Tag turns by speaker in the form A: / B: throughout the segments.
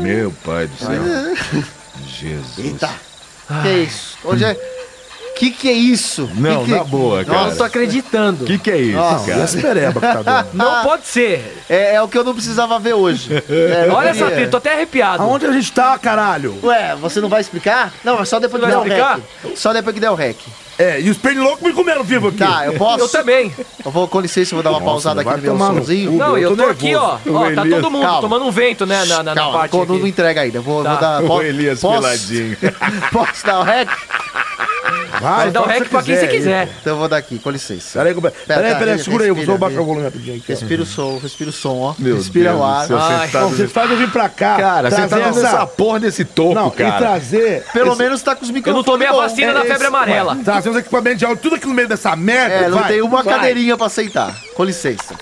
A: Meu pai do céu. Jesus.
B: Eita! Que é isso? Onde é? Que que é isso? Que
A: Não,
B: que... é?
A: na boa, cara.
C: Eu não tô acreditando.
A: O que, que é isso,
B: Nossa.
D: E
A: cara?
D: as pereba que tá dando.
B: Ah.
C: Não pode ser.
B: É, é o que eu não precisava ver hoje. É, eu
C: Olha essa
B: queria-
C: trilha, tô até arrepiado.
D: Aonde a gente tá, caralho?
B: Ué, você não vai explicar? Não, mas só depois que
C: Vai
B: der o
C: explicar?
B: rec. Só depois que der o rec.
D: É, e os pernilongos me comeram vivo aqui.
B: Tá, eu posso?
C: Eu também.
B: Eu vou, com licença, eu vou dar uma pausada aqui
D: vai
B: no meu
D: tomar no
B: somzinho.
D: cu.
C: Não,
D: Eu
C: eu
D: tô
C: tô, aqui, ó.
D: nervoso.
C: Ó, tá
A: Elias-
C: todo mundo
B: Calma.
C: tomando um vento, né, na, na, na
B: Calma,
C: parte
B: não, não
C: aqui.
B: entrega ainda. eu Vou,
C: Tá.
B: vou dar.
A: O
B: po-
A: Elias
B: posso,
A: Peladinho.
B: Posso dar o rec?
D: Vai,
C: Mas dá o
D: fala
C: um rec
D: que
C: pra quem você quiser.
B: Então eu vou dar aqui, com licença.
D: Peraí, peraí, peraí,
B: Pera,
D: peraí
B: tá,
D: segura aí, eu
B: respira,
D: vou baixar
B: respira.
D: o volume rapidinho aqui. ó.
B: Respira o som, respira o som, ó.
A: Meu
B: respira
A: Deus do
B: o ar.
A: céu,
C: Ai,
A: sentado
D: Não, você
A: nesse-
D: faz eu vir pra cá.
A: Cara, você tá nessa porra desse topo,
D: Não, e
A: cara.
D: trazer.
B: Pelo menos tá com os microfones.
C: Eu não tomei a
B: bons.
C: vacina
B: É,
C: da
B: é,
C: febre amarela.
D: Trazer os equipamentos de áudio, tudo aqui no meio dessa merda.
B: É, não
D: vai.
B: tem uma
C: vai.
B: cadeirinha pra sentar. Com licença.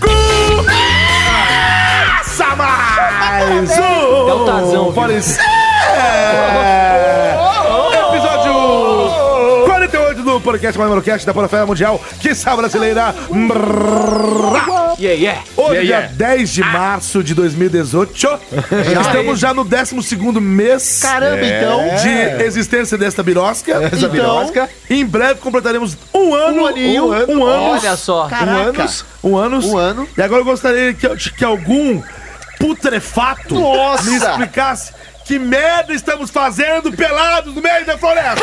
D: Começa mais
B: né?
D: um.
C: Dá um tazão, viu?
D: Fala isso. É. Episódio 48 do podcast Mais Marocast da Poloféia Mundial, que sabe brasileira.
C: E aí, é.
D: Hoje,
A: Yeah, yeah.
D: dia 10 de março de 2018. Estamos já no 12 mês.
B: Caramba, então.
D: de existência desta birosca. Então,
B: Essa birosca.
D: Em breve completaremos um ano.
B: Um aninho.
D: Um ano. Um ano.
C: Olha só.
B: Caraca.
D: Um ano.
B: Um ano.
D: E agora eu gostaria que, que algum putrefato
B: Nossa.
D: me explicasse que merda estamos fazendo pelados no meio da floresta.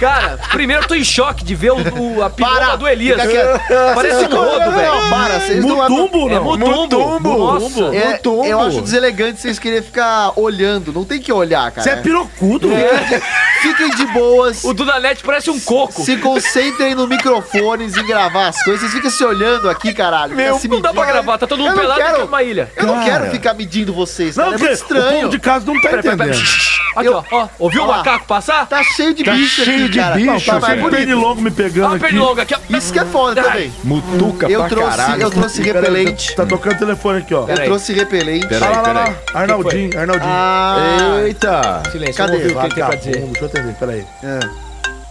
C: Cara, primeiro eu tô em choque de ver o, o- a pilota
B: Para.
C: do Elias.
B: Fica quieto.
C: Parece um é
B: Vocês-
C: rodo,
B: Não,
C: velho.
B: Para, vocês não
D: Mutumbo,
C: É
D: não.
C: mutumbo.
A: Mutumbo.
C: Nossa.
B: É,
A: Mutumbo.
B: eu acho deselegante vocês querem ficar olhando. Não tem que olhar, cara.
D: Você é pirocudo.
B: É, Fiquem de boas.
C: O Dudalete parece um coco.
B: Se concentrem no microfones e gravar as coisas. Vocês ficam se olhando aqui, caralho. Fica
C: Meu,
B: se
C: não dá pra
B: medindo.
C: gravar, tá todo
B: Eu
C: mundo
B: não
C: pelado
B: quero.
C: e numa ilha.
B: Eu não
A: Cara.
B: quero ficar medindo vocês,
D: Não,
B: cara. É
D: porque
B: muito
D: o
B: estranho.
D: povo de casa não tá
C: Peraí, peraí,
D: entendendo.
C: peraí. Aqui, ó, ó. Ouviu o
B: Olha lá.
C: macaco passar?
B: Tá cheio de
A: Tá
B: bicho
A: cheio
B: aqui,
A: de
B: cara.
A: bicho,
D: Não, tá
B: Tá mais
A: cara.
D: um
B: bonito.
D: pernilongo me pegando
C: Ó,
D: aqui.
C: pernilonga aqui, ó.
B: Isso que é foda também.
A: Mutuca
B: Eu
A: pra
B: trouxe,
A: caralho.
B: eu trouxe
D: Peraí,
B: repelente.
D: Tá, tá tocando o telefone aqui, ó.
B: Eu
C: Peraí.
B: trouxe repelente.
A: Peraí,
D: Ah, lá, lá,
A: peraí.
D: lá. Arnaldinho, Arnaldinho.
B: Ah,
A: Eita.
C: Silêncio,
B: Cadê?
C: vamos ouvir o que ele tem pra
D: Vagabundo,
C: dizer.
D: deixa eu atender, peraí.
B: é.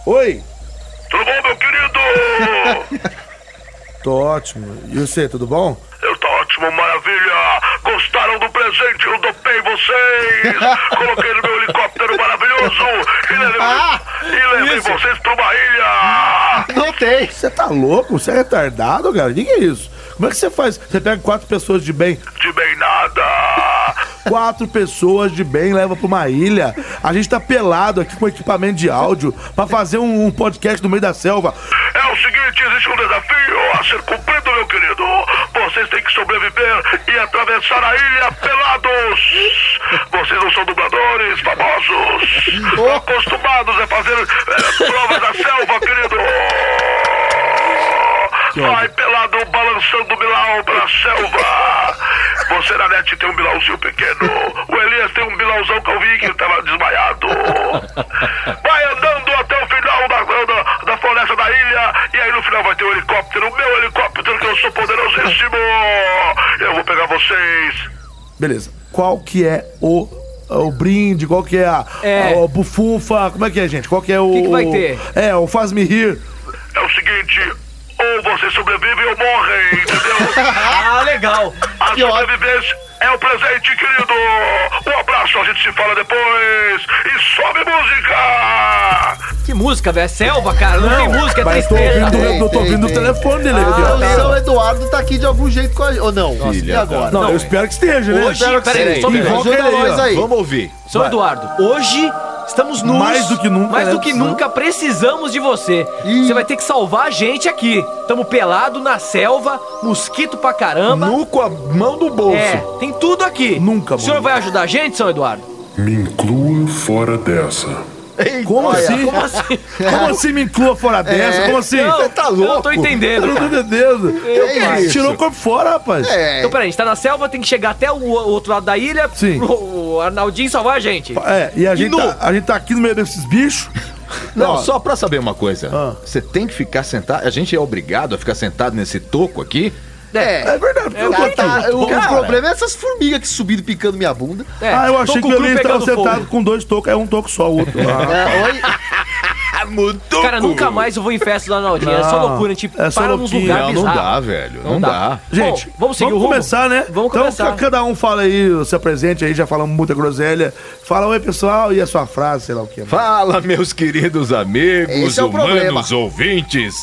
D: Oi,
E: Tudo bom, meu querido?
D: tô ótimo. E você, tudo bom?
E: Eu tô ótimo, maravilha! Gostaram do presente? Eu dopei vocês! Coloquei no meu helicóptero maravilhoso e levei,
B: Ah,
E: e levei vocês pra uma ilha!
B: não tem.
D: Você tá louco? Você é retardado, cara? O que, que é isso? Como é que você faz? Você pega quatro pessoas de bem,
E: De bem nada!
D: quatro pessoas de bem leva pra uma ilha. A gente tá pelado aqui com equipamento de áudio pra fazer um, um podcast no meio da selva.
E: É o seguinte, existe um desafio a ser cumprido, meu querido. Vocês têm que sobreviver e atravessar a ilha pelados. Vocês não são dubladores famosos. Acostumados a fazer eh, provas da selva, querido. Vai pelado balançando o milão pela selva. Você na net tem um bilauzinho pequeno. O Elias tem um bilauzão que eu vi que ele tava desmaiado. Vai andando até o final da, da, da floresta da ilha. E aí no final vai ter um helicóptero. Meu helicóptero, que eu sou poderosíssimo. Eu vou pegar vocês.
D: Beleza. Qual que é o, o brinde? Qual que é a,
C: É.
D: a- a bufufa? Como é que é, gente? Qual que é o...
C: Que que vai ter?
D: É, o faz-me rir.
E: É o seguinte. Ou vocês sobrevivem ou morrem, entendeu?
C: Ah, legal.
E: A
B: Que ótimo.
E: sobrevivência é o presente, querido. Um abraço, a gente se fala depois. E sobe música!
C: Que música, velho. É selva, cara. Não, tem música, é
D: Mas eu tô
C: tristeza. Ah,
D: ouvindo, eu tô
B: Tem,
D: ouvindo
B: tem,
D: o telefone dele aqui,
B: Então,
D: ó.
B: o São Eduardo tá aqui de algum jeito com a gente. Ou não? e
A: Filha
B: agora?
D: Não,
C: Não,
D: eu
C: é.
D: espero que esteja, né?
C: Hoje,
B: Espero que
C: peraí,
B: seja.
C: só um minuto.
D: Invoca
B: Ajuda
D: ele aí,
B: nós
D: ó.
B: aí.
A: Vamos ouvir.
C: São
D: Vai.
C: Eduardo, hoje estamos nus.
D: Mais do que nunca,
C: Mais
D: né?
C: do que nunca precisamos de você.
B: Ih.
C: Você vai ter que salvar a gente aqui. Tamo pelado na selva, mosquito pra caramba.
A: Nu com a mão no bolso.
C: É, tem tudo aqui.
D: Nunca,
C: O senhor
D: mano.
C: vai ajudar a gente, São Eduardo?
F: Me inclua fora dessa.
D: Como assim?
C: Como assim?
D: Como assim me inclua
B: É.
D: fora dessa? Como assim?
C: Não,
A: tá
C: Eu
A: louco?
C: não tô
D: Eu
C: entendendo.
D: não tô
C: cara.
D: entendendo.
B: que
D: Ele
B: É isso?
D: Tirou o corpo fora, rapaz.
B: É.
C: Então, peraí, a gente tá na selva, tem que chegar até o o outro lado da ilha
D: Sim.
C: pro o Arnaldinho salvar a gente.
D: É, e a gente,
C: nu?
D: tá, a gente tá aqui no meio desses bichos.
A: Não,
D: Ó.
A: só pra saber uma coisa.
D: Ah.
A: Você tem que ficar sentado. A gente é obrigado a ficar sentado nesse toco aqui.
B: É.
D: É verdade.
C: É,
D: eu tô
B: Cara,
D: aqui.
B: tá- o, o
A: Cara.
B: problema é essas formigas que subiram picando minha bunda.
C: É,
D: Ah, eu
C: tô
D: achei
C: com
D: que
C: o
D: eu
C: cu
D: ia estar
C: pegando É.
D: sentado
C: fogo.
D: com dois tocos. É um toco só, o outro. Ah,
B: É, oi?
A: mudou.
C: Cara, nunca mais eu vou em festa lá na Aldinha. É só
D: Não,
C: loucura, a gente
D: é só
C: para nos
D: louquinha.
C: lugares
A: Não, não dá, velho. Não, dá.
D: Gente,
C: Bom, vamos seguir o rumo?
D: começar, né?
C: Vamos começar.
D: Então, ca- cada um fala aí, se apresente aí, já falamos muita groselha. Fala oi, pessoal, e a sua frase, sei lá o que.
A: Fala, meus queridos amigos,
B: Esse é o problema.
A: humanos, ouvintes.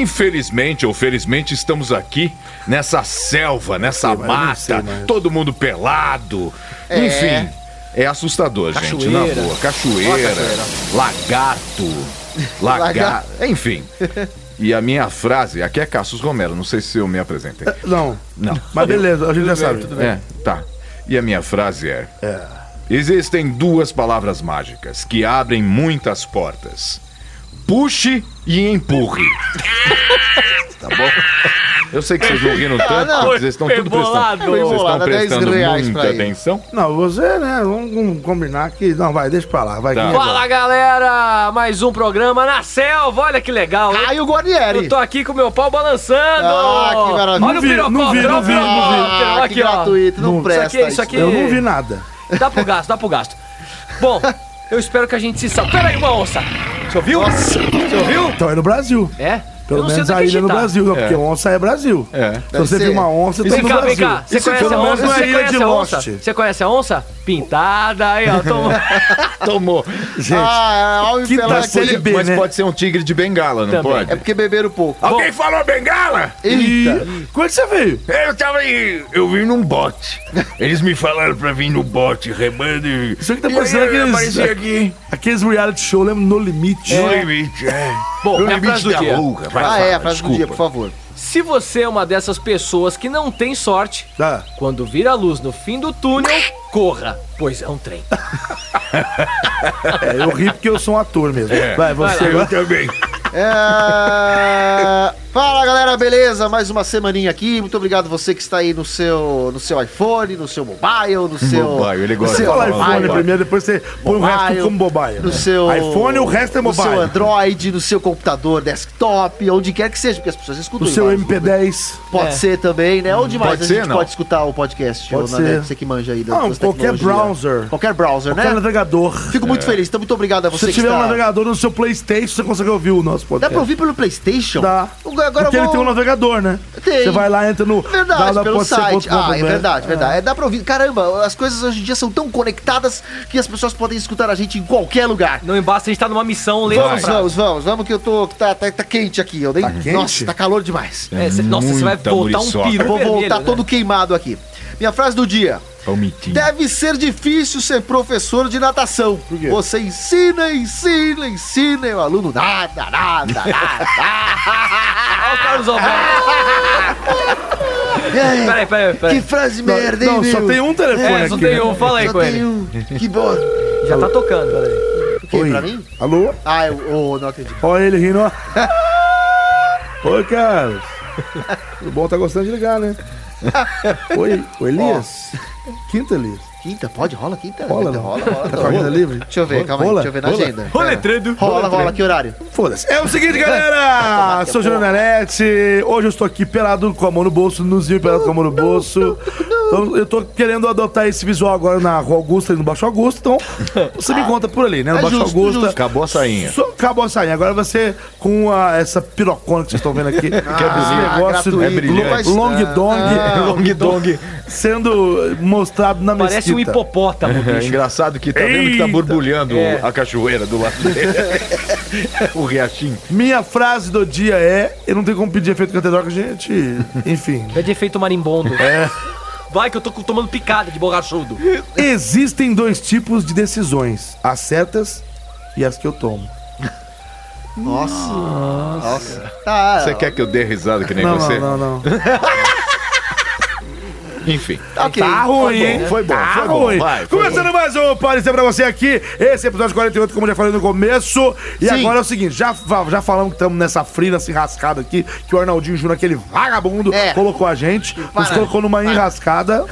A: Infelizmente ou felizmente, estamos aqui nessa selva, nessa
D: mas eu não sei
A: mata,
D: mais.
A: todo mundo pelado.
B: É.
A: Enfim, é assustador, gente, na
C: Cachoeira.
A: boa. Cachoeira,
B: Ó, cachoeira.
A: lagarto, lagarto, enfim. E a minha frase, aqui é Cassius Romero, não sei se eu me apresentei.
D: Não,
A: Não.
D: mas beleza, a gente já sabe.
A: É, tá. E a minha frase é: Existem duas palavras mágicas que abrem muitas portas. Puxe e empurre. tá bom? Eu sei que vocês não riram tanto,
B: não.
A: porque vocês estão
C: Foi
A: tudo prestando,
C: bolado.
A: vocês estão
B: Foi bolado, dez
A: prestando
B: reais pra
A: muita
B: ele.
A: atenção.
D: Não, você, né, vamos com- combinar que... Não, vai, deixa pra lá, vai.
A: Tá.
D: quem é agora?
C: Fala galera, mais um programa na selva, olha que legal. hein?
B: Ai, o Guarnieri.
C: Eu tô aqui com meu pau balançando.
B: Ah, que maravilha.
C: Olha
D: Não
C: o
D: vi,
C: pirocóptero,
D: não vi, não vi,
C: olha o
D: não vi.
C: pirocóptero,
B: Ah, que
C: aqui, ó.
B: gratuito, não,
D: Não,
B: presta.
C: isso aqui, isso aqui.
D: Eu não vi nada.
C: Dá pro gasto, dá pro gasto. Bom, eu espero que a gente se salve. Pera aí, uma onça. Você ouviu?
B: Nossa.
C: Você ouviu?
D: Então é no Brasil.
C: É? Eu
D: Pelo
C: não sei
D: menos
C: onde é
D: a
C: que
D: ilha é no
C: tá.
D: Brasil, não,
A: É.
D: porque onça é Brasil.
A: É.
D: Se você
B: Deve ser.
D: viu uma onça, tá
C: Vem
D: no
C: cá, vem
D: Brasil.
C: cá. Você
D: Isso
C: conhece
D: pelo
C: a
D: menos
C: onça?
D: não é
C: Você
D: ilha
C: conhece
D: de
C: a
D: Lost.
C: onça? Você conhece a onça? Pintada aí, ó. Tomou.
A: Tomou.
D: Gente,
B: Ah, é, ao
D: Que
A: tá
B: pela
D: da
B: coisa-
D: série B.
A: Mas
D: né?
A: pode ser um tigre de bengala, não
C: Também.
A: pode?
B: É porque beberam pouco.
A: Alguém falou bengala?
B: Eita.
D: e... Quando você veio?
A: Eu tava aí, eu vim num bote. Eles me falaram pra vir no bote, remando e.
D: Isso aqui tá parecendo
A: E aí,
D: aqueles-
A: apareci aqui.
D: Aqueles reality show, lembra? No Limite.
A: No limite, é.
C: Bom,
A: no
C: é a
A: limite
C: frase do
A: da
C: dia.
A: louca. vai,
B: Ah,
A: fala,
B: é, a frase do
A: desculpa.
B: dia, por favor.
C: Se você é uma dessas pessoas que não tem sorte,
D: Tá.
C: quando vir a luz no fim do túnel, corra, pois é um trem.
D: É, eu ri porque eu sou um ator mesmo. Vai, você.
A: É. Eu também.
B: É... Fala galera, beleza? Mais uma semaninha aqui. Muito obrigado você que está aí no seu, no seu iPhone, no seu mobile, no seu.
A: Mobile, ele
B: no
A: gosta de
B: seu
D: Fala
A: Vai,
D: iPhone
A: vai.
D: primeiro, depois você põe o resto
B: mobile,
D: como mobile.
B: No seu
D: iPhone, o resto é
B: No seu
D: mobile.
B: Android, no seu computador, desktop, onde quer que seja, porque as pessoas
D: No
B: escutam. em
D: seu
B: vários lugares.
D: MP10.
B: Pode
C: É.
B: ser também, né? Onde mais
A: Hum, Pode
B: a
A: ser,
B: gente
A: não?
B: pode escutar o podcast?
D: Pode
B: ô, Nanete?
D: ser.
B: Você que manja aí
D: Não, qualquer browser.
B: Qualquer browser,
D: Qualquer
B: né?
D: navegador.
B: Fico muito feliz. Então, muito obrigado a você
D: Se
B: que
D: tiver um
B: está...
D: navegador no seu Playstation, você consegue ouvir o nosso
B: Dá
D: podcast.
B: pra ouvir pelo Playstation?
D: Dá.
B: Agora
D: Porque
B: eu
D: ele
B: vou-
D: tem um navegador, né?
B: Tem.
D: Você vai lá, entra no
B: Verdade, pelo site.
D: www.podcast.com.br.
B: Ah, é verdade, verdade. É, dá pra ouvir. Caramba, as coisas hoje em dia são tão conectadas que as pessoas podem escutar a gente em qualquer lugar.
C: Não basta a gente tá numa missão, lembra?
B: Vamos,
C: Fra?
B: vamos, vamos, vamos, que eu tô. Tá, tá, tá quente aqui. Eu nem...
D: quente?
B: Nossa, tá calor demais.
C: É, cê- nossa, você vai
A: Muita
C: voltar um
A: muriçoca.
C: peru
B: Eu vou
C: vermelho,
B: voltar
C: né?
B: todo queimado aqui. Minha frase do dia.
A: Palmitinho.
B: Deve ser difícil ser professor de natação. Você ensina, ensina, ensina e o aluno nada, nada, nada.
C: Ah, o Carlos Alberto.
B: É,
C: Peraí, peraí,
B: que
C: peraí.
B: frase
D: Não,
B: merda, hein,
D: não, só
B: meu?
D: tem um telefone
C: É,
D: aqui.
C: só tem
D: né?
C: um, fala aí
B: Só
C: com
B: tem
C: ele.
B: um. Que bom.
C: Já tá tocando, peraí.
B: O quê?
D: Oi.
B: Pra mim?
D: Alô?
B: Ah, eu oh, não acredito.
D: Olha ele rindo, ó. Oi, Carlos. Tudo bom? Tá gostando de ligar, né? Oi, o Elias. Quinta, Elias.
B: Quinta, pode? Rola quinta?
D: Rola,
B: Quinta,
D: não?
B: rola, rola.
D: Tá
B: rola.
D: com a agenda livre?
B: Deixa eu ver, calma
D: Rola?
B: aí, deixa eu ver na agenda.
C: Roletrando.
B: Rola, rola, que horário?
D: Foda-se. É o seguinte, galera! Sou Júnior Nanete. Hoje eu estou aqui pelado com a mão no bolso, no Zinho pelado com a mão no bolso. Então, eu tô querendo adotar esse visual agora na Rua Augusta e no Baixo Augusto. Então, você me conta por ali, né? No
B: É
D: Baixo
B: justo,
D: Augusta.
B: justo.
A: Acabou a sainha.
D: Só acabou a sainha. Agora você, com a- essa pirocona que vocês estão vendo aqui, que é
B: brilhante.
D: negócio
B: gratuito.
A: É brilhante.
D: long dong
A: Long dong.
D: sendo mostrado na mesquita.
C: Parece um hipopótamo,
A: É
C: bicho.
A: engraçado que tá vendo que tá
D: Eita.
A: borbulhando
C: É.
A: a cachoeira do lado dele. o riachinho.
D: Minha frase do dia é: Eu não tenho como pedir efeito cantador que a gente. Enfim.
C: É de efeito marimbondo.
B: É.
C: Vai que eu tô com- tomando picada de borrachudo.
D: Existem dois tipos de decisões: as certas e as que eu tomo.
B: Nossa. Nossa. Tá,
A: Você quer que eu dê risada que nem
D: Não,
A: você?
D: não, não, não.
A: Enfim.
B: tá ok.
D: Tá ruim,
A: bom,
D: hein?
A: foi bom,
D: tá
A: foi bom,
D: ruim.
A: vai, foi
D: Começando mais um Parecer pra você aqui, esse episódio 48, como eu já falei no começo. E
B: Sim.
D: agora é o seguinte: já, fa- já falamos que estamos nessa frina, assim, rascada aqui, que o Arnaldinho Júnior, aquele vagabundo,
B: É.
D: colocou a gente, nos
B: para,
D: colocou numa enrascada.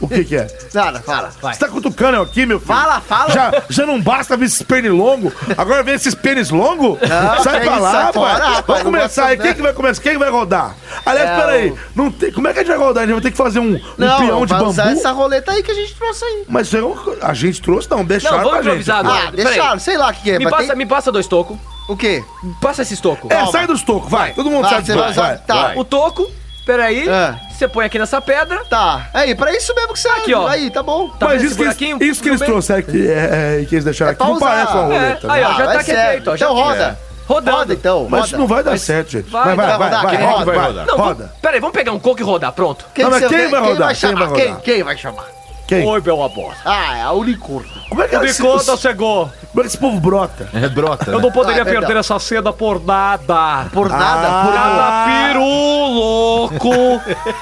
D: O que que é?
B: Nada, fala.
D: Você tá cutucando eu aqui, meu filho?
B: Fala, fala.
D: Já, já não basta ver esses pernilongos? Agora vem esses pênis longos? Sai
B: que
D: pra
B: isso,
D: lá,
B: sai
D: rapaz.
B: fora, rapaz,
D: Vamos
B: não
D: começar
B: gosta,
D: aí. Quem
B: né?
D: que vai começar? Quem que vai rodar? Aliás,
B: É,
D: peraí.
B: o-
D: Não tem, como é que a gente vai rodar? A gente vai ter que fazer um, um peão
B: Não,
D: de
B: vai
D: bambu?
B: usar essa roleta aí que a gente trouxe aí.
D: Mas isso é um- a gente trouxe, não. Deixaram
C: Não, vamos
D: pra gente.
C: improvisar agora.
B: Ah,
C: Peraí.
B: deixaram, sei lá o que que é.
C: Me
B: mas
C: passa,
B: tem-
C: me passa dois tocos.
B: O quê?
C: Passa esse estoco.
D: É, sai dos tocos, vai. Todo mundo
B: Vai,
D: sai dos
B: você vai
D: tocos,
B: usar-
D: vai.
B: Tá,
A: vai.
C: O toco, peraí,
B: É.
C: você põe aqui nessa pedra.
B: tá. Aí, pra isso mesmo que você
C: Aqui, ó.
B: Aí, tá bom.
C: Tá vendo
D: Mas isso
C: esse
D: que,
C: buraquinho?
D: eles, isso que eles
C: Tudo bem?
D: trouxeram aqui, é, é, que eles deixaram
B: É
D: aqui, não
B: pra
D: parece
B: usar.
D: uma
B: É,
D: roleta.
C: aí,
D: né?
C: ó, já
B: vai
C: tá aqui
B: ser.
C: feito, ó, já
B: Então
C: aqui.
B: roda.
C: Rodando.
B: Roda então,
D: Mas
B: roda.
D: isso não vai dar
B: Mas-
D: certo, gente.
C: Vai,
D: Vai, vai,
B: vai
D: vai,
B: rodar,
D: vai,
B: quem é que
A: vai
D: vai,
A: rodar?
D: vai.
C: Não,
D: Roda.
C: Peraí, vamos pegar um coco e rodar, pronto.
D: Não, mas
B: você-
D: quem vai rodar? Quem
B: chamar?
D: vai
B: Quem,
D: rodar?
B: quem vai chamar?
D: Quem?
C: Oi, meu amor.
B: Ah, é o unicórnio.
D: Como é que
C: O
D: era esse, os-
C: Bicoda chegou.
D: como é que esse povo brota?
A: É brota.
C: Eu não poderia
B: Ah, perdão.
C: perder essa seda por nada.
B: Por nada, por nada.
C: Nada, peru louco.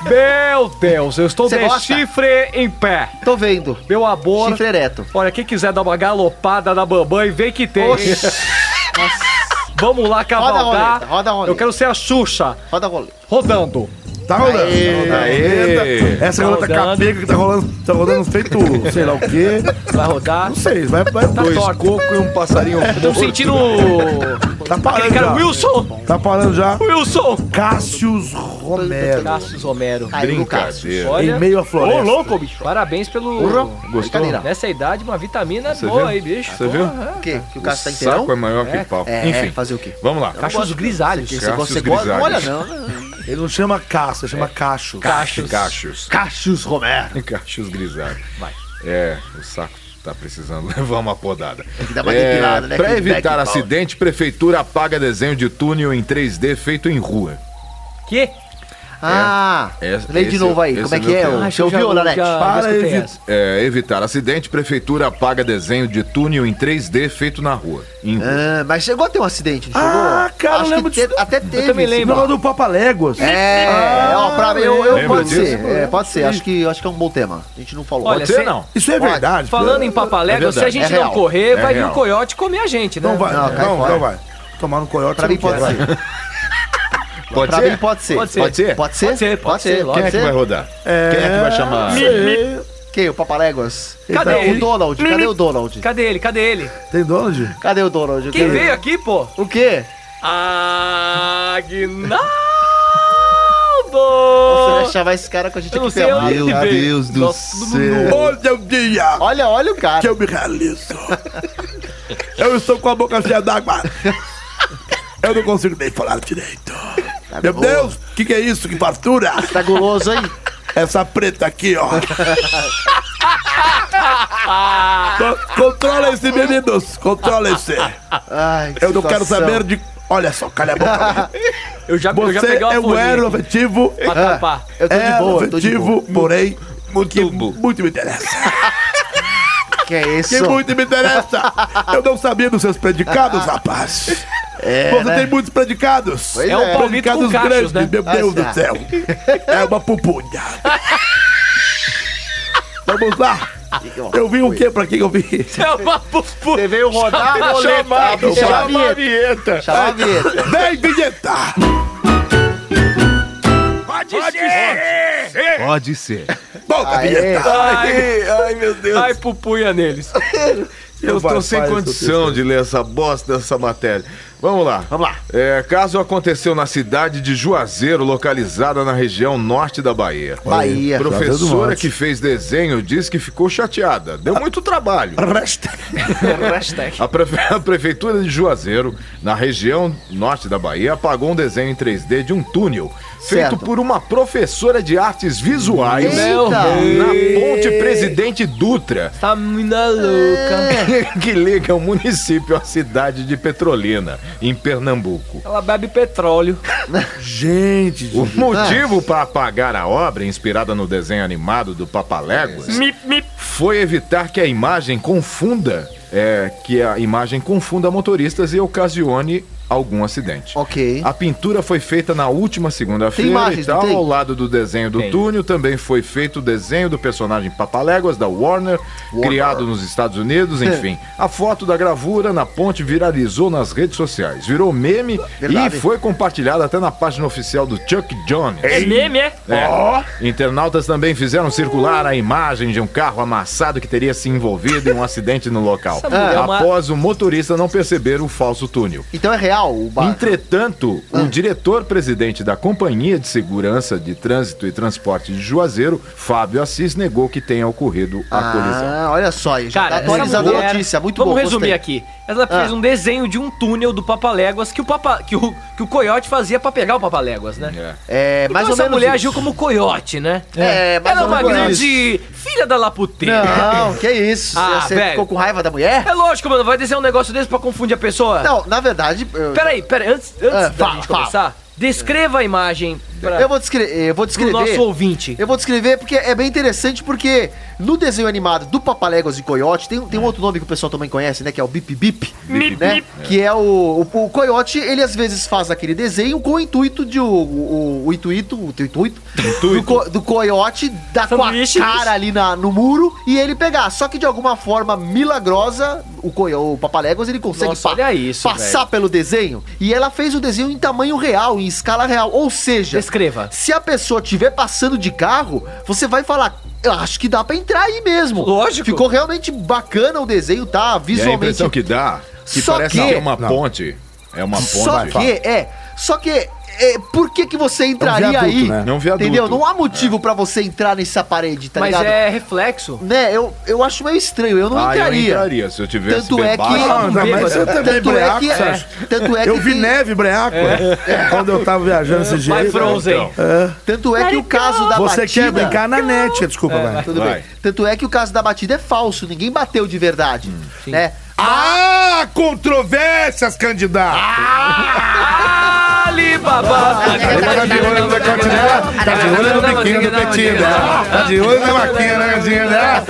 C: Meu Deus, eu estou
B: Você
C: de
B: gosta?
C: chifre em pé.
B: Tô vendo.
C: Meu amor.
B: Chifre ereto.
C: Olha, quem quiser dar uma galopada na bambam e vê que tem. hein? Vamos lá cavalgar.
B: roleta, roda a roleta.
C: Eu quero ser a Xuxa,
B: Roda a roleta.
C: rodando.
D: Tá rolando.
A: Aê.
D: Essa
C: Tá
D: roleta
C: rodando.
D: capenga que tá rolando, tá rodando feito, sei lá o quê.
C: Vai rodar.
D: Não sei, vai, vai.
C: Tá
A: Dois
C: torto.
A: cocos e um passarinho.
C: Tô sentindo.
D: Tá
C: Aquele
D: parando
C: cara,
D: já.
C: Wilson!
D: Tá parando já.
C: Wilson!
D: Cássius Romero.
C: Cassius Romero.
B: Caiu no caso.
A: Brincadeira.
D: Em
C: Olha.
D: meio à floresta.
C: Ô, louco, bicho. Parabéns pelo.
A: Gostou?
B: Brincadeira.
C: Nessa idade, uma vitamina
A: Você
C: boa
A: viu?
C: aí, bicho.
A: Você viu?
B: O quê? Que o
A: O
B: Cássio tá inteirão?
A: saco é maior que
C: É.
A: o pau.
B: É,
A: Enfim,
B: é, fazer o quê?
A: vamos lá.
C: Cachos grisalhos.
B: Você
A: Cássios
B: gosta, você gosta? Não olha
A: grisalhos.
B: não. né?
D: Ele não chama caça, chama cacho.
C: Cachos.
A: Cachos.
B: Cachos Romero.
A: Cachos grisalhos.
C: Vai.
A: É, o saco tá precisando levar uma podada. Tem
B: que dar uma depilada, né,
A: Pra
B: aquele
A: evitar
B: back e pau.
A: acidente, prefeitura apaga desenho de túnel em 3D feito em rua.
C: Que?
B: Ah,
A: Esse-
B: lê de
A: esse-
B: novo aí.
A: esse
B: Como é
A: é
B: que
A: meu
B: é?
A: tema.
B: ô?
C: Ah,
A: Acho
B: Você ouviu, Nanete?
D: Para
C: Para
D: evi-
C: evitar.
A: É, evitar acidente, prefeitura apaga desenho de túnel em 3D feito na rua. Em rua.
B: Ah, mas chegou a ter um acidente, não chegou?
D: Ah, cara, eu
B: Acho que
D: lembro
B: te-
D: disso.
B: Até teve.
C: também
B: sim.
C: lembro.
D: Não, do Papa Léguas.
B: É,
D: Ah,
B: ó, pra mim, eu, eu
A: lembro
B: pode
A: disso,
B: ser. É, pode ser. Acho que, acho que é um bom tema. A gente não falou.
C: Olha,
A: Pode ser,
C: cê-
A: não.
D: Isso é
B: Olha,
D: verdade.
C: Falando em papalégua,
A: É
C: se a
A: verdade.
C: gente
B: É
C: não
B: real.
C: correr,
A: É
C: vai vir
A: real.
C: o coiote comer a gente, né?
D: Não vai,
B: Não,
D: não,
B: cai
D: não,
B: fora.
D: vai. Tomar no coiote.
B: pra
D: você
B: mim
D: não
B: pode
D: quer.
B: ser.
A: Pode
B: Pra mim
A: ser?
B: pode ser.
C: Pode ser.
A: Pode ser?
B: Pode ser?
C: Pode ser, pode ser,
A: Quem é que vai
B: Quem,
A: rodar? Quem é que vai chamar?
B: O Papaléguas?
C: Cadê
B: o
C: ele?
B: Donald? Cadê o Donald?
C: Cadê ele? Cadê ele?
D: Tem Donald?
B: Cadê o Donald?
C: Quem
B: Cadê-
C: veio aqui, pô?
B: O quê? Você vai
C: Agnaldo!
B: chamar esse cara com a gente
C: Eu não
B: aqui
C: sei
B: ferrado.
C: onde ele veio. Nossa, todo mundo-
D: Olha o dia
B: Olha, olha o cara.
D: que eu me realizo. eu estou com a boca cheia d'água. Eu não consigo nem falar direito. Meu
B: boa.
D: Deus, o que, que é isso? Que fartura!
B: Tá guloso aí?
D: Essa preta aqui, ó. Co- Controla-se, meninos. Controla-se.
B: Ai, que
D: Eu não quero
B: situação.
D: saber de... Olha só, calha a boca.
C: Eu já, eu já
D: Você
C: peguei uma
D: é um
C: folhinha
D: ero
C: aqui
D: afetivo.
C: pra tampar.
B: Eu tô de
D: É
B: boa, eu tô de boa.
D: afetivo, porém... que
A: bom.
D: muito me interessa.
B: Que é isso?
D: Que muito me interessa. Eu não sabia dos seus predicados, rapaz. Você
B: né?
D: tem muitos predicados.
B: Pois
C: É um
B: é.
C: palmito com
D: Predicados
C: cachos,
D: grandes,
C: né?
D: meu Deus
B: Ah, tá.
D: do céu. É uma pupunha. Vamos lá. Eu vim o quê? Pra quem eu vim?
C: É uma pupu.
B: Você veio rodar a roleta.
A: Chamado,
B: Chama a
A: chama a
B: vinheta.
A: vinheta.
B: Chama a vinheta.
D: Vem, vinheta!
A: Pode ser.
D: Volta, vinheta!
C: Ai, meu Deus. Ai, pupunha neles.
A: Eu
D: Vai,
A: tô sem
D: faz o
A: condição de ler essa bosta dessa matéria. Vamos lá. Vamos lá. caso aconteceu na cidade de Juazeiro, localizada na região norte da Bahia.
B: Bahia.
D: Juazeiro do
A: Professora
D: Norte. Ah.
A: que fez desenho diz que ficou chateada. Deu muito trabalho.
D: É
C: Hashtag.
A: A, prefe- a prefeitura de Juazeiro, na região norte da Bahia, apagou um desenho em 3D de um túnel
B: Certo.
A: feito por uma professora de artes visuais
C: Meu
B: Eita.
A: na
C: Deus.
A: ponte Presidente Dutra.
C: Tá mina louca.
B: É,
A: que liga o município à cidade de Petrolina, em Pernambuco.
C: Ela bebe petróleo.
D: Gente,
A: O motivo para apagar a obra, inspirada no desenho animado do Papaléguas, foi evitar que a imagem confunda, é, que a imagem confunda motoristas e ocasione algum acidente.
B: Ok.
A: A pintura foi feita na última
B: Tem
A: segunda-feira
B: imagens,
A: e
B: não
A: tal,
B: tem?
A: ao lado do desenho do
C: Tem.
A: túnel. Também foi feito o desenho do personagem Papaléguas, da Warner, criado nos Estados Unidos,
B: É.
A: enfim. A foto da gravura na ponte viralizou nas redes sociais, virou meme
B: Verdade.
A: e foi compartilhada até na página oficial do Chuck Jones.
C: É meme, é?
A: É. Internautas também fizeram circular a imagem de um carro amassado que teria se envolvido em um acidente no local,
C: Essa mulher é uma-
A: após o motorista não perceber o falso túnel.
B: Então é real o bar.
A: Entretanto,
B: Ah.
A: o diretor-presidente da Companhia de Segurança de Trânsito e Transporte de Juazeiro, Fábio Assis, negou que tenha ocorrido a colisão.
B: Ah, olha só, aí, já
C: Cara,
B: tá atualizada
C: essa mulher-
B: a notícia, muito
C: Vamos
B: bom.
C: resumir
B: gostei. Ah.
C: aqui. Ela fez um desenho de um túnel do Papaléguas que o Papa, que o que o coiote fazia pra pegar o Papaléguas, né?
A: É.
B: É,
C: Mas
B: mais ou
C: essa
B: menos
C: mulher
B: isso.
C: agiu como coiote, né?
B: É, mais
C: Ela é
B: ou
C: uma
B: menos
C: grande filha da laputeira.
B: Não, que isso.
C: Ah,
B: Você
C: velho.
B: ficou com raiva da mulher?
C: É lógico, mano, vai desenhar um negócio desse pra confundir a pessoa.
B: Não, na verdade, eu,
C: Peraí, peraí, antes, antes
B: Ah,
C: da
B: fala,
C: gente
B: fala.
C: começar, descreva a imagem pra,
B: eu vou descrever, eu vou
C: pro
B: descrever.
C: nosso ouvinte.
B: Eu vou descrever porque é bem interessante, porque no desenho animado do Papaléguas e Coyote, tem,
C: É.
B: tem um outro nome que o pessoal também conhece, né? Que é o Bip Bip, né? Que é o, o, o Coyote, ele às vezes faz aquele desenho com o intuito de o, o, o intuito, o teu intuito, Do, co, do Coyote dar com a
C: Sanduíche.
B: cara ali na, no muro e ele pegar. Só que de alguma forma milagrosa, o, coio, o Papaléguas, ele consegue
C: Nossa, olha isso,
B: passar pelo desenho. E ela fez o desenho em tamanho real, em escala real. Ou seja...
C: Descreva.
B: Se a pessoa estiver passando de carro, você vai falar. Eu acho que dá pra entrar aí mesmo.
C: Lógico.
B: Ficou realmente bacana o desenho, tá?
A: E a
B: Visualmente.
A: impressão que dá, que
B: Só
A: parece
B: que-
A: que é uma
D: Não.
A: ponte. É uma ponte.
B: Só que, é. Só que. é, por que, que você entraria
D: viaduto,
B: aí?
D: né?
A: É um viaduto.
B: Entendeu? Não há motivo pra você entrar nessa parede, tá
C: mas
B: ligado?
C: é reflexo.
B: Né? Eu, eu acho meio estranho. Eu não
A: Ah, eu
B: entraria.
A: entraria se eu tivesse
B: Tanto é
A: bebado.
B: que-
D: Ah, não,
C: bêbado.
D: mas você também
B: Tanto é
D: breaco,
B: que.
D: você
B: é,
D: acha?
B: tanto é
D: Eu
B: que
D: vi
B: tem-
D: neve breaco é. quando eu tava viajando esse
C: Vai,
D: jeito.
C: Frozen.
B: Tanto é que o caso da
D: Você
B: batida.
D: quer brincar na net, desculpa, vai.
B: Tudo
A: Vai.
B: bem. Tanto é que o caso da batida é falso, ninguém bateu de verdade.
D: Hum,
B: né?
D: Ah, controvérsias, candidato!
C: Alibaba.
D: Tá de olho na candidato, tá de olho no biquinho do Petida. Tá né? de olho na vaquinha da candidato.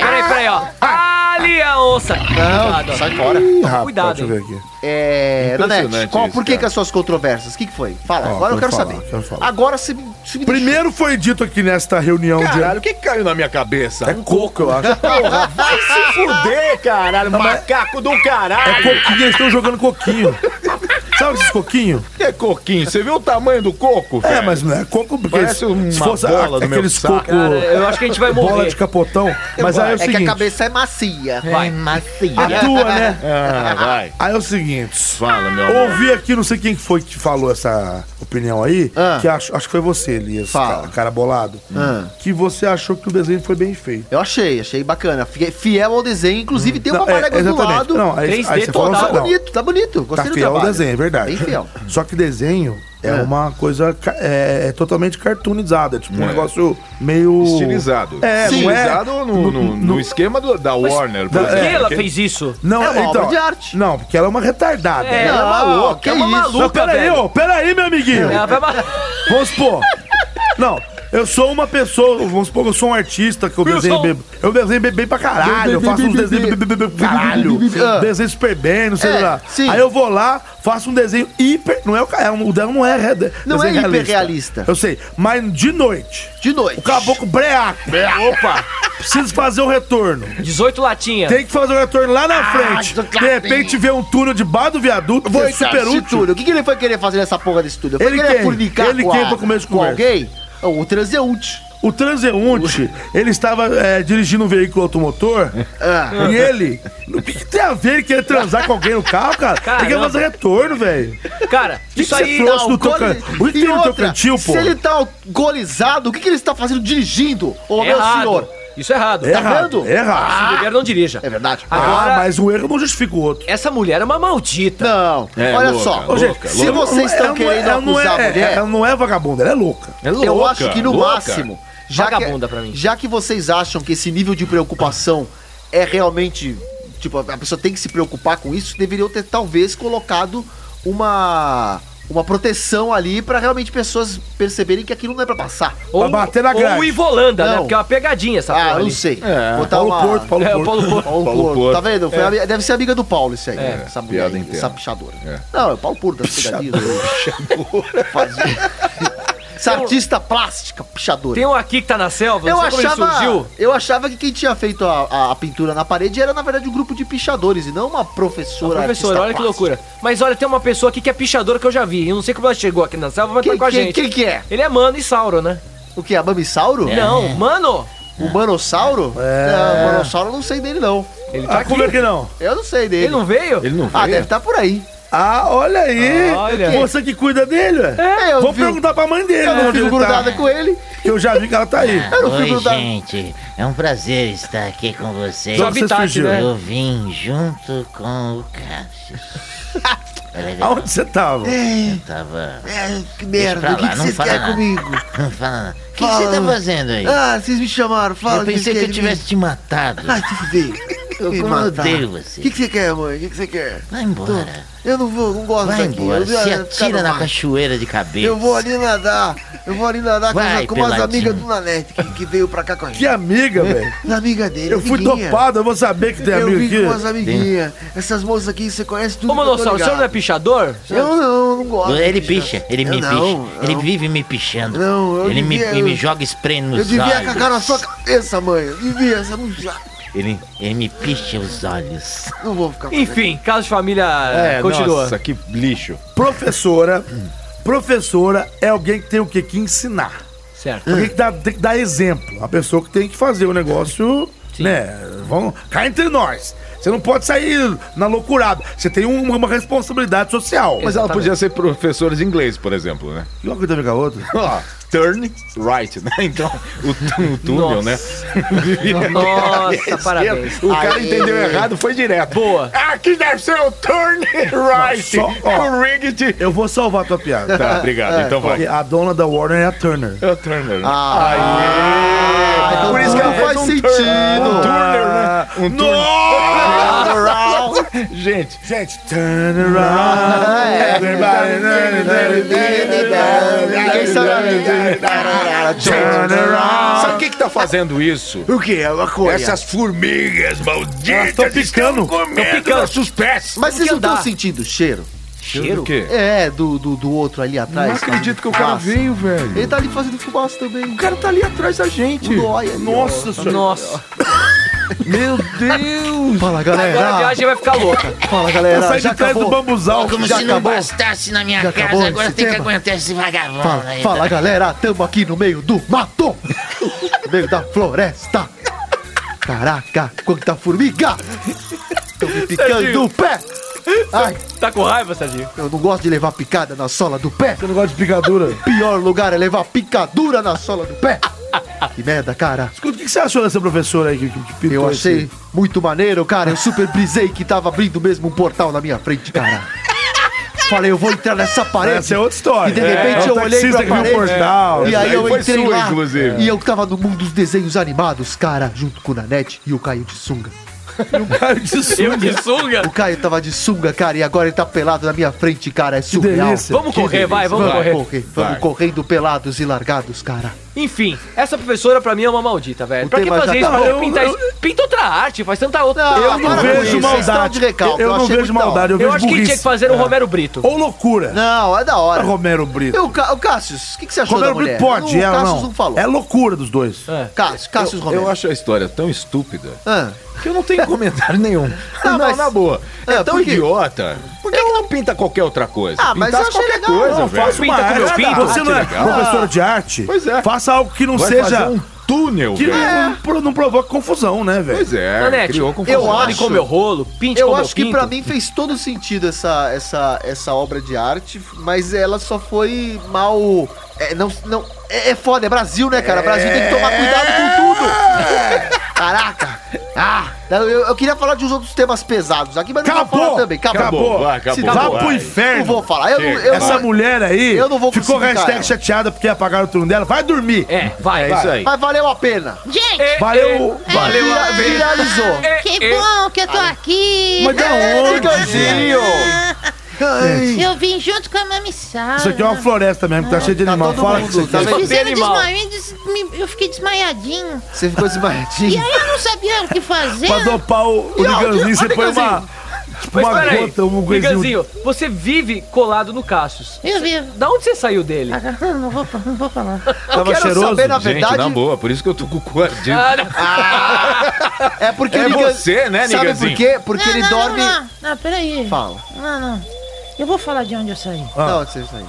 C: Peraí, peraí, ó.
D: Ah.
C: Ali a onça. Cuidado, ó.
B: Sai fora.
D: Ih, rapaz,
C: Cuidado,
D: deixa eu ver aqui.
B: É.
A: Impressionante
B: Nanete, qual,
A: isso,
B: por que,
A: cara.
B: que as suas controvérsias? O que, que foi? Fala,
D: Ó,
B: agora eu
D: quero
B: quero
D: falar,
B: saber.
D: quero falar.
B: Agora se me, se me
D: Primeiro foi dito aqui nesta reunião
A: Caralho, o que que caiu na minha cabeça?
D: de. É coco, eu acho.
A: Vai se fuder, caralho, macaco do
D: É
A: caralho.
D: coquinho, eles estão jogando coquinho. Sabe esses coquinhos?
A: É coquinho, você viu o tamanho do coco?
D: É,
A: velho?
D: mas não é coco, porque
A: Parece uma bola do meu
D: aqueles
A: saco.
D: coco,
C: Cara, eu acho que a gente vai
D: bola de
C: morrer.
D: capotão. Mas aí é o
B: é que a
D: seguinte,
B: cabeça é macia.
C: Vai.
B: É macia.
D: a tua, né?
A: Ah, vai.
D: Aí é o seguinte,
A: Fala, meu amor.
D: Ouvi aqui, não sei quem foi que falou essa opinião aí,
B: Ah.
D: que acho, acho que foi você, Elias,
B: Fala.
D: cara, cara bolado,
B: Ah.
D: que você achou que o desenho foi bem feito.
B: Eu achei, achei bacana. Fiquei Fiel ao desenho, inclusive tem uma
D: Não, é,
B: parágrafo do
D: exatamente.
B: lado.
D: Não, aí,
C: 3D
D: aí você
B: Pô,
D: falou,
C: total.
B: tá
D: não,
B: bonito, tá bonito. Gostei
D: tá
B: do
D: fiel o
B: trabalho.
D: desenho, é verdade.
B: Bem fiel. Ah.
D: Só que desenho é, uma coisa ca- é, é totalmente cartoonizada, é tipo um
A: É.
D: negócio meio...
A: Estilizado.
D: É, não é-
A: Estilizado no, no- no esquema do- da Warner.
D: da-
A: por
C: Por que
A: exemplo,
C: ela
A: que-
C: fez isso?
D: Não,
B: É uma
D: então,
B: obra de arte.
D: Não, porque ela é uma retardada.
C: É,
D: Ela-
C: ela é
B: não,
C: maluca,
B: que
C: é uma
B: isso?
C: maluca,
D: não, peraí,
C: velho.
D: ô, peraí, meu
B: É,
D: amiguinho.
C: Ela vai ma-
D: Vamos supor. Não, eu sou uma pessoa, vamos supor, que eu sou um artista que eu
C: Eu
D: desenho
C: sou-
D: bem. Eu desenho bem, bem pra caralho, eu faço uns desenhos bem, bem, bem, pra caralho.
B: Ah.
D: Desenho super bem, não sei
B: É,
D: lá.
B: sim.
D: Aí eu vou lá, faço um desenho hiper. Não é o ca- é um- o dela não é re- desenho
B: Não é hiper
D: realista.
B: realista.
D: Eu sei, mas de noite.
B: De noite.
D: O caboclo breaco.
C: Opa,
D: Precisa fazer um retorno.
C: 18 latinhas.
D: Tem que fazer um retorno lá na frente. De repente vê um túnel debaixo do viaduto. Vou super
B: Esse
D: útil.
B: túnel, O que, que ele foi querer fazer nessa porra desse túnel?
D: Ele
B: Foi querer
D: quem?
B: fornicar
D: Ele
B: com,
D: quem
B: a,
D: pra começo de
B: com
D: conversa?
B: alguém? O transeunte.
D: O transeunte, ele estava é, dirigindo um veículo automotor
B: Ah.
D: e ele. O que, que tem a ver ele querer transar com alguém no carro, cara? Tem que
C: Caramba.
D: fazer retorno, velho.
C: Cara,
D: que
C: isso
D: você
C: aí...
D: trouxe? Nossa,
B: Não,
D: no teu
B: gole-
D: can- o que
B: um E
D: tem no teu
B: outra,
D: cantil, pô?
B: Se ele tá alcoolizado, o que, que ele está fazendo dirigindo? Ô,
C: É
B: meu
C: errado.
B: senhor.
C: Isso é errado.
D: É errado.
B: tá vendo? Ah,
D: É errado.
C: Se beber, não dirija.
B: É verdade.
C: Agora,
D: Ah, mas um erro não justifica o outro.
C: essa mulher é uma maldita.
B: Não,
A: É,
B: olha
A: louca,
B: só.
A: louca,
B: se
A: louca.
B: vocês
D: Ela
B: estão
D: não é-
B: querendo
D: ela não é-
B: acusar a mulher,
D: Ela não é vagabunda, ela é louca.
C: É
B: eu
C: louca,
B: acho que no
A: louca.
B: máximo. Já que,
C: Vagabunda pra mim.
B: já que vocês acham que esse nível de preocupação é realmente. Tipo, a pessoa tem que se preocupar com isso, deveriam ter talvez colocado uma. Uma proteção ali pra realmente pessoas perceberem que aquilo não é pra passar.
D: Pra bater na grade.
C: Ou em volanda, né?
B: Não.
C: Porque é uma pegadinha essa
B: Ah,
C: porra
B: eu não
C: ali.
B: sei.
A: É,
B: Botar
D: Paulo
B: uma-
D: Porto, Paulo
C: É, o
D: Porto.
C: Paulo Porto.
B: Paulo,
A: Paulo
B: Porto.
A: Porto.
B: Tá vendo? Foi ami- Deve ser amiga do Paulo isso aí. né? Essa mulher
A: piada
B: aí,
A: interna.
B: essa pichadora.
A: É.
B: Não, é o Paulo Porto, das pegadinhas. Fazia. Essa artista plástica, pichadora.
C: Tem um aqui que tá na selva,
B: Eu
C: não sei como ele
B: achava,
C: surgiu.
B: eu achava que quem tinha feito a, a- a pintura na parede era, na verdade, um grupo de pichadores e não uma professora.
C: Professor,
B: artista
C: olha
B: plástica.
C: que loucura. Mas olha, tem uma pessoa aqui que é pichadora que eu já vi. Eu não sei como ela chegou aqui na selva, mas
B: Quem,
C: tá com a
B: quem-
C: gente.
B: quem que é?
C: Ele é Mano e Sauro, né?
B: O que? A Mamisauro?
C: É. Não, Mano!
B: O Manossauro?
D: É.
B: Não, o Manossauro eu não sei dele, não.
C: Ele tá
D: Ah,
C: aqui.
D: como é que não?
B: Eu não sei dele.
C: Ele não veio?
A: Ele não
B: Ah,
A: veio?
B: deve estar por aí.
D: Ah, olha aí.
C: Olha.
D: Você que cuida dele, ué.
B: É, eu
D: Vou
B: vi-
D: perguntar pra mãe dele.
B: Eu não
D: onde
B: fico
D: ele tá,
B: grudada com ele.
D: Que eu já vi que ela tá aí.
B: Eu não fico
G: Oi,
B: grudada.
G: gente. É um prazer estar aqui com vocês.
C: Só
D: Onde você
C: habitat,
D: fugiu?
C: né?
G: Eu vim junto com o Cássio. Olha, ele
D: Aonde você tava?
G: tava...
B: É, que
G: Deixa pra
B: merda, o que
G: lá,
B: que
G: não
B: vocês
G: fala
B: querem
G: nada.
B: comigo?
G: Não fala nada. O que
B: Fala.
G: você tá fazendo aí?
B: Ah, vocês me chamaram, fala.
G: eu
B: que
G: pensei
B: vocês
G: que eu
B: querem de mim.
G: tivesse te matado.
B: Ai, te fudei.
G: Eu
B: Me
G: como
B: matar.
G: odeio você.
B: O que, que você quer, mãe? O que, que você quer?
G: Vai embora.
B: Eu não vou, não gosto
G: Vai
B: daqui.
G: embora.
B: Eu vou
G: Se
B: ali ficar
G: atira
B: no
G: na
B: mato.
G: cachoeira de cabeça.
B: Eu vou ali nadar. Eu vou ali nadar com,
G: Vai,
B: as- com umas
G: peladinho.
B: amigas do Nanete que, que veio pra cá com a gente.
D: Que amiga, velho.
B: As amigas dele.
D: Eu fui
B: amiguinha.
D: dopado, eu vou saber que tem
B: é, Eu
D: amigo
B: vim com umas
D: aqui.
B: amiguinhas. Essas moças aqui, você conhece tudo.
C: Ô, Manossauro,
B: que
C: o
B: eu tô
C: senhor não é
B: ligado.
C: pichador?
B: Eu não, não gosto.
G: Ele
B: de
G: picha, ele
B: Eu
G: me
B: não,
G: picha. Ele
B: não.
G: vive me pichando.
B: Não, eu
G: ele, me,
B: devia-
G: ele me
B: eu-
G: joga spray nos
B: Eu devia
G: olhos.
B: cagar na sua cabeça, mãe. Eu devia, você não já.
G: ele, ele me picha os olhos.
B: Não vou ficar.
C: Enfim, caso de família eh,
A: É,
C: continua.
A: nossa, que lixo.
D: Professora. Professora é alguém que tem o quê? Que ensinar.
C: Certo.
D: Alguém que dá, tem que dar exemplo. A pessoa que tem que fazer o negócio, né? Vamos, cá entre nós. Você não pode sair na loucurada. Você tem um- uma responsabilidade social.
A: Mas ela podia ser professora de inglês, por exemplo, né?
D: E uma coisa tem a ver com a outra.
A: Olha lá, turn right, né? Então, o, tu- o túnel, né?
C: Nossa, parabéns.
A: O cara entendeu errado, foi direto.
C: Boa.
A: Aqui deve ser o turn right.
D: Não, só- ó.
A: o rigged.
D: Eu vou salvar a tua piada.
A: Tá, obrigado. Então
D: Porque
A: vai.
D: a dona da Warner é a Turner.
A: É o Turner.
B: Ah,
A: Ah,
B: Por isso que então não faz
A: Um
B: sentido.
A: Turner, né? Um Turner. Gente,
D: Gente, turn around.
B: Ninguém sabe.
D: Turn around.
A: tá. sabe o que que tá fazendo isso?
B: O que? É uma coisa.
A: Essas formigas malditas
D: Elas tão picando.
A: estão comendo
C: Tão picando.
A: nossos pés.
B: Mas vocês
C: que
B: não estão
C: andar?
B: sentindo o cheiro?
A: Cheiro? quê?
B: É, do, do, do outro ali atrás.
A: Não acredito que o cara
B: Nossa.
A: veio, velho.
B: Ele tá ali fazendo fumaça também.
A: O cara tá ali atrás da gente.
B: O dói é ali,
D: Nossa senhora.
C: Nossa. Meu Deus.
B: ó. Fala,
C: Agora a
B: galera.
C: viagem vai ficar louca.
B: Fala,
D: Eu
B: galera.
D: saí
B: Já
D: de trás do
B: acabou.
D: bambuzal.
G: Como
B: Já
G: se não
B: acabou?
G: bastasse na minha
B: Já acabou
G: casa, agora
B: esse
G: tem que
B: tema?
G: aguentar esse vagabundo
B: Fala,
G: aí.
B: fala,
G: tá?
B: galera, tamo aqui no meio do mato! No meio da floresta! Caraca, quanta formiga! Tô me picando
C: Serginho.
B: o pé! Ai,
C: Tá com raiva, Serginho?
B: eu não gosto de levar picada na sola do pé!
D: Você não gosta de picadura?
B: Pior lugar é levar picadura na sola do pé! Que merda, cara!
D: Escuta, o que que você achou dessa professora aí que, que pintou
B: Eu achei
D: Então, esse-
B: muito maneiro, cara. Eu super brisei que tava abrindo mesmo um portal na minha frente, cara. Falei, eu vou entrar nessa parede.
D: Essa é outra história.
B: E de
D: É,
B: repente
D: é o
B: eu olhei
D: taxista
B: pra
D: que viu o
B: parede. E
D: portal.
A: Essa
B: aí
A: daí
B: eu
A: foi
B: entrei
A: sua,
B: lá.
A: inclusive.
B: E eu tava no mundo dos desenhos animados, cara, junto com o Nanete e o Caio de sunga.
D: Cara, de
C: Eu
D: sunga.
C: de sunga?
B: O Caio tava de sunga, cara, e agora ele tá pelado na minha frente, cara. É surreal.
D: delícia.
C: Vamos correr, vai, vamos
B: Vamos
C: correr.
B: correr. Vamos correndo pelados e largados, cara.
C: Enfim, essa professora pra mim é uma maldita, velho.
B: O
C: Pra que
B: tema já
C: fazer
B: tá-
C: isso? Pra
D: eu-
C: pintar
D: eu-
C: isso? Pinta outra arte, faz tanta outra.
B: Não,
D: Eu não
B: Para com isso,
D: vejo
B: vocês estão
D: maldade.
B: de recalque,
D: Eu
B: eu
D: não
B: achei muito
D: vejo
B: da hora.
D: maldade, eu
C: Eu
D: vejo
C: acho que tinha que
D: burrice. É.
C: fazer um Romero Brito.
D: Ou loucura.
B: Não, é da hora.
D: Romero Brito.
B: E o, Ca... o Cassius, o que, que você achou
D: Romero
B: da mulher?
D: Brito pode,
B: o
D: ela
B: Cassius
D: não.
B: não, falou.
D: É loucura dos dois.
B: Cassius, Cassius
A: Eu,
B: Romero.
A: eu acho a história tão estúpida
B: Ah,
A: que eu não tenho comentário nenhum.
B: Ah,
A: não,
B: mas-
A: na boa. É,
B: Ah,
A: tão
B: por quê?
A: idiota. Por que, que não pinta qualquer outra coisa?
B: Ah, mas eu
A: Pintasse
B: achei
A: qualquer
B: legal.
A: coisa,
B: Não,
A: velho.
D: faça é uma
C: Pinta com
D: arte.
C: meu pinto.
D: Você não é
A: Ah, que legal.
D: professora de arte?
A: Pois é.
D: Faça algo que não
A: Vai
D: seja...
A: fazer um túnel,
D: Que
A: velho.
B: É.
D: não, é. pro- não provoca confusão, né, velho?
A: Pois é,
C: Nanete,
A: criou confusão.
C: eu acho.
B: acho-
C: com meu rolo, pinte com
B: eu
C: meu
B: acho que
C: pinto.
B: pra mim fez todo sentido essa, essa, essa obra de arte, mas ela só foi mal. É, não, não, é, é foda, é Brasil, né, cara? Brasil tem que tomar
D: É.
B: cuidado com tudo. Caraca! Ah! Eu, eu queria falar de uns outros temas pesados aqui, mas não vou falar
D: Acabou!
B: também. Acabou!
A: Acabou, vai,
B: Se
A: acabou.
D: Vá
B: vai.
D: pro
B: Não
D: inferno.
B: vou falar. Eu, não-
A: Chega,
B: eu
D: Essa
B: não-
D: mulher aí
B: Eu não vou
D: ficou
B: crucificar
D: hashtag
B: ela.
D: chateada porque apagaram o turno dela. Vai dormir.
C: É, vai.
A: É isso aí.
B: Mas valeu a pena.
H: Gente,
C: É,
D: Valeu.
C: é, Valeu a
B: Vira-
C: pena.
B: Viralizou.
C: É,
H: que
C: é.
H: bom que eu tô aqui.
D: Mas da onde?
B: Ai,
H: Eu vim junto com a Mami Sara.
D: Isso aqui é uma floresta mesmo, que tá cheio de
B: tá
D: animal.
B: todo
D: Fala
B: mundo,
D: que isso
B: tá
D: aqui.
B: vendo?
H: Eles fizeram
C: animal.
H: desmaio, eu des- me- eu fiquei desmaiadinho.
B: Você ficou
H: E
B: desmaiadinho?
H: aí eu não sabia o que fazer.
D: Pra dopar o, Tá o liganzinho, você põe uma, tipo,
C: Mas
D: uma
C: peraí,
D: gota, um coisinho.
C: Liganzinho, você vive colado no Cassius.
H: Eu vi.
C: Da onde você saiu dele?
H: Ah, Não vou, não vou falar.
B: Eu
D: Tava
B: quero
D: cheiroso?
B: saber, na
A: Gente,
B: verdade,
A: na boa, por isso que eu tô com o cu ardido.
C: Ah, não.
B: é porque
A: é
B: o Ligan-
A: você, né,
B: Sabe
A: Niganzinho?
B: por quê? Porque
H: não,
B: ele
H: não,
B: dorme...
H: Não, não, não, peraí.
B: Fala.
H: Não, não. Eu vou falar de onde eu saí.
D: Ah.
B: Não, você saiu.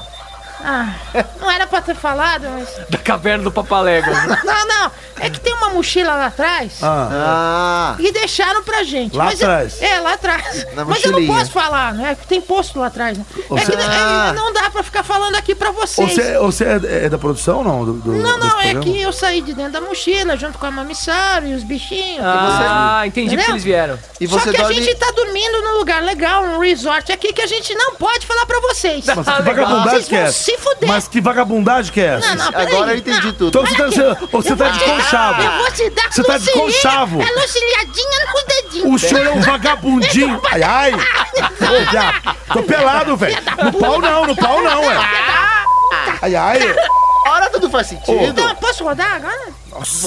H: Ah, não era pra ter falado, mas.
C: Da caverna do Papaléguas.
H: Não, não. É que tem uma mochila lá atrás
D: Ah,
B: Ah,
H: e deixaram pra gente.
D: Lá
H: mas eu-
D: atrás?
H: é, lá atrás.
B: Na
H: mas eu não
B: mochilinha.
H: posso falar, né? Porque tem posto lá atrás, né? É que
B: Ah.
H: é, não dá pra ficar falando aqui pra vocês.
D: você, você é, é da produção ou não? Do, do-
H: Não,
D: desse
H: não, é
D: programa?
H: que eu saí de dentro da mochila junto com a Mamissário e os bichinhos.
C: Ah, entendi porque
H: Entendeu?
C: eles vieram.
B: e
H: Só
B: você
H: que
B: dorme...
H: a gente tá dormindo num lugar legal, num resort aqui que a gente não pode falar pra vocês.
D: Mas que
C: Ah, legal.
D: vagabundagem
H: Vocês
D: que
H: vão
D: é essa?
H: se fuder.
D: Mas que vagabundagem que é essa?
H: Não, tá não, peraí.
B: Agora eu entendi tudo.
D: Então você tá, você, você tá de conchavo.
H: Eu vou te dar
D: Você tá
H: lucilia-
D: desconchavo.
H: É lucilhadinha no dedinho.
D: O senhor é um vagabundinho. Ai, ai. Ô, viado. Tô pelado, velho. No pau não, no pau não, ué. Ai, ai.
B: Agora tudo faz sentido.
H: Então, posso rodar agora?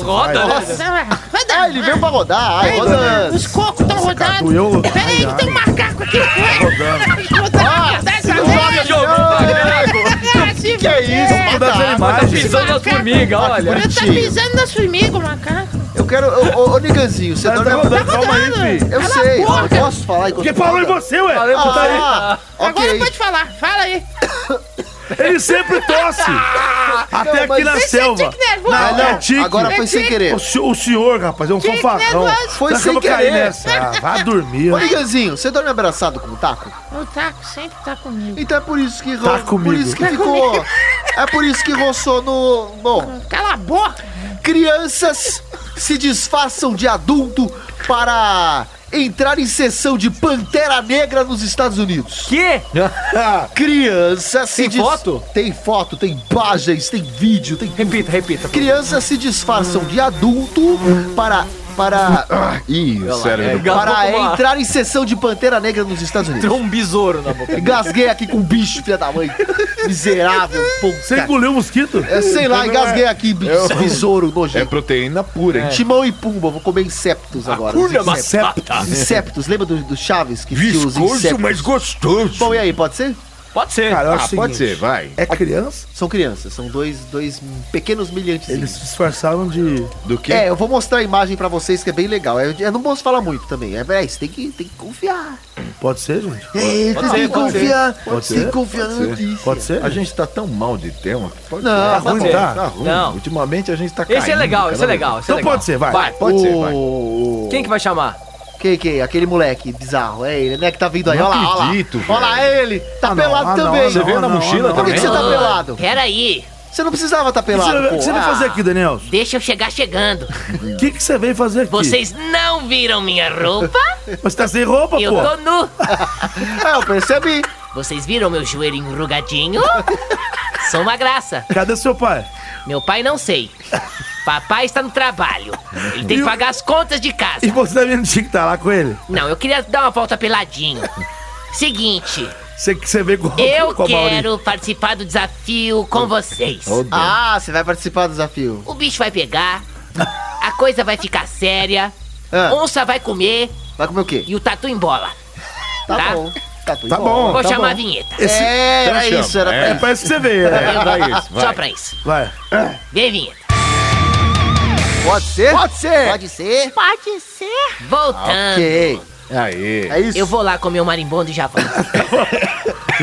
C: Roda, né?
H: Vai dar.
B: Ah, ele veio pra
I: Tá
B: rodar. Ai, rodando.
H: Os cocos estão rodados.
D: doeu.
H: Pera aí, que tem um macaco aqui.
D: Tá
I: Ah,
H: Rodando.
B: Joga,
I: né,
B: joga.
H: O
B: Que é isso?
D: Vamos mudar essa imagem.
C: Pisando nas formigas, olha.
H: Ele tá pisando nas formigas, o macaco.
B: Eu quero... Ô, ô, ô Niganzinho, você
D: Tá
B: dorme...
D: rodando, calma aí, filho.
B: Eu
H: Cala
B: sei,
H: a
B: eu não
H: boca.
B: posso falar enquanto...
D: Quem parou em
B: roda.
D: você, ué?
C: Falei pra você.
B: Ah,
H: Agora
B: ok.
H: pode falar. Fala aí.
D: Ele sempre tosse. Até
B: mas
D: aqui na
H: Você
D: selva.
H: sentiu que nervoso?
D: Na
B: Ah, não,
D: Atlantique.
B: agora
H: É
B: foi sem querer.
D: O, se- o senhor, rapaz, é um
H: Que
D: fanfarrão.
H: negócio.
B: Foi
D: Tá
B: sem
D: achando que eu caí
B: querer.
D: nessa. Ah, Vá dormir.
B: Ô,
D: né?
B: Niganzinho, você dorme abraçado com o taco?
H: O taco sempre tá comigo.
B: Então é por isso que...
D: Tá comigo.
B: Por isso que
H: Tá
B: ficou... É por isso que roçou no... Bom,
H: Cala a boca.
B: Crianças se disfarçam de adulto para entrar em sessão de Pantera Negra nos Estados Unidos.
C: Que?
B: Crianças se
C: Tem
B: dis-
C: foto?
B: Tem foto, tem imagens, tem vídeo, tem
C: Repita, repita.
B: Crianças se disfarçam de adulto para para
A: Ah, Ih, o
B: é
A: cérebro.
C: Engasgou
B: para
C: com uma-
B: entrar em sessão de Pantera Negra nos Estados Unidos.
C: Entrou um besouro na boca.
B: Engasguei aqui com um bicho, filha da mãe. Miserável,
D: Você
B: ponta.
D: engoliu o mosquito?
B: É, É. sei lá, engasguei aqui, bi- besouro
A: É
B: nojento.
A: proteína pura, hein?
B: Timão e Pumba, vou comer inceptos agora.
C: Cunha
B: Os inceptos.
C: Maceta.
B: Os inceptos, lembra do, do Chaves que tinha os
A: Viscoso,
B: inceptos?
A: mas gostoso.
B: Bom, e aí, pode ser?
C: Pode ser.
D: Cara, eu acho
A: Ah,
D: o seguinte,
A: pode ser, vai.
D: É criança?
B: São crianças, são dois, dois pequenos
D: Eles
B: milhantes.
D: se disfarçaram de.
A: Do que?
B: É, eu vou mostrar a imagem pra vocês que é bem legal. Eu, eu não posso falar muito também. É, é isso, tem que, tem que confiar.
D: Pode ser, gente?
B: É, tem que confiar.
D: Pode
B: Tem
D: ser.
B: que confiar na notícia.
D: Pode ser?
A: A gente tá tão mal de tema. que Pode
B: Não,
A: ser.
B: tá
D: ruim,
A: bom,
D: tá?
A: ruim.
C: Não.
A: Ultimamente a gente tá caindo.
C: Esse é legal, esse é
A: cada
C: legal.
A: vez.
C: esse é
D: Então
C: legal.
D: pode ser, vai.
C: Vai.
A: Pode ser, vai.
B: o...
C: Quem que vai chamar?
B: Quem, quem? Aquele moleque bizarro. É ele, né? Que tá vindo aí.
A: Não
B: Olha lá, olha lá.
A: acredito,
B: Olha lá ele. Tá
D: Ah, não,
B: pelado
D: ah, não,
B: também.
D: ah,
A: Você
D: não,
A: veio na
D: ah, não,
A: mochila
D: ah, não.
B: Por que,
A: também?
B: que você tá pelado?
I: Peraí,
B: Você não precisava estar
D: O que
B: pelado, pô.
D: você-
B: Ah.
D: o que você veio fazer aqui, Daniel?
I: deixa eu chegar chegando.
D: O que, que você veio fazer aqui?
I: Vocês não viram minha roupa?
D: Você tá sem roupa,
I: Eu
D: pô?
I: tô nu.
B: Ah, eu percebi.
I: Vocês viram meu joelho enrugadinho? Sou uma graça.
D: Cadê seu pai?
I: Meu pai não sei. Papai está no trabalho. Ele tem que pagar as contas de
D: E
I: casa.
D: você tá também não tinha que estar lá com ele?
I: Não, eu queria dar uma volta peladinho. Seguinte,
D: Você, que você veio com,
I: eu
D: com a Maurício.
I: quero participar do desafio com vocês.
B: Ah, você vai participar do desafio.
I: O bicho vai pegar, a coisa vai ficar séria,
B: Ah.
I: onça vai comer
B: Vai comer o quê?
I: e o tatu embola.
B: Tá,
I: Tá.
B: bom. Tá, tudo
D: Tá bom.
I: Vou
D: tá
I: chamar
D: bom.
I: a vinheta.
D: Esse...
B: É,
D: É...
B: era
A: Então
B: isso,
A: chama,
B: era
A: é.
B: pra
D: Parece que você veio, né?
A: Vai isso, vai.
I: Só pra isso.
D: Vai.
I: Vem, vinheta.
B: Pode ser? Pode ser. Pode ser.
H: Pode ser? Ah.
I: Voltando.
B: Ok.
A: Aê.
B: É isso.
I: Eu vou lá comer o marimbondo e já volto.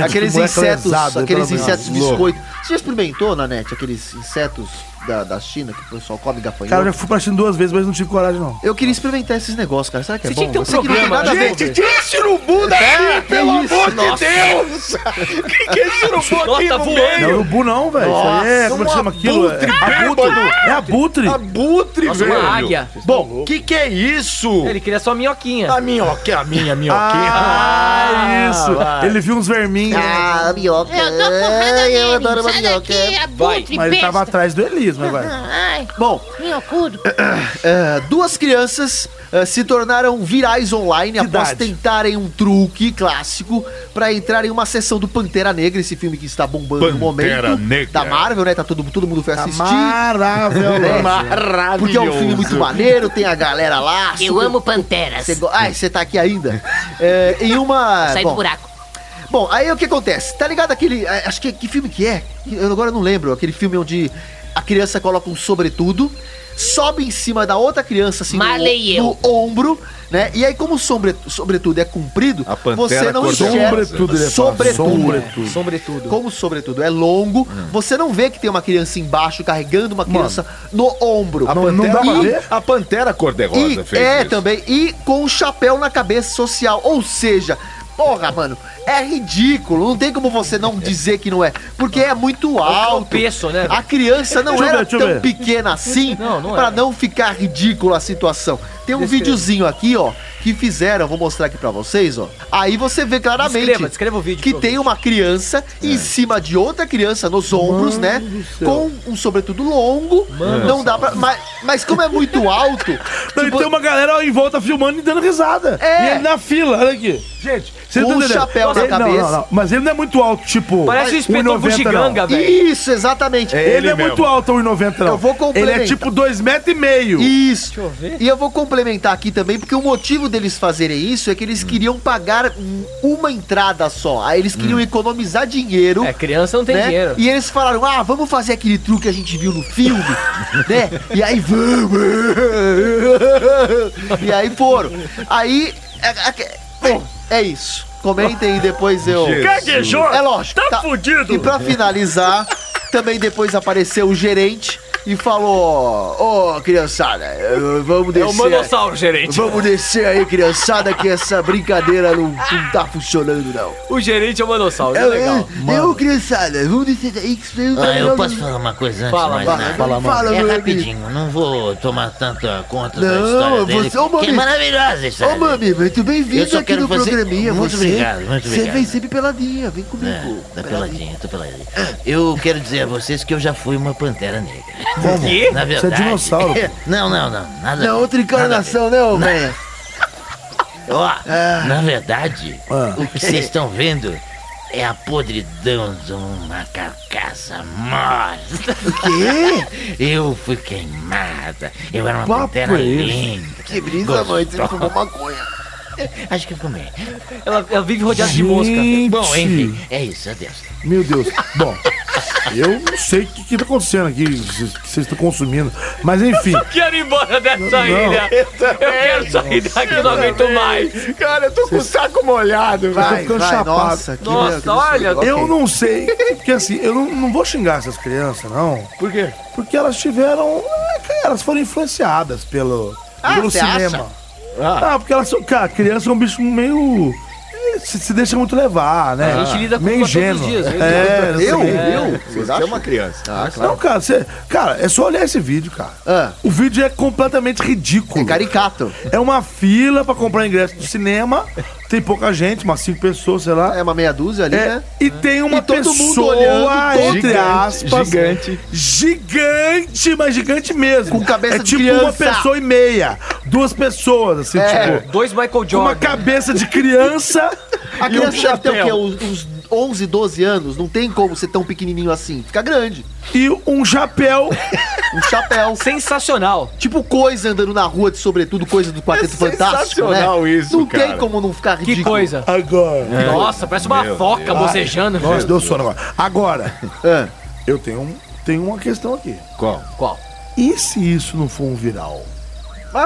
B: Aqueles
D: Moleque
B: insetos,
D: lesado,
B: aqueles
D: pelo menos.
B: insetos
A: Louco.
B: biscoito. Você já experimentou, Nanete, aqueles insetos da, da China que o pessoal come gafanhoto?
D: Cara, eu já fui pra China duas vezes, mas não tive coragem, não.
B: Eu queria experimentar esses negócios, cara. Será que é
C: Você
B: bom?
C: tinha que ter um
B: Eu sei não tem
C: programa,
B: nada a ver.
C: gente.
A: tira esse urubu
B: É,
A: daqui,
B: que isso, nossa.
A: Deus! que, que é esse urubu
C: Nossa, tá voando.
D: Não, urubu não, velho. Isso aí
A: Nossa,
D: é. Como é que
A: um
D: chama aquilo? É
A: abutre,
D: abutre. É abutre.
A: Abutre,
C: Nossa,
A: velho!
C: uma águia.
A: Bom, que que é isso?
C: Ele queria só a minhoquinha.
A: A minhoquinha, a minha minhoquinha.
D: Ah, isso. Ele viu uns verminhos.
B: Ah, minhoca.
H: Eu tô porrada
B: Ai, É, Eu
H: nele.
B: adoro uma
H: Sai
B: minhoca.
H: daqui, abutre,
D: Mas ele tava
H: besta.
D: atrás do Elis, mas vai.
H: Ai,
B: Bom,
H: minhocudo.
B: ah, duas crianças ah, se tornaram virais online após
D: idade?
B: tentarem um truque clássico pra entrar em uma sessão do Pantera Negra, esse filme que está bombando no
A: Pantera
B: momento.
A: Negra.
B: Da Marvel, né? Tá todo, todo mundo foi assistir.
D: Maravilhoso.
A: Maravilhoso.
B: Porque é um filme muito maneiro, tem a galera lá.
I: Eu
B: super-
I: amo panteras.
B: Você go- Ai, você tá aqui ainda? É, em uma.
I: Sai do
B: bom,
I: buraco.
B: bom, é? aí o que acontece? Tá ligado aquele. a- Acho que. Que filme que é? Eu agora não lembro. Aquele filme onde. A criança coloca um sobretudo, sobe em cima da outra criança, assim,
I: Malei
B: no,
I: eu.
B: no ombro, né? E aí, como o sobre- sobretudo é comprido,
A: A pantera
B: você não
A: cor-de-rosa.
B: enxerga.
D: Sobretudo, ele fala.
B: sobretudo.
D: Sobretudo.
B: sobretudo. Como o sobretudo é longo,
A: Hum.
B: você não vê que tem uma criança embaixo carregando uma criança no ombro.
A: A
D: Não- não
A: pantera,
D: dá pra
A: e-
D: ver?
A: A pantera
B: E-
A: cor-de-rosa fez
B: é,
A: isso.
B: também. E com um chapéu na cabeça social. Ou seja, porra, mano, é ridículo. Não tem como você não dizer que não é. Porque é muito alto.
C: tropeço, né?
B: A criança não
D: Deixa eu ver,
B: era
D: deixa eu
B: tão
D: ver.
B: pequena assim
C: Não, não
B: pra
C: era.
B: não ficar ridícula a situação. Tem um
C: Descreva.
B: videozinho aqui, ó, que fizeram. Vou mostrar aqui pra vocês, ó. Aí você vê claramente
C: Descreva, descreva o vídeo,
B: que
C: por
B: tem uma criança
D: É.
B: em cima de outra criança nos ombros, né? Com um sobretudo longo. não dá pra... Mas, mas como é muito alto...
D: Não, e
B: tipo,
D: tem uma galera em volta filmando e dando risada.
B: É.
D: E ele na fila, olha aqui. Gente, você
B: Com
D: tá
B: o
D: entendendo?
B: chapéu na
D: Ele- não,
B: cabeça.
D: Não, não, Mas ele não é muito alto, tipo.
C: Parece o inspetor
D: 1,90
C: Bugiganga,
D: não.
C: velho.
B: Isso, exatamente.
A: É
D: Ele,
A: Ele
D: é
A: mesmo.
D: muito alto, 1,90 não.
B: Eu vou complementar.
D: Ele é tipo 2,5 metros e meio.
B: Isso.
C: eu ver.
B: E eu vou complementar aqui também, porque o motivo deles fazerem isso é que eles queriam pagar hum, uma entrada só. Aí eles
D: Hum.
B: queriam economizar dinheiro.
C: É, criança não tem
B: né?
C: dinheiro.
B: E eles falaram: ah, vamos fazer aquele truque que a gente viu no filme, né? E aí vamos! e aí foram. Aí. é- é- é- bom, é isso. Comentem e depois eu.
A: Jesus.
B: É lógico. Tá, fudido. E pra finalizar, também depois apareceu o gerente e falou: Ô, criançada, eh, vamos
C: É o
B: descer. aí.
C: manossauro, gerente.
B: Vamos descer aí, criançada, que essa brincadeira não, não tá funcionando, não.
C: O gerente é o manossauro, é
B: Eu,
C: legal.
B: eu, eu, criançada, vamos descer aí que isso aí não tá
G: Ah, eu
B: legal,
G: posso
B: não.
G: falar uma coisa antes
C: Fala,
G: de mais
C: fala,
G: nada?
B: fala, fala,
G: é
B: meu
G: rapidinho, não vou tomar tanta conta da
B: Não,
G: história dele.
B: você- ô,
G: que é
B: mami.
G: maravilhosa a história
B: Ô,
G: dele.
B: mami, muito
G: Eu
B: bem-vindo
G: só
B: aqui
G: quero
B: no
G: fazer-
B: programinha.
G: Muito
B: você,
G: obrigado, muito
B: Você
G: obrigado.
B: vem sempre peladinha, vem comigo.
G: É, tá peladinha, tô peladinha. Eu quero dizer a vocês que eu já fui uma pantera negra.
D: Como?
C: Quê?
G: Na
D: Você é
G: verdade.
D: dinossauro. pô.
G: Não, não, não. Nada.
B: Na outra encarnação, Ah. né, ô, velho?
G: Ó, na verdade,
D: Ah.
G: o que vocês estão vendo é a podridão de uma carcaça morta.
B: Quê?
G: Eu fui queimada. Eu era uma
D: Papo
G: pantera
D: é esse?
G: linda.
B: Que brisa, mãe, você fumou maconha.
G: Acho que eu comi.
C: Ela, ela vive rodeada de mosca.
D: Gente.
G: Bom, enfim, é isso, adeus.
D: Meu Deus. Bom, eu não sei o que, que tá acontecendo aqui, o que vocês que vocês estão consumindo. Mas enfim.
C: Quero ir embora dessa ilha. Eu, quero sair daqui, eu não aguento mais.
A: Cara, eu tô com o saco molhado,
D: Vai,
A: velho.
D: tô ficando chapado.
B: que
C: Nossa, olha,
D: Eu não sei, porque assim, eu não, não vou xingar essas crianças, não.
A: Por quê?
D: Porque elas tiveram. é, cara, Elas foram influenciadas pelo,
B: Ah,
D: pelo
B: você acha?
D: cinema. Ah. porque elas são. Cara, criança é um bicho meio. é, Se, se deixa muito levar, né?
C: A gente lida com
D: meio
C: culpa todos
D: ingênuo.
C: os dias, né? eu-
D: É, não
B: Eu?
D: sei.
B: Eu? Vocês
A: Você é
B: acham?
A: uma criança. Ah,
D: Não, cara, você, cara, é só olhar esse vídeo, cara.
B: Ah.
D: O vídeo é completamente ridículo.
B: É caricato.
D: É uma fila pra comprar ingresso do cinema. Tem pouca gente, umas cinco pessoas, sei lá.
B: É uma meia dúzia ali,
D: É,
B: né?
D: e tem uma
B: E todo mundo
D: pessoa,
B: olhando, todo-
D: entre
A: Gigante,
D: aspas,
A: gigante.
D: gigante, mas gigante mesmo.
B: Com cabeça
D: é
B: de
D: tipo
B: criança.
D: uma pessoa e meia, duas pessoas, assim,
B: É.
D: tipo,
C: Dois Michael
D: com uma
C: Jordan.
D: cabeça de criança.
B: A
A: E um
B: criança deve ter o quê?
A: chapéu.
B: Uns, uns 11, 12 anos. Não tem como ser tão pequenininho assim. Fica grande.
D: E um chapéu.
B: Um chapéu.
C: Sensacional.
B: tipo coisa andando na rua, de sobretudo coisa do Quarteto
A: É
B: Fantástico, né?
A: sensacional isso,
B: Não tem
A: cara.
B: como não ficar
C: Que
B: ridículo.
C: coisa.
D: Agora.
C: Nossa, parece uma
A: Meu
C: foca
A: Deus.
C: É. Tá bocejando.
D: Nossa, deu sono agora. Agora,
B: É.
D: eu tenho, um, tenho uma questão aqui.
A: Qual?
C: Qual?
D: E se isso não for um viral?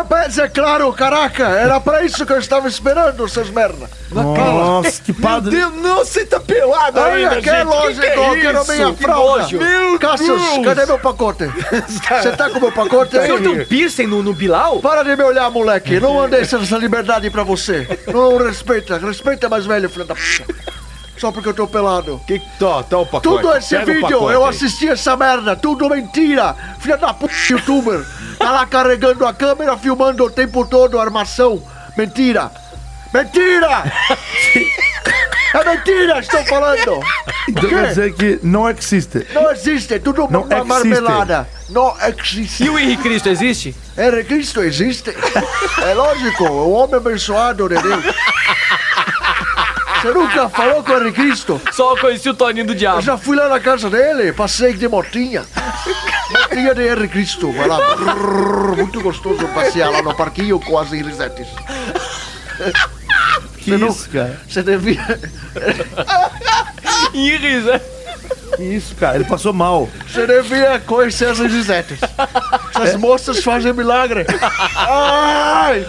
B: Mas é claro, caraca, era pra isso que eu estava esperando, seus merda.
D: Nossa, que
A: Meu
D: padre.
A: Deus, não, você tá pelado ainda,
B: Olha, que
A: gente.
B: loja
A: que é
B: igual, quero a
A: isso?
B: minha
A: Que
B: fralda.
A: nojo. Meu
B: Cassius,
A: Deus.
B: cadê meu pacote? Você tá com meu pacote
C: O senhor tem um
B: aí?
C: piercing no, no Bilal?
B: Para de me olhar, moleque. Não andei essa liberdade pra você. Não respeita. Respeita mais velho, filho da puta. Só porque eu tô pelado.
A: Que tá, tá o pacote.
B: Tudo é esse
A: Pega o
B: vídeo,
A: pacote
B: eu
A: aí.
B: assisti essa merda, tudo mentira! Filha da puta, youtuber! Tá lá carregando a câmera, filmando o tempo todo a armação. Mentira! Mentira! É mentira, estou falando!
D: Então quer dizer que não existe.
B: Não existe, tudo
D: Não
B: uma
D: existe.
B: marmelada. Não
C: E
B: existe.
C: o Henrique Cristo existe?
B: É, Cristo existe. É lógico, o homem abençoado de Deus. Você nunca falou com o Cristo?
C: Só conheci o Toninho do
B: Eu
C: Diabo.
B: já fui lá na casa dele, passei de motinha. Motinha de R. Cristo, vai lá. Brrr, Muito gostoso passear lá no parquinho com as irisetes.
D: Que isso, cara?
B: Você devia.
C: Iris, né?
D: Que isso, cara? Ele passou mal.
B: Jeremias com seus Gisetes.
D: É.
B: Essas moças fazem milagre. Ai!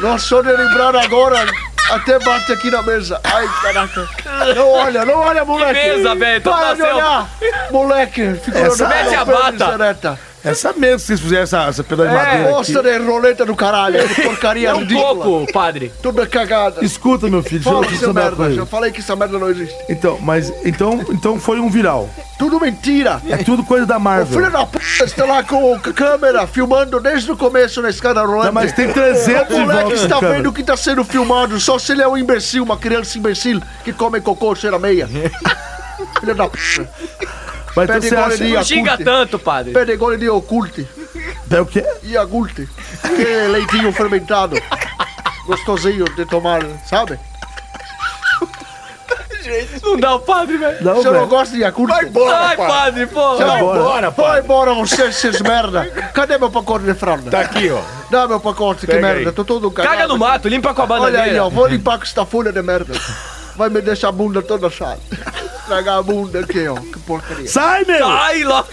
B: Nossa, só de lembrar agora, até bate aqui na mesa. Ai, caraca. Não olha, não olha, moleque.
C: mesa, velho, tá
B: Para de
C: passando.
B: olhar. Moleque, fica
D: Essa-
B: olhando
C: Mete a
B: pela
C: bata.
B: misereta.
D: Essa mesmo que vocês fizeram essa, essa pedra de
B: É,
D: madeira. aqui.
B: Nossa, de roleta do caralho. que Porcaria
C: É um
B: ridícula.
C: coco, padre.
B: Toda cagada.
D: Escuta, meu filho, deixa eu
B: Fala,
D: te
B: seu
D: saber uma
B: merda. Já
D: coisa.
B: falei que essa merda não existe.
D: Então, mas. Então, então foi um viral.
B: Tudo mentira.
D: É tudo coisa da
B: O filho
D: Marvel.
B: da p está lá com a câmera filmando desde o começo na escada rolante.
D: Não, mas tem 300
B: O
D: em volta
B: moleque
D: de
B: está
D: câmera.
B: vendo o que está sendo filmado, só se ele é um imbecil, uma criança imbecil que come cocô cheira meia. Filho da p.
D: Mas então
B: Pede
D: você acha.
B: goleria.
C: Não xinga tanto, padre.
B: Pede gole de oculte
D: É o quê?
B: e agulte. Que é leitinho fermentado. Gostosinho de tomar, sabe?
C: Não dá o padre, velho.
D: Não,
B: Você não
D: velho.
B: gosta de agulte? Vai
C: Ai, padre, pô.
B: Vai
D: embora.
B: embora, pai. Vai embora, você, esses merda. Cadê meu pacote de fralda?
A: Tá aqui, ó.
B: Dá meu pacote, que
A: Pega
B: merda.
A: aí.
B: Tô todo cagado.
C: Caga no mato, limpa com a
B: Olha
C: bananeira.
B: aí, ó, vou limpar com esta folha de merda. Vai me deixar a bunda toda chata. Estragar a bunda aqui, ó. Que porcaria.
D: Sai, meu!
B: Ah!
C: Ai, logo.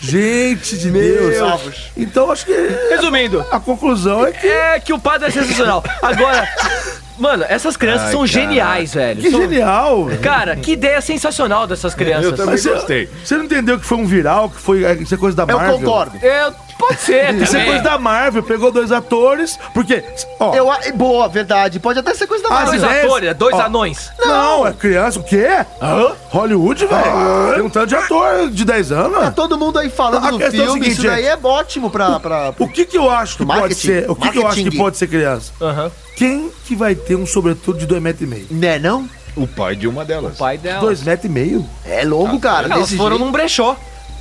D: Gente de Deus.
B: Deus.
D: Então acho que
C: Resumindo,
D: a conclusão é que.
C: é que o padre é sensacional. Agora, mano, essas crianças
A: Ai,
C: são
A: cara.
C: geniais, velho.
D: Que
C: São-
D: genial!
C: Cara, que ideia sensacional dessas crianças.
A: Eu também
D: Mas você,
A: gostei.
D: você não entendeu que foi um viral, que foi isso é coisa da
B: Eu
D: Marvel?
B: concordo.
C: É, pode ser,
D: Isso é
C: também.
D: coisa da Marvel, pegou dois atores, porque. Ó,
B: Eu, a- boa, verdade. Pode até ser coisa da
D: Ah,
B: Marvel.
C: Dois
D: ideias-
C: atores, é dois
D: Ó.
C: anões.
D: não. é criança, o quê? Hollywood, velho. Tem um tanto de ator de 10 anos.
B: Tá Todo mundo aí falando
D: A
B: do
D: questão é o
B: filme,
D: seguinte,
B: isso daí
D: gente.
B: é ótimo pra... pra...
D: O que que eu acho que pode
B: Marketing.
D: ser? O que que eu acho que
B: Marketing.
D: pode ser criança?
C: Aham.
D: Quem que vai ter um sobretudo de 2,5 metros e meio?
B: Né, não?
A: O pai de uma delas.
C: Pai dela.
D: 2 metros e meio?
B: É longo, cara.
C: Elas
B: Desse
C: foram
B: jeito.
C: num brechó.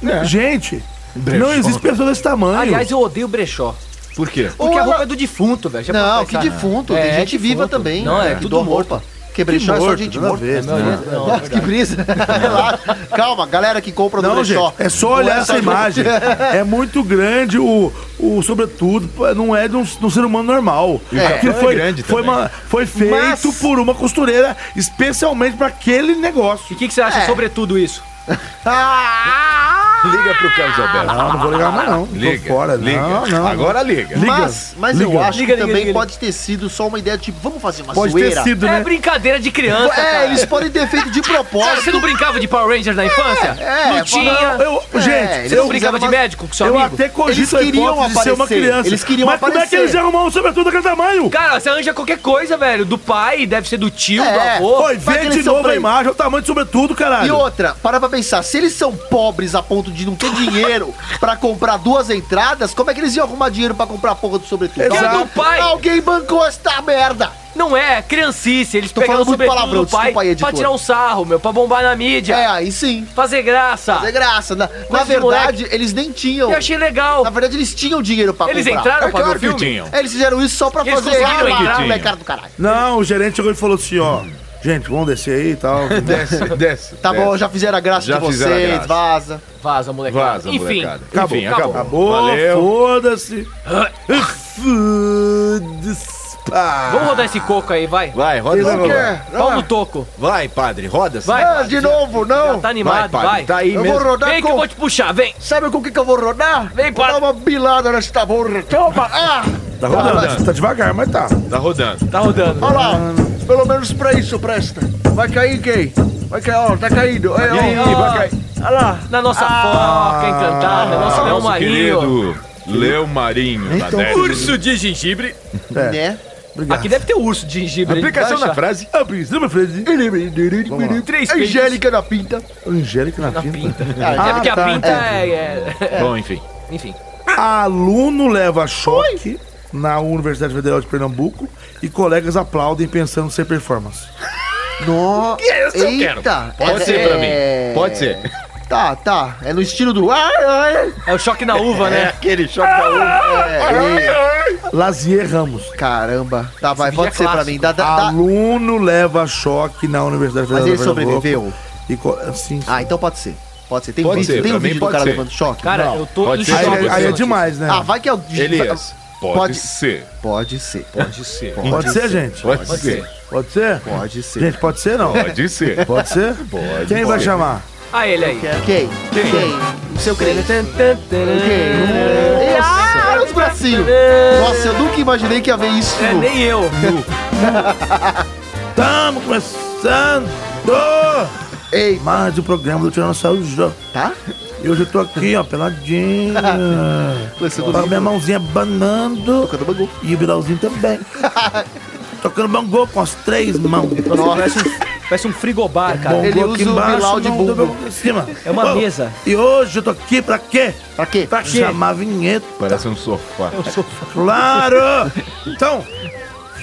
B: É.
D: Gente,
A: Brechó.
D: não existe pessoa desse tamanho.
C: Aliás, eu odeio brechó.
A: Por quê?
C: Porque
B: Ou
C: a roupa
B: ela-
C: é do defunto, velho. Já
B: Não,
C: parou pra
B: que
C: pensar?
B: defunto.
C: É,
B: Tem gente
C: defunto.
B: viva também.
C: Não, é,
B: que
C: tudo
B: doa
C: morto.
B: roupa. Quebrechó é só
D: morto,
B: gente
D: toda
B: morta.
D: vez, né?
B: Nossa, que brisa. é Relaxa. Calma, galera que compra do
D: Não, gente,
B: brechó.
D: é só
B: Não
D: olhar
B: é
D: essa
B: gente-
D: imagem. É muito grande o, o sobretudo, pô, não é de um, de um ser humano normal.
A: o
D: Aquilo
A: capão é
D: foi,
A: grande
D: foi,
A: também.
D: uma- foi feito
B: Mas-
D: por uma costureira especialmente pra aquele
C: E
D: negócio.
C: o que, que você acha
B: É.
C: sobre tudo isso? Ah,
A: Liga pro Carlos Alberto.
D: Não, não vou ligar mais não.
A: Liga.
D: Tô fora.
A: liga. Ah,
D: Não, não.
A: Agora liga.
D: Liga.
B: Mas, mas eu
D: liga.
B: acho que
C: Liga, liga,
B: também
C: liga, liga.
B: pode ter sido só uma ideia, tipo, vamos fazer uma
D: Pode
B: zoeira.
D: ter sido,
C: É
D: né?
C: brincadeira de criança,
B: É,
C: cara.
B: eles podem ter feito de
C: Cara, você
B: propósito.
C: não brincava de Power Rangers na infância?
B: é,
C: não tinha.
B: não,
D: Eu,
B: É, eles
D: gente,
C: você não
D: eu,
C: brincava de
B: fizeram uma-
C: médico com seu
D: eu
C: amigo?
D: até cogito a
B: Eles queriam
D: hipótese de ser uma
B: aparecer.
D: criança.
B: Eles queriam
D: Mas como é que
B: aparecer.
D: eles iam arrumar um sobretudo daquele tamanho?
C: Cara, você anja qualquer coisa, velho. Do pai, deve ser do tio, do
B: É.
C: avô.
D: Oi,
B: Vai que
D: vê de
B: eles são
D: novo a
B: presos.
D: imagem, olha o tamanho do sobretudo,
C: Tá
D: caralho.
B: E outra, para pra pensar, se eles são pobres a ponto de não ter dinheiro pra comprar duas entradas, como é que eles iam arrumar dinheiro pra comprar a porra do sobretudo?
D: Exato.
B: Alguém-
C: Do pai.
B: Alguém bancou esta merda!
C: Não é, criancice. Eles
B: Tô
C: pegaram
B: falando muito
C: sobretudo
B: palavrão,
C: do pai
B: desculpa aí,
C: pra
B: editora.
C: tirar um sarro, meu. Pra bombar na mídia.
B: É, aí sim.
C: Fazer graça.
B: É graça. Na, na
C: de
B: verdade, eles nem tinham.
C: Eu achei legal.
B: Na verdade, eles tinham dinheiro pra
C: Eles
B: comprar.
C: entraram
A: É
C: pra ver
A: claro
C: o
A: que
C: filme?
A: tinham.
B: Eles fizeram isso só pra
C: Eles
B: fazer.
C: conseguiram
B: Ah,
C: entrar.
B: moleque, cara do caralho.
D: Não, o gerente chegou e falou assim, ó. Gente, vamos descer aí e tal.
A: Desce, desce.
B: Tá
A: desce.
B: bom, já fizeram a graça
A: É. Já
B: de
A: fizeram a
B: vocês,
A: graça.
B: vaza.
C: Vaza, moleque.
A: Vaza,
C: Enfim.
A: molecada.
D: Acabou,
A: Enfim, acabou.
D: Acabou,
A: Valeu.
D: foda-se.
B: ah,
D: Foda-se. pá.
C: Vamos rodar esse coco aí, vai.
A: Vai, roda esse
D: Não
A: balão.
C: Pau no toco.
A: Vai, padre, roda.
C: Vai,
B: Ah, de novo, não!
C: Tá
A: vai,
C: animado,
A: padre.
C: vai.
A: Tá aí
B: Eu
A: mesmo.
B: vou rodar
C: Vem que
B: com.
C: eu vou te puxar, vem.
B: Sabe com o que, que eu vou rodar?
C: Vem,
B: vou
C: para.
B: dar uma bilada nesta borra. Toma! Ah!
D: Tá rodando, tá devagar, mas tá.
A: Tá rodando.
C: Tá rodando.
B: Olha lá! Pelo menos pra isso presta. Vai cair quem? Vai cair, ó, tá caindo. Olha, ó.
A: Ih, vai cair.
B: Olha lá!
C: Na nossa foca encantada, nosso leão
A: Nosso
C: marinho.
A: querido Leo Marinho. da
D: Então,
A: NET.
C: Urso de gengibre.
B: Né?
C: Aqui deve ter urso de gengibre.
A: Aplicação
C: na
A: da frase.
D: Ah, Pris, lembra, Fred?
A: é
C: Três
B: Angélica na pinta.
D: Angélica na pinta.
A: Ah,
C: É porque
D: tá.
C: a pinta é... é-
A: Bom, enfim.
C: Enfim.
D: Aluno leva choque na Universidade Federal de Pernambuco e colegas aplaudem pensando ser performance.
B: Nossa! Ah,
C: é
B: Eita!
A: Pode
B: essa
A: ser pra mim.
B: é-
A: Pode ser.
B: Tá, tá. É no estilo do. Ai, ai.
C: É o choque na uva, né?
A: Aquele choque da uva.
B: É, é.
D: Lazier Ramos.
B: Caramba. Tá, vai,
C: vídeo é
B: pode ser pra
C: clássico.
B: mim. Dá, dá,
A: Ah,
B: dá.
D: Aluno leva choque na Universidade
B: Mas
D: Federal
B: ele
D: de Pernambuco.
B: sobreviveu.
D: E co... assim, Sim, sim.
B: Ah, então pode ser. Pode ser. Tem um
A: Pode
B: vídeo,
A: ser,
B: tem um
A: pra mim
B: vídeo do
A: pode
B: cara
A: ser.
B: levando choque?
C: Cara, eu tô
A: pode
C: em
A: ser.
C: choque.
D: Aí,
A: Joga
D: aí é
A: essa
D: demais, né?
B: Ah, vai que é o.
A: Elias. Pode,
B: Pode-
A: ser.
B: Pode ser.
A: Pode ser.
D: Pode, ser, gente?
A: Pode, ser.
D: Pode ser?
B: Pode ser.
D: Gente, pode ser não?
A: Pode ser.
D: Pode ser?
A: Pode
D: Quem vai
A: ser.
D: chamar?
C: Ah, ele aí.
B: Quem? Quem? O seu crente? Quem? Nossa, olha os bracinhos. Nossa, eu nunca imaginei que ia ver isso.
C: É, nem eu.
D: Estamos começando
B: Ei,
D: mais o programa do Tiranossauro Jô.
B: tá?
D: E hoje eu tô aqui, ó, peladinho.
B: Começando
D: Com a minha mãozinha banando
B: Tocando bagulho.
D: e o Bilauzinho também. Tocando bangô com as três mãos.
C: Parece um, parece um frigobar, cara.
B: Bom. ele
D: Bongô
B: usa o Bilal de
D: mão
B: bumbo.
D: do meu- em cima.
C: É uma
D: Ô,
C: mesa.
D: E hoje eu tô aqui pra quê?
B: Pra quê?
D: Pra chamar a vinheta.
A: Parece um sofá.
D: Claro! Então,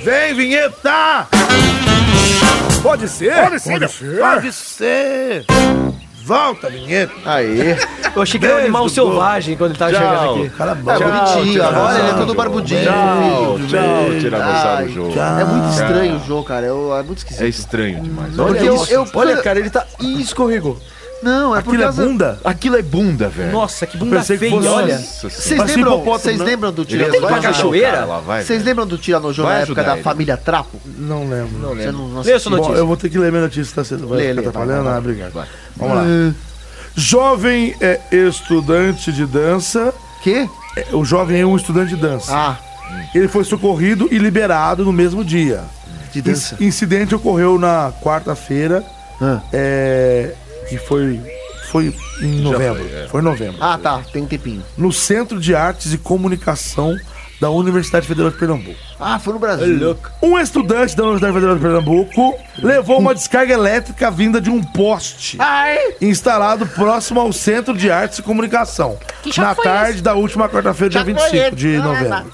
D: vem vinheta! Pode ser? Pode ser! Pode ser! Volta, vinheta!
B: Aê.
C: Eu achei que era um
D: Beijo,
C: animal
D: Gugu.
C: selvagem quando ele tava chegando aqui.
D: Cala
B: É
D: a boca!
B: bonitinho.
A: tchau,
B: Agora ele é
A: tchau,
B: todo barbudinho.
A: Tchau, tchau, Tiranossauro
B: Ai,
A: Jô.
B: É muito
A: Tchau.
B: estranho o jogo, cara. Eu- é muito
A: É
B: esquisito.
A: estranho demais.
B: Porque eu- eu-
A: cara, ele tá. Ih, escorregou.
B: Não, é por
D: Aquilo é
B: causa...
D: bunda?
A: Aquilo é bunda, velho.
C: Nossa, que bunda
D: pensei que
C: feia,
D: fosse-
C: olha.
A: Nossa senhora.
B: Vocês
D: Parece
B: lembram,
D: hipopótamo,
B: vocês
D: né?
B: lembram do
A: Ele tem uma
C: Vai ajudar o
B: Tiranossauro?
C: cachoeira?
A: cachoeira? Lá vai.
B: Vocês lembram do Tiranossauro
A: Vai
B: na época
A: ajudar
B: da
A: ele.
B: família Trapo?
D: Não lembro.
A: Não
B: Você
A: lembro.
B: não,
C: Lê essa
D: Bom,
C: notícia.
D: eu vou ter que ler minha notícia, tá sendo. Vai
B: Lê,
D: ficar
B: lê, vai,
D: atrapalhando?
B: vai,
D: Ah, obrigado. Vamos lá. É, Jovem é estudante de dança.
B: Quê?
D: É, O jovem é um estudante de dança.
B: Ah,
D: Ele foi socorrido e liberado no mesmo dia.
B: de dança.
D: Esse incidente ocorreu na quarta-feira,
B: Ah.
D: é, que foi, foi em novembro. Foi, em novembro.
B: Ah, tá. Tem um tempinho.
D: No Centro de Artes e Comunicação da Universidade Federal de Pernambuco.
B: Ah, foi no Brasil.
D: Um estudante da Universidade Federal de
B: Hum.
D: Pernambuco levou uma descarga elétrica vinda de um poste
B: Ai!
D: instalado próximo ao Centro de Artes e Comunicação.
H: Que choque
D: Na
H: foi
D: tarde da última quarta-feira, dia 25 de novembro.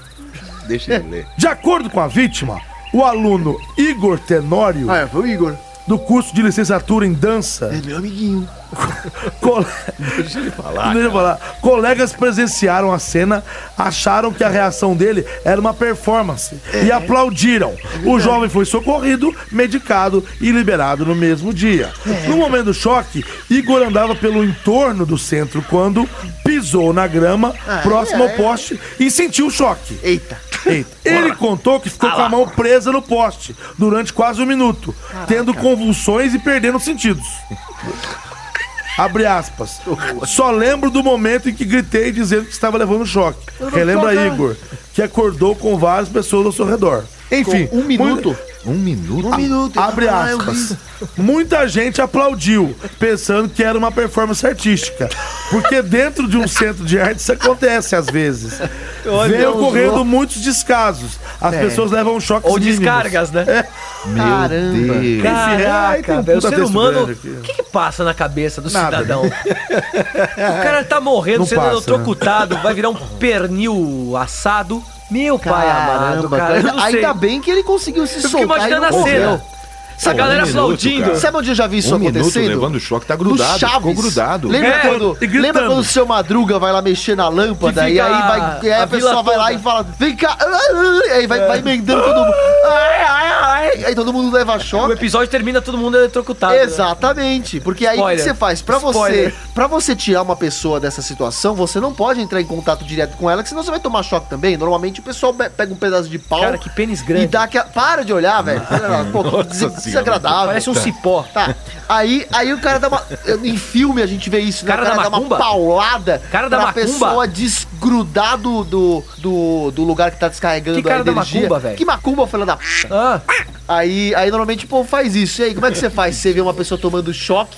A: Deixa ele ler.
D: De acordo com a vítima, o aluno Igor Tenório,
B: Ah, foi o Igor.
D: do curso de licenciatura em dança,
B: É meu amiguinho.
D: Cole... Deixa ele falar. Colegas presenciaram a cena, acharam que a reação dele era uma performance e aplaudiram. o jovem foi socorrido, medicado e liberado no mesmo dia. No momento do choque, Igor andava pelo entorno do centro quando pisou na grama próximo ao poste e sentiu o choque.
B: Eita.
D: Eita. Ele contou que ficou com a mão presa no poste durante quase um minuto, tendo convulsões e perdendo os sentidos. Abre aspas. Só lembro do momento em que gritei dizendo que estava levando choque. Relembra Igor, que acordou com várias pessoas ao seu redor. Enfim,
B: Com um minuto.
A: Um minuto?
B: Um minuto.
D: Abre
B: Ah, eu
D: aspas.
B: vi.
D: Muita gente aplaudiu, pensando que era uma performance artística. Porque dentro de um centro de arte isso acontece às vezes. Vem ocorrendo muitos descasos. As
B: É.
D: pessoas levam choques
C: Ou
D: mínimos.
C: descargas, né?
A: Meu
B: Caramba.
A: Deus.
D: Ai, tem um
C: Caraca, velho. O
D: puta
C: ser
D: texto
C: humano.
D: grande aqui.
C: O que, que passa na cabeça do
D: Nada.
C: cidadão? o cara tá morrendo,
D: Não
C: sendo
D: passa, né?
C: eletrocutado, vai virar um pernil assado. Meu pai amado,
B: Caramba,
C: cara. Eu não
B: cara.
C: sei.
B: Ainda bem que ele conseguiu se
C: Eu fiquei
B: soltar e
C: imaginando a
B: não
C: cena.
B: morreu.
C: Essa
A: Pô,
C: galera
A: um minuto,
C: aplaudindo.
A: cara.
B: Sabe onde eu já vi isso
A: um minuto
B: acontecendo?
A: levando choque, tá
B: No
A: grudado, ficou grudado.
B: Lembra,
C: É,
B: quando,
D: e gritando.
B: lembra quando o seu Madruga vai lá mexer na lâmpada
C: Que
B: e
C: fica
B: aí vai. E aí
C: a
B: a pessoa
C: vila
B: vai lá
C: toda.
B: e fala, vem cá! ah, ah", e Aí vai, vai emendando todo mundo. Ai, ai, ai. Aí todo mundo leva
C: O
B: choque.
C: episódio termina todo mundo eletrocutado. né?
B: Exatamente, porque aí o que
C: Spoiler.
B: você faz? Pra você,
C: Spoiler.
B: pra você tirar uma pessoa dessa situação, você não pode entrar em contato direto com ela, que senão você vai tomar choque também. Normalmente o pessoal pe- pega um pedaço de pau
C: Cara, que pênis
B: e
C: grande.
B: dá aquela. Para de olhar, velho. Pô, que des-
A: Senhora.
B: desagradável.
C: Parece um cipó.
B: Tá. Aí, aí o cara dá uma. Em filme a gente vê isso, né?
C: Cara
B: o
C: da
B: cara dá uma
C: macumba?
B: paulada
C: Cara da
B: pra
C: macumba?
B: pessoa desgrudar do, do, do, do lugar que tá descarregando
C: Que cara
B: a
C: da
B: energia.
C: macumba, velho?
B: Que macumba, filha da puta.
C: Ah,
B: Aí, aí normalmente o povo faz isso. E aí, como é que você faz? Você vê uma pessoa tomando choque.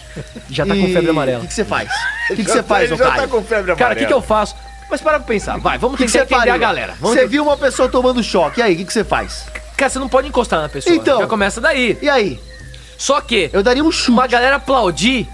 C: já tá
B: e-
C: com febre
B: O
C: amarela.
B: que, que você faz? O que, que você faz,
A: Ele já tá
B: Otário?
A: com febre
C: Cara, o que,
A: amarela.
C: que eu faço? Mas para pra pensar. Vai, vamos
B: O que, que
C: tentar
B: você
C: entender
B: faria?
C: a galera. Vamos
B: Você viu uma pessoa tomando choque. E aí, o que, que você faz?
C: Cara, você não pode encostar na pessoa.
B: Então.
C: Já começa daí.
B: E aí?
C: Só que,
B: Eu daria um chute.
C: uma galera aplaudir.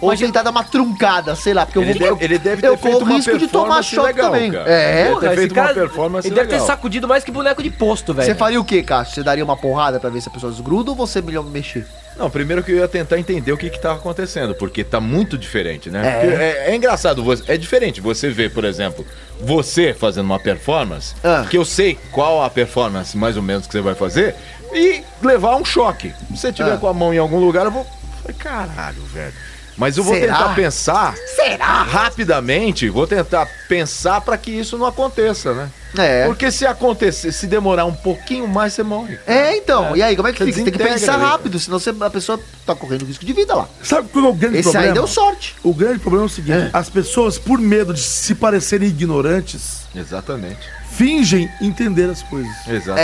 B: Ou tentar dar uma truncada, sei lá, porque eu
A: Ele
B: vou.
A: deve-
B: eu-
A: ele deve ter
B: eu corro
A: feito uma
B: risco de tomar
A: performance
B: choque
A: legal,
B: também.
A: cara.
B: É.
A: Deve ter feito uma performance
C: Ele deve ter
A: legal.
C: sacudido mais que boneco de posto,
B: Você
C: velho.
B: faria o que, Cássio? Você daria uma porrada pra ver se a pessoa desgruda ou você é melhor mexer?
A: Não, primeiro que eu ia tentar entender o que que tava acontecendo, porque tá muito diferente, né? Porque É, é engraçado, você- é diferente você ver, por exemplo, você fazendo uma performance,
B: Ah.
A: que eu sei qual a performance mais ou menos que você vai fazer,
B: Ah.
A: e levar um choque. Se você tiver com a mão em algum lugar, eu vou... Falei, Caralho, velho. Mas eu vou
B: Será?
A: tentar pensar
H: Será?
A: rapidamente, vou tentar pensar pra que isso não aconteça, né?
B: É.
A: Porque se acontecer, se demorar um pouquinho mais, você morre.
B: É, então. E aí, como é que
A: Você
B: fica? Você tem que
A: desintegra,
B: pensar
A: né?
B: rápido, senão você- a pessoa tá correndo risco de vida lá.
D: Sabe qual é o grande
B: Esse
D: problema?
B: aí deu sorte.
D: O grande problema é o seguinte:
B: É.
D: as pessoas, por medo de se parecerem ignorantes,
A: Exatamente.
D: fingem entender as coisas.
A: Exatamente.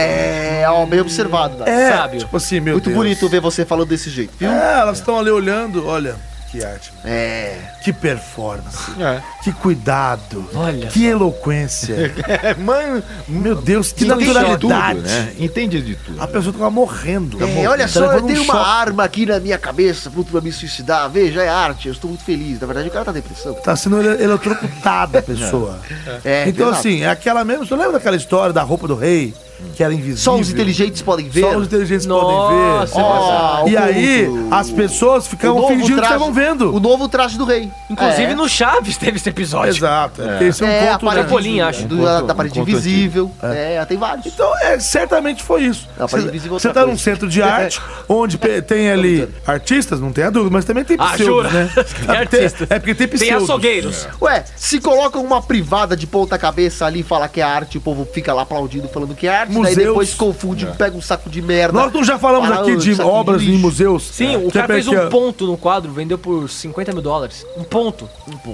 B: É, ó, bem observado. Dado.
D: É,
C: Sábio.
D: tipo assim, meu
B: Muito
D: Deus.
B: bonito ver você falando desse jeito, viu?
D: É, elas estão ali olhando, olha, que arte, né?
B: É.
D: que performance,
A: É.
D: que cuidado,
C: Olha
D: que eloquência.
A: É, mano,
D: meu Deus, que
A: entende de tudo,
D: naturalidade.
A: né? Entende de tudo.
D: A pessoa tava morrendo.
B: É,
D: Tá morrendo.
B: olha
D: Tá
B: só, eu
D: levando um
B: tenho uma
D: choque.
B: arma aqui na minha cabeça, pronto pra me suicidar. Veja, é arte, eu estou muito feliz. Na verdade, o cara tá depressão.
D: Tá sendo ele- eletrocutada a pessoa.
B: É,
D: então,
B: verdade.
D: assim, é aquela mesmo. Você lembra daquela história da roupa do rei? Que era invisível.
B: Só os inteligentes podem ver.
D: Só os inteligentes
C: Nossa,
D: podem ver.
B: Ó,
D: e
B: o-
D: aí,
B: o-
D: as pessoas
B: o
D: ficavam
B: novo
D: fingindo
B: traje-
D: que estavam vendo.
B: O novo traje do rei.
C: Inclusive
B: É.
C: no Chaves teve esse episódio.
D: Exato. É. Esse é um
B: É, a
D: ponto, né?
B: parede
C: Chapolin, acho.
B: do-
A: Um
B: da,
A: conto-
B: da parede
A: um conto
B: invisível. É, tem vários.
D: Então, é, certamente foi isso.
B: Dá pra invisível
D: Você
B: outra
D: tá num
B: coisa.
D: centro de arte, onde pe- tem ali artistas, não tem a dúvida, mas também tem
C: Ah,
D: pseudos,
C: jura?
D: né?
C: Tem
D: é, porque tem-
C: artistas.
D: é porque tem
C: Tem
D: pseudos.
C: açougueiros.
B: Ué, se colocam uma privada de ponta cabeça ali e fala que é arte, o povo fica lá aplaudindo, falando que é arte, daí
D: Museus.
B: depois confunde, pega um saco de merda.
D: Nós não já falamos
B: Fala, "Ah,
D: aqui de
B: saco
D: obras em
B: lixo.
D: museus?
C: Sim, o
D: Que
C: cara
D: é
C: fez
D: que-
C: um ponto no quadro, vendeu por 50 mil dólares. Um ponto.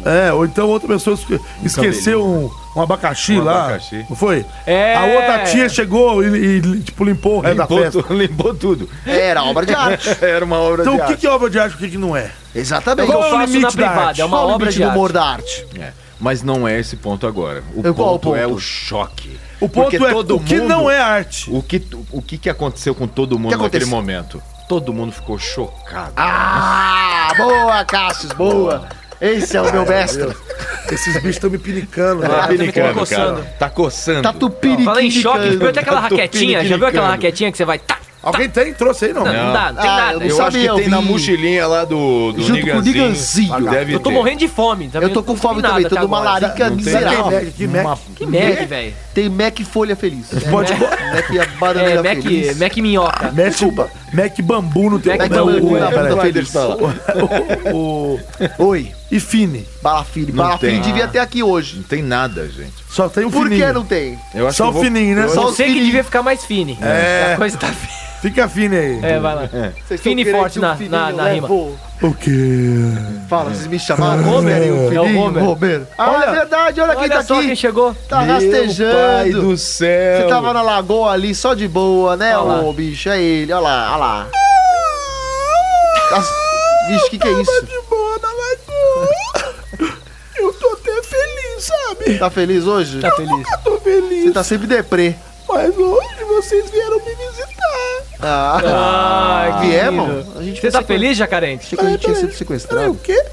D: É, ou então outra pessoa esque- esqueceu um, um abacaxi
A: Um
D: lá.
A: abacaxi.
D: Não foi?
C: É.
D: A outra tia chegou e, e, tipo, limpou o resto da
A: Limpou,
D: festa.
A: tu, É, limpou tudo.
B: Era obra de arte.
A: Era uma obra
D: Então
A: de
D: o que,
A: arte.
D: que é obra de arte e o que, que não é?
B: Exatamente.
D: Qual
C: Eu
D: é o
C: faço na
D: limite da
C: privada,
D: arte?
C: é uma
B: Qual o
C: obra
B: limite
C: de
B: do
C: arte.
B: humor da arte?
A: É, Mas não é esse ponto agora. O
B: Eu-
A: ponto,
B: qual o ponto?
A: é o choque.
D: O ponto
A: Porque
D: é
A: todo
D: o que
A: mundo-
D: não é arte.
A: O que, o que, que aconteceu com todo mundo
B: Que
A: naquele
B: aconteceu?
A: momento? Todo mundo ficou chocado.
B: Ah, boa, Cassius, boa. Esse é o meu mestre.
D: Esses bichos estão me pinicando, né?
A: tá
C: Ah,
A: pinicando,
C: tá coçando.
A: cara. Tá coçando.
B: Tá
C: Fala em
B: tupiricando.
C: choque, viu até aquela
A: Eu tô
C: raquetinha? Já viu aquela
A: piriquicando.
C: raquetinha que você vai. Tá,
D: Alguém tem? Trouxe aí, não?
C: não,
A: Não.
C: não dá, não tem
B: Ah,
C: nada. é um-
B: eu
C: Eu,
A: Eu
B: Sabe,
A: acho que tem
B: vi.
A: na mochilinha lá do, do
B: Junto com o
A: Niganzinho.
B: Niganzinho.
A: Deve
C: tô
A: ter.
C: morrendo de fome. tá
B: Eu tô com
C: não
B: fome
C: comi
B: também,
C: nada tá
B: tô
C: até
B: numa
C: agora.
B: larica
A: Não tem
B: miserável.
D: Mac, que Mac.
C: Que é Mac, velho.
B: Tem Mac Folha Feliz.
D: É, Pode-
B: Mac e a
C: É,
B: bananeira
C: Mac,
B: feliz.
C: Mac é minhoca.
D: Mac, Mac bambu no teu
C: Mac
D: não,
B: bambu,
D: o-
B: não,
D: peraí.
B: não.
D: O, o,
B: Oi,
D: e Fini.
B: Balafine.
A: Não
B: Balafine
A: tem.
B: devia ter aqui hoje.
A: Não tem nada, gente.
D: Só tem o
B: Por que
D: fininho.
B: não tem?
A: Eu acho
D: Só
A: que
D: o
A: eu vou-
D: fininho, né?
C: Só
B: Só
C: eu
B: os
C: sei que
B: fininhos.
C: devia ficar mais fine.
D: É.
C: A coisa tá fina.
D: Fica Fini aí.
C: É, vai lá.
B: Vocês
C: Fine e
B: tão querendo
C: forte
B: que o
C: na-
B: fininho
C: na- na rima.
B: levou.
D: O quê?
B: Fala, vocês me chamaram.
C: Homer,
B: Homero,
C: é o Homer.
B: Ah,
D: Olha-
B: é verdade, olha, quem
C: Olha
B: tá
C: só
B: aqui.
C: quem chegou.
B: Tá
A: Meu Pai
B: rastejando.
A: do céu.
B: Você tava na lagoa ali, só de boa, né,
C: Olha lá.
B: ô bicho? É ele, olha lá, olha lá. As... Bicho, que que é isso?
D: Tá de boa na lagoa. Eu tô até feliz, sabe?
B: Tá feliz hoje?
C: Tá feliz.
D: Eu tô feliz.
B: Você tá sempre deprê.
D: Mas hoje vocês vieram me visitar.
B: Ah,
C: Ah, que
B: viemos?
C: lindo.
B: A gente
C: Você
B: foi
C: tá
B: sequen-
C: feliz, jacarente?
B: Achei que a gente tinha sido
D: Peraí, o
B: sequestrado.
D: quê?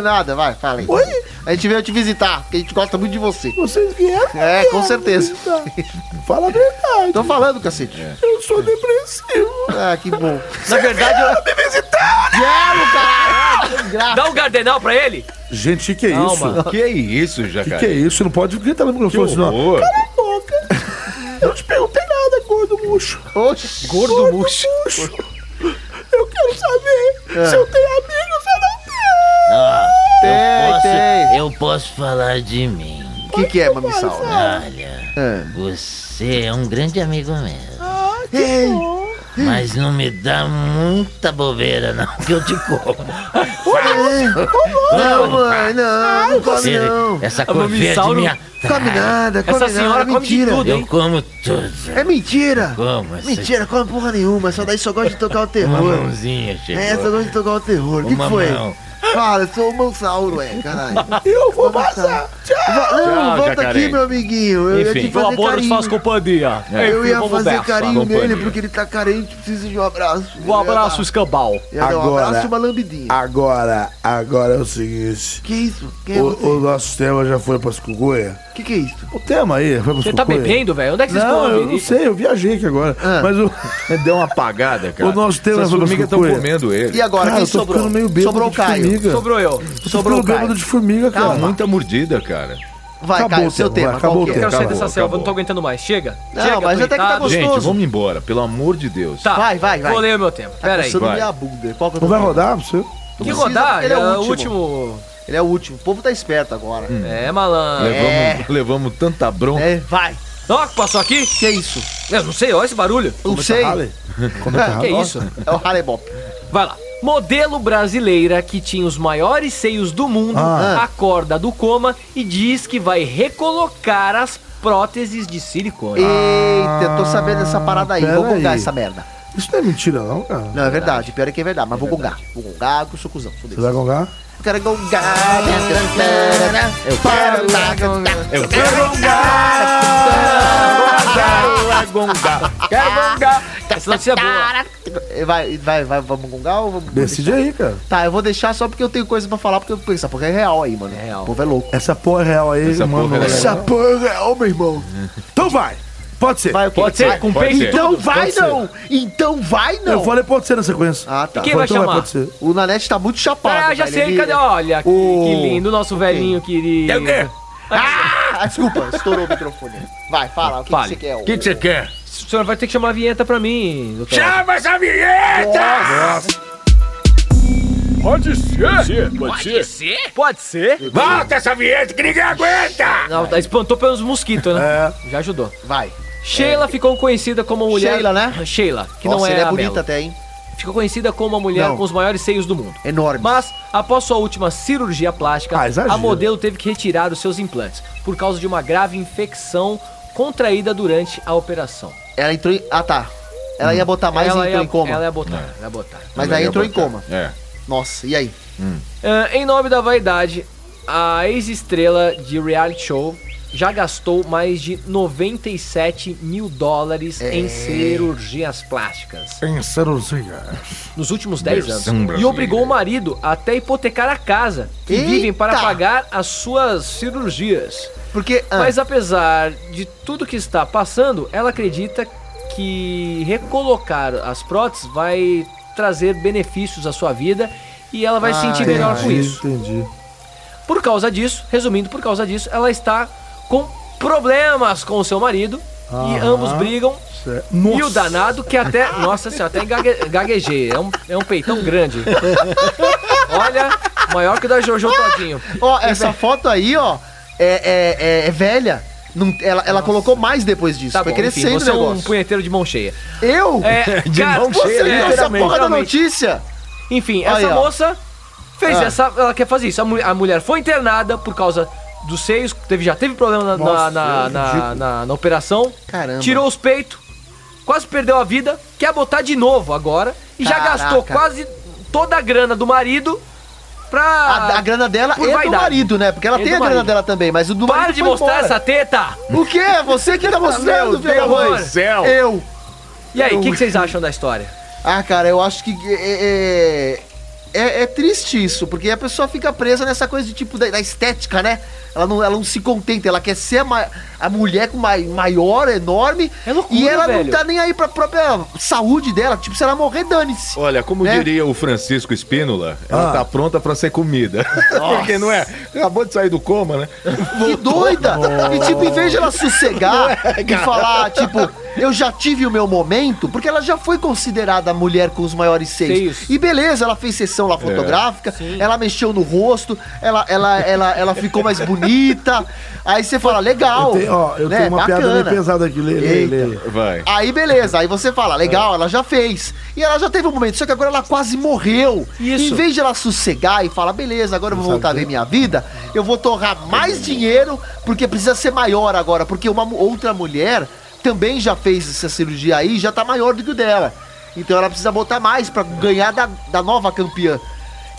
B: Nada, vai, fala aí.
D: Oi?
B: A gente veio te visitar, porque a gente gosta muito de você.
D: Vocês vieram?
B: É, com certeza.
D: Fala a verdade.
B: Tô falando, cacete.
C: É.
D: Eu sou depressivo.
B: Ah, que bom.
C: Na verdade, eu-
B: Viemos, caralho! né? Graça.
C: dá o gardenal pra ele.
D: Gente, que que é
C: Calma.
D: isso?
A: Que isso,
D: Que
A: Jacaré?
D: que é isso? assim, Não pode gritar no
A: Que
D: microfone, senão...
A: horror.
D: Cala a boca. Eu não te perguntei nada, gordo murcho.
B: Oxi.
C: Gordo murcho.
D: Murcho. Eu quero saber se eu tenho amigos ou não tenho.
B: Tem,
G: Posso-
B: tem.
G: eu posso falar de mim.
B: O que, que é, Mamissal? né?
G: Olha,
B: Ah.
G: você é um grande amigo meu. Mas não me dá muita bobeira, não, que eu te como.
B: Não, mãe, não, não come
G: Você-
B: não.
G: Essa cor verde
C: mamissauro-
G: minha.
B: Come nada, come
C: Essa senhora
B: nada. é
C: come de
B: mentira.
C: tudo, hein?
G: Eu como tudo.
B: É mentira.
G: Como essa
B: Mentira, come porra nenhuma. Só daí só gosta de tocar o
G: Uma
B: terror.
G: mãozinha chegou.
B: É, só gosta de tocar o terror. O que,
G: Uma
B: que foi?
G: mão.
B: Cara, eu sou o Mansauro, é, caralho.
D: Eu vou
B: Vamos
D: vazar.
B: Va- Não,
A: Tchau,
B: volta
A: jacaré.
B: aqui, meu amiguinho. Eu
A: Enfim.
B: ia te fazer carinho. É.
C: companhia.
B: Eu ia
C: É, Vamos
B: fazer
C: dessa.
B: carinho nele,
A: companhia.
B: porque ele tá carente, precisa de um abraço.
C: Um abraço, escambau.
B: Eu ia dar um
D: Agora.
B: abraço e uma lambidinha.
D: Agora, agora é o seguinte.
B: Que isso? Quem é você?
D: O, o nosso tema já foi pras cucuia.
B: Que que é isso?
D: O tema aí foi pras
C: Você tá
D: cucuia?
C: bebendo, velho? Onde é que vocês
D: Não, eu
C: comem?
D: não sei, eu viajei aqui agora.
B: Ah.
D: Mas o.
A: Deu uma apagada, cara.
D: O nosso tema
A: Essas
D: foi
A: formigas estão
D: cucuia.
A: comendo ele.
B: E agora,
D: Cara,
B: quem
D: eu tô
B: sobrou?
D: ficando meio bêbado
B: sobrou o
D: de
B: Caio.
D: formiga.
C: Sobrou eu.
B: Sobrou o Caio.
D: bêbado de formiga, cara.
A: Tá muita mordida, cara.
B: Vai,
D: Acabou
B: Caio,
D: o
B: seu
D: tempo,
B: tema.
D: vai, acabou
B: qual
D: o
B: que é?
C: Eu quero sair
A: Acabou,
C: dessa selva, eu não tô
A: acabou.
C: aguentando mais. Chega.
B: Não,
C: Chega,
B: mas
C: tô
B: até que tá
C: irritado.
B: gostoso.
A: Gente, vamos embora, pelo amor de Deus.
C: Tá,
B: Vai, vai, vai.
C: vou ler o meu tempo. Pera aí.
B: Coçando
A: Vai.
B: minha bunda. Qual que é eu
D: Não
B: tô
D: vai
B: vendo?
D: rodar pra você?
C: Que
B: precisa,
C: rodar?
B: porque
C: Ele é o último.
B: Ele é o último. O povo tá esperto agora.
D: Hum.
C: É, malandro.
A: Levamos, levamos tanta bronca.
B: É, vai.
C: Ó, que passou aqui?
B: Que é isso?
C: Eu não sei, olha esse barulho.
B: Não sei.
D: Harley? Como é que é
C: Que
D: Harley?
C: isso?
B: É o Halebop.
C: Vai lá. Modelo brasileira que tinha os maiores seios do mundo
D: Ah.
C: acorda do coma e diz que vai recolocar as próteses de silicone.
B: Ah. Eita, tô sabendo dessa parada aí.
D: Ah, pera
B: Vou gongar
D: aí.
B: essa merda.
D: Isso não é mentira, não, cara.
B: Não, é verdade. Pior é que é verdade, mas vou gongar. Vou gongar com o sou cuzão. Sou
D: Você
B: desse.
D: vai gongar?
B: Quero gongar. Eu quero lá gongar.
A: Eu quero gongar, quero gongar.
C: Quero gongar. Essa notícia é boa.
B: Eh, Vai, vai, vai, vamos gongar ou vamos.
D: Decide aí, cara.
B: Tá, eu vou deixar só porque eu tenho coisa pra falar, porque eu penso, essa porra é real aí, mano.
C: É real.
B: O povo é louco.
D: Essa porra é real aí,
A: Essa
D: mano.
A: porra é real.
D: Essa porra-
B: é real, meu irmão.
D: Então vai. Pode ser.
B: Vai o quê?
C: Pode ser?
B: Vai.
C: Com
A: pode
C: peito
A: ser.
C: e tudo?
B: Então vai
D: Pode ser.
B: não! Então vai não!
D: Eu falei pode ser na sequência.
B: Ah, tá.
C: E quem
D: Foi,
C: vai
D: então
C: chamar?
D: pode ser.
B: O Nanete tá muito chapado.
C: Ah, já
B: velho.
C: sei,
B: Ele-
C: cadê? Olha, que-
B: O-
C: que lindo, nosso velhinho
A: É
C: querido.
B: Ah, desculpa, estourou o microfone. Vai, fala, o que, que
C: Fale.
B: você quer? O
A: que você quer?
C: O senhor vai ter que chamar a vinheta pra mim, doutor.
A: Chama essa vinheta! Pode ser.
I: Pode ser?
C: Pode ser?
A: Volta essa vinheta que ninguém aguenta!
C: Não, tá, espantou pelos mosquitos,
B: É.
C: né? Já ajudou.
B: Vai.
C: Sheila ficou conhecida como a mulher...
B: É. Sheila, né?
C: Sheila, que não
B: Nossa,
C: é,
B: ele é
C: a
B: bonita
C: Bela.
B: até, hein?
C: Ficou conhecida como a mulher
B: Não.
C: com os maiores seios do mundo.
B: Enorme.
C: Mas, após sua última cirurgia plástica,
D: Ah, exagero.
C: a modelo teve que retirar os seus implantes por causa de uma grave infecção contraída durante a operação.
B: Ela entrou em... Ah, tá. Ela ia botar mais e
C: Hum. ela
B: entrou
C: ia,
B: em coma.
C: Ela ia botar, ela ia botar.
B: Mas daí entrou em coma.
A: É.
B: Nossa, e aí?
C: Ah, em nome da vaidade, a ex-estrela de reality show já gastou mais de 97 mil dólares
B: É.
C: em cirurgias plásticas
D: Em cirurgia.
C: nos últimos 10
A: Versão
B: um
C: anos. E
A: brasileira.
C: obrigou o marido até hipotecar a casa que
B: Eita!
C: vivem para pagar as suas cirurgias.
B: Porque... ah,
C: Mas apesar de tudo que está passando, ela acredita que recolocar as próteses vai trazer benefícios à sua vida e ela
B: Ah,
C: vai se sentir melhor com isso.
D: É, Entendi.
C: Por causa disso, resumindo, por causa disso, ela está com problemas com o seu marido e
D: Aham.
C: ambos brigam.
D: Cê- Nossa.
C: E o danado que até. Nossa senhora, até gague, gaguejei. É um, é um peitão grande. Olha, maior que o da Jojo Todinho.
B: Ó, essa foto aí, ó, é, é- é- é velha. Não- ela ela colocou mais depois disso.
C: Tá
B: Foi
C: bom, enfim,
B: crescendo
C: você é
B: o
C: um
B: negócio.
C: punheteiro de mão cheia.
B: Eu?
C: É, cara,
A: mão
C: você
B: Você
A: cheia,
C: viu
B: viu essa porra da notícia?
C: Enfim,
B: Aí, ó.
C: essa moça fez
B: Ah.
C: essa. Ela quer fazer isso. A, mu- a mulher foi internada por causa dos seios, teve, já teve problema na, na-
D: Nossa,
C: na,
D: é
C: na-
D: ridículo.
C: na- na operação.
B: Caramba.
C: Tirou os peitos, quase perdeu a vida, quer botar de novo agora. E já
B: Caraca.
C: gastou quase toda a grana do marido pra.
B: A, a grana dela
C: Ah, por
B: e do
C: vaidade.
B: marido, né? Porque ela
C: E
B: tem
C: do
B: a grana
C: marido.
B: dela também, mas o do
C: Para
B: marido
C: de
B: foi
C: mostrar
B: embora.
C: essa teta!
B: O quê? Você que tá mostrando, filho da mãe?
A: do céu!
B: Eu.
C: E aí, o que, que vocês acham da história?
B: Ah, cara, eu acho que é, é- é- é triste isso, porque a pessoa fica presa nessa coisa de tipo da, da estética, né? Ela não, ela não se contenta, ela quer ser a, ma- a mulher com mai- maior, enorme,
C: É loucura,
B: e ela
C: velho.
B: não tá nem aí pra própria saúde dela. Tipo, se ela morrer, dane-se.
A: Olha, como
B: Né?
A: diria o Francisco Espínola, ela
D: Ah.
A: tá pronta pra ser comida. Porque não é? Acabou de sair do coma, né?
B: Que doida! E tipo, em vez de ela sossegar e falar, tipo, eu já tive o meu momento, porque ela já foi considerada a mulher com os maiores seios.
C: Seios.
B: E beleza, ela fez sessão lá fotográfica, ela mexeu no rosto, ela, ela, ela, ela ficou mais bonita. Aí você fala, legal.
D: Eu tenho, ó, eu
B: né,
D: tenho uma piada meio pesada aqui. Lê, lê,
B: Eita.
D: lê, lê.
A: Vai.
B: Aí beleza, aí você fala, legal, ela já fez. E ela já teve um momento, só que agora ela quase morreu.
C: Isso.
B: Em vez de ela sossegar e falar, beleza, agora eu vou voltar a ver minha vida, eu vou torrar mais dinheiro, porque precisa ser maior agora, porque uma mu- outra mulher também já fez essa cirurgia aí e já tá maior do que o dela. Então ela precisa botar mais pra ganhar da, da nova campeã.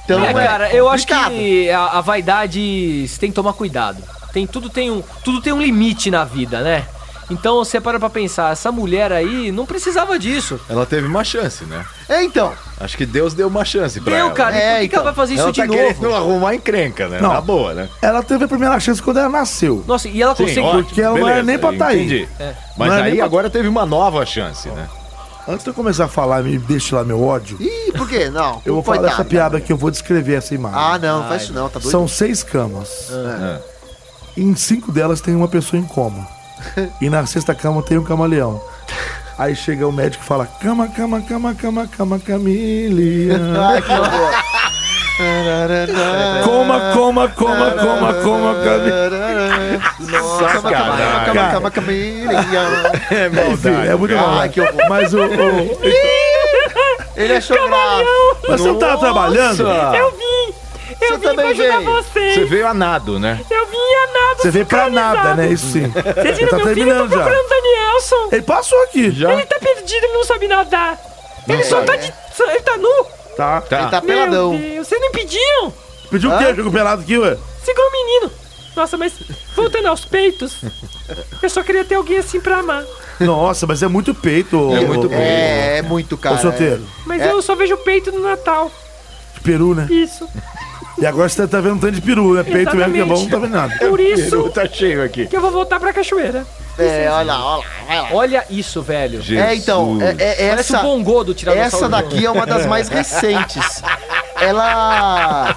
B: Então,
C: é, cara, eu acho
B: complicado.
C: que a, a vaidade você tem que tomar cuidado. Tem tudo tem um tudo tem um limite na vida, né? Então você para pra pensar, essa mulher aí não precisava disso.
A: Ela teve uma chance, né?
B: É, então.
A: Acho que Deus deu uma chance pra
C: Deu,
A: ela.
C: cara,
B: É,
C: e por que que
B: então.
C: ela vai fazer isso
A: ela
C: de
A: tá
C: novo?
A: querendo arrumar encrenca, né?
D: Não.
A: Na boa, né?
D: Ela teve a primeira chance quando ela nasceu.
C: Nossa, e ela conseguiu.
A: ótimo,
D: porque ela não era nem pra tá aí.
A: entendi.
C: É.
A: Mas
D: Não era
A: aí
D: nem pra-
A: agora teve uma nova chance, né?
D: Antes de eu começar a falar, me deixe lá meu ódio.
B: Ih, por quê? Não.
D: Eu vou falar
B: coitada.
D: dessa piada aqui, eu vou descrever essa imagem.
B: Ah, não, faz isso não, tá doido. Ah.
D: São seis camas. Em cinco delas tem uma pessoa em coma. e na sexta cama tem um camaleão. Aí chega o médico e fala: cama, cama, cama, cama, cama, camilha.
B: Ai, que horror.
D: Coma, coma, coma, coma, coma, coma.
B: Nossa,
A: Sacanagem.
B: calma, calma, calma, calma.
A: É Ah,
D: Enfim, é muito
A: cara.
D: mal.
B: Ai, que horror.
D: Mas o. o-
B: Ele achou graça.
D: mas você não tava trabalhando?
A: Nossa,
I: vim! Eu
B: Você
I: vim pra
B: também
I: ajudar
B: veio.
I: vocês!
A: Você veio a nado, né?
I: Eu vim a nada!
D: Você veio pra nada, né? Isso sim.
I: Vocês
D: Ele
I: viram
D: tá
I: meu filho? Eu
D: terminando
I: tô
D: já.
I: procurando o Danielson!
D: Ele passou aqui.
A: Já?
I: Ele tá perdido, ele não sabe nadar! ele só tá de. só- Ele tá nu!
D: Tá.
B: Ele tá
A: Tá.
B: peladão.
I: Meu Deus, vocês não impediram!
D: Pediu o quê? Jogo pelado aqui, ué?
I: Segura o menino! Nossa, mas voltando aos peitos, eu só queria ter alguém assim pra amar.
D: Nossa, mas é muito peito.
A: É
D: ô-
A: muito
D: ô-
A: peito.
B: É, é muito
D: Ô,
B: cara.
D: solteiro.
I: Mas
B: É.
I: eu só vejo peito no Natal.
D: De peru, né?
I: Isso.
D: E agora você tá vendo um tanto de peru, né? Peito mesmo que é bom, não tá vendo nada.
I: Por isso
A: Tá cheio aqui.
I: que eu vou voltar pra cachoeira.
B: É, é, olha lá, olha lá.
C: Olha isso, velho.
B: É, então, é, é- é
C: Parece um
B: essa,
C: o Bongô do Tiranossauro.
B: essa daqui é uma das mais recentes. Ela.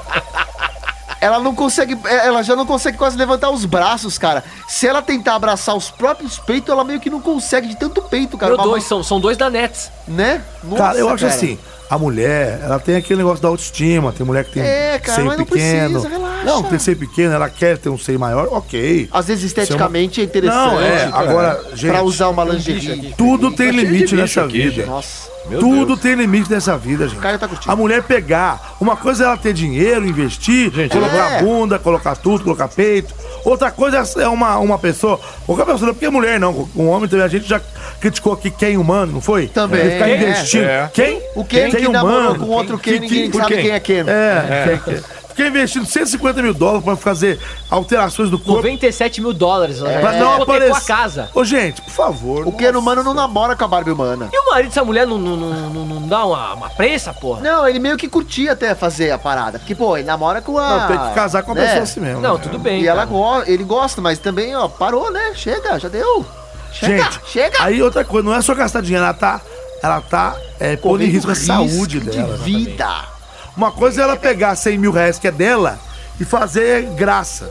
B: Ela não consegue. é, Ela já não consegue quase levantar os braços, cara. Se ela tentar abraçar os próprios peitos, ela meio que não consegue de tanto peito, cara.
C: Meu
B: Uma
C: dois, são, são dois da Nets.
B: mão- Né? Nossa,
D: cara, eu acho assim, a mulher, ela tem aquele negócio da autoestima, tem mulher que tem
B: É, cara,
D: seio
B: mas não
D: pequeno.
B: precisa, relaxa.
D: Não, tem seio pequeno, ela quer ter um seio maior, ok.
B: Às vezes esteticamente é interessante.
D: Não, é,
B: cara,
D: agora, gente,
B: pra usar uma lingerie.
D: tudo tem
A: cheio de
D: limite
A: bicho
D: nessa
A: aqui,
D: vida.
B: Nossa.
D: Tudo tem limite nessa vida, gente.
B: O cara tá curtindo.
D: A mulher pegar. Uma coisa é ela ter dinheiro, investir, colocar
B: é.
D: bunda, colocar tudo, colocar peito. Outra coisa é uma, uma pessoa. Qualquer pessoa, não porque é mulher não. Um homem também. A gente já criticou aqui quem é humano, não foi?
B: Também,
D: Ele ficar
B: é.
D: investindo.
A: É.
D: Quem?
B: O Ken que namorou com outro Ken,
D: Quem-
B: ninguém
D: quem-
B: sabe
A: quem?
B: quem é Ken.
D: É. quem- quem- Ficar investindo 150 mil dólares pra fazer alterações do corpo.
C: 97 mil dólares. né? Ela
D: Pra não
C: hipotecou
D: aparecer.
C: é a casa.
D: Ô, gente, por favor.
B: O Ken humano não namora com a Barbie humana.
C: E o marido dessa mulher não, não, não, não- não dá uma, uma prensa, porra?
B: Não, ele meio que curtia até fazer a parada. Porque, pô, ele namora com a.
D: Não, tem que casar com a
B: né?
D: pessoa assim mesmo.
C: Não,
D: né?
C: tudo bem.
B: E ela
C: cara.
B: go- ele gosta, mas também, ó, parou, né? Chega, já deu. Chega,
D: Gente,
B: chega.
D: Aí outra coisa, não é só gastar dinheiro, ela tá. Ela tá é, pondo em risco a saúde
B: um de
D: dela. né?
B: vida.
D: Uma coisa é ela pegar 100 mil reais que é dela e fazer graça.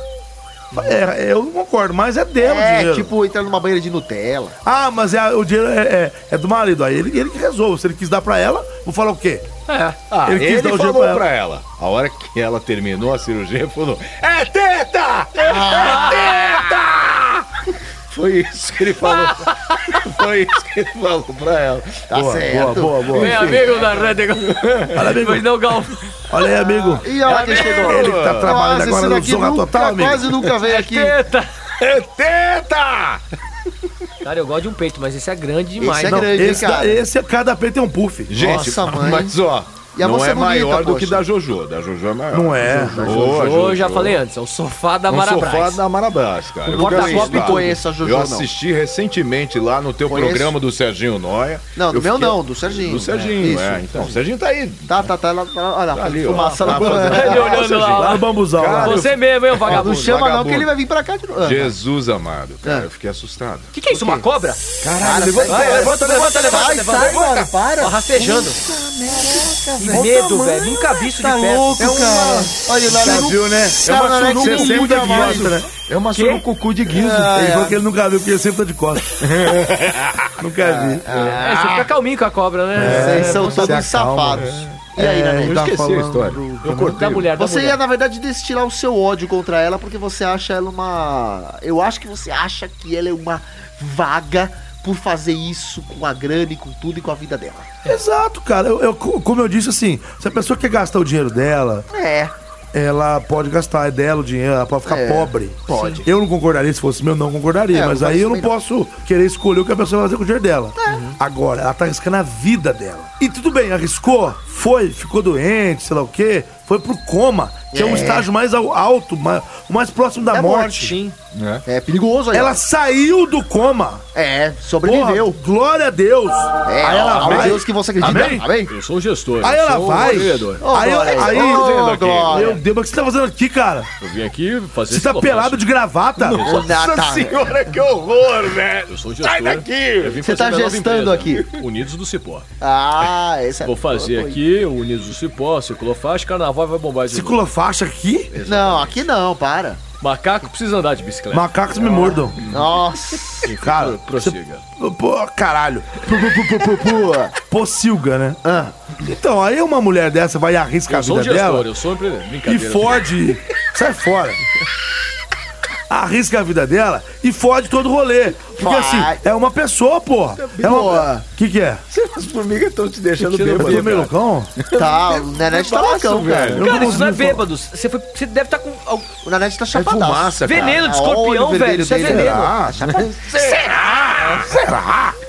D: É, é, eu não concordo, mas é dela o
B: É,
D: dinheiro.
B: tipo, entrar numa banheira de Nutella.
D: Ah, mas é, o dinheiro é, é- é do marido. Aí ele, ele que resolve. Se ele quis dar pra ela, vou falar o quê?
C: É.
A: Ah,
D: Ele
A: ele
D: quis dar o dinheiro
A: falou pra
D: pra ela.
A: ela. A hora que ela terminou a cirurgia, ele falou: É teta! É
D: Ah.
A: teta! Foi isso que ele falou. Foi isso que ele falou pra ela.
B: Tá certo.
D: Boa, boa, boa.
C: Meu
B: assim.
C: amigo da Rede.
D: Olha, amigo.
C: Mas não, Gal.
D: Olha aí, amigo.
B: E olha quem chegou.
D: Ele que tá trabalhando
B: Ah, Nossa,
D: agora
B: esse
D: no
B: daqui
D: Zorra
B: nunca-
D: Total, amigo.
B: Quase nunca veio aqui.
C: Teta.
A: É teta!
C: Cara, eu gosto de um peito, mas esse é grande demais.
B: Esse é
D: Não,
B: grande,
D: esse,
B: hein, cara?
D: da- esse, cada peito tem um puff.
A: Gente,
B: Nossa, mãe.
A: mas ó,
B: E a
A: não
B: moça
A: é
B: bonita,
A: maior do
B: poxa.
A: que da Jojo. Da Jojo é maior.
D: Não é.
A: Jojo,
C: Jojo, eu já falei antes, é o sofá da
A: É um sofá
C: Marabras.
A: da Marabás, cara. Eu
B: Porta
A: conheço,
B: Copa
A: cara.
B: conheço a Jojo,
A: Eu
B: não.
A: assisti recentemente lá no teu
B: Conheço.
A: programa do Serginho Noia.
B: Não, do
A: Eu
B: meu
A: fiquei-
B: não, do Serginho.
A: Do Serginho,
B: É,
A: é.
B: isso,
A: Então, o Serginho tá aí.
B: Tá, tá, tá. lá- tá lá- Olha
A: Tá
B: lá,
A: ali, ó.
B: fumaça
A: Tá
B: na
A: fazendo-
C: Ele olhando lá,
D: Lá
C: lá.
D: no bambuzal. lá.
A: Cara,
C: Você mesmo, hein, ô
B: Não
C: vagabundo.
B: chama não
A: vagabundo.
B: que ele vai vir pra cá de novo. Ah,
A: Jesus amado, cara,
B: Ah.
A: eu fiquei assustado.
C: O que, que é isso, uma cobra?
B: Cara, levanta, É, levanta, levanta,
C: levanta,
B: Sai,
C: levanta,
B: sai, mano, para.
C: Ó, rastejando. Que medo, velho. Nunca vi isso de
B: Tá
C: perto. É um-
B: louco, cara. Olha, o
D: Já
B: Naruto
D: viu, né?
B: Cara,
D: é uma
B: Alex,
D: suruca
B: eu
D: sempre
B: nunca
D: de
B: vi
D: costas,
B: isso.
D: né? Ah, é.
A: É uma surucucu de guiso.
D: Ele falou que ele nunca viu, porque ele sempre tá de costas. nunca vi.
C: É, você fica calminho com a cobra, né?
B: Vocês são
D: você
B: todos
D: acalma.
B: safados. E aí, Nanete?
A: né? É, Eu
D: tá
A: esqueci
D: falando
A: a história. Eu cortei.
B: Tá
C: Da mulher, da
B: Você
C: mulher.
B: ia, na verdade, destilar o seu ódio contra ela porque você acha ela uma. Eu acho que você acha que ela é uma vaga por fazer isso com a grana e com tudo e com a vida dela.
D: ah. Exato, cara. Eu, eu- como eu disse, assim, se a pessoa quer gastar o dinheiro dela,
B: É.
D: ela pode gastar, é dela o dinheiro, ela pode ficar
B: É,
D: pobre.
B: pode.
D: Eu não concordaria, se fosse meu, não concordaria.
B: É,
D: mas
B: não
D: aí eu não
B: faz
D: posso querer escolher o que a pessoa vai fazer com o dinheiro dela. Agora, ela tá arriscando a vida dela. E tudo bem, arriscou, foi, ficou doente, sei lá o quê, foi pro coma, que é, um estágio mais ao- alto, mais, o mais próximo da,
B: Da
D: morte.
C: Sim.
A: né?
B: É perigoso aí.
D: Ela
B: ó.
D: saiu do coma.
B: É,
D: Porra,
B: sobreviveu.
D: glória a Deus.
B: É,
D: aí ela
B: ó, ao
D: vai.
B: Deus que você acredita.
D: Amém?
B: Tá bem?
C: Eu sou o gestor.
D: Aí
C: eu
D: ela
C: sou o
D: vai.
C: moderador.
B: Ô,
D: Aí,
B: Glória.
D: aí,
B: Ô,
A: dizendo aqui.
B: Glória.
D: meu Deus, mas o que você tá fazendo aqui, cara?
C: Eu vim aqui fazer
D: Você tá
C: esse
D: pelado de gravata?
B: Ah,
A: Nossa
B: tá.
A: senhora, que horror, velho!
C: Eu sou o gestor.
A: Sai daqui!
C: vim
B: Você
C: fazer
B: tá
C: minha nova
B: gestando
C: empresa, Unidos do Cipó.
B: Ah, essa
C: Vou fazer
B: Foi.
C: aqui o Unidos do Cipó, Ciclofaixa, Carnaval vai bombar de novo. É.
D: Circula faixa aqui?
B: Não, aqui não, para.
C: Macaco precisa andar de bicicleta.
D: Macacos me mordam.
B: Nossa.
D: Cara,
C: Prossiga.
D: Pô, caralho. Pô, pô, pô, pô, pô, pô. Pocilga, né?
B: Ah.
D: Então, aí uma mulher dessa vai arriscar
C: Eu
D: a
C: sou um
D: vida
C: gestor,
D: dela
C: eu sou um empreendedor.
D: e
C: Brincadeira.
D: fode. Sai fora. Arrisca a vida dela e fode todo o rolê. Porque
B: Vai.
D: assim, é uma pessoa, porra. É uma...
B: Boa.
D: Que que é?
J: As formigas estão te deixando
D: Eu
J: bêbado.
D: tô meio loucão?
B: Tá, o Nanete tá loucão, cara.
C: Cara, isso
D: Eu
C: não é
D: consigo falar.
C: bêbado. Você, foi, você deve estar com al-
B: O Nanete tá
A: É
B: chapadaço.
A: fumaça, cara.
C: veneno de
B: Ah, olha o
C: escorpião,
B: vermelho
C: velho. Isso é
B: dele,
C: veneno.
D: Ah,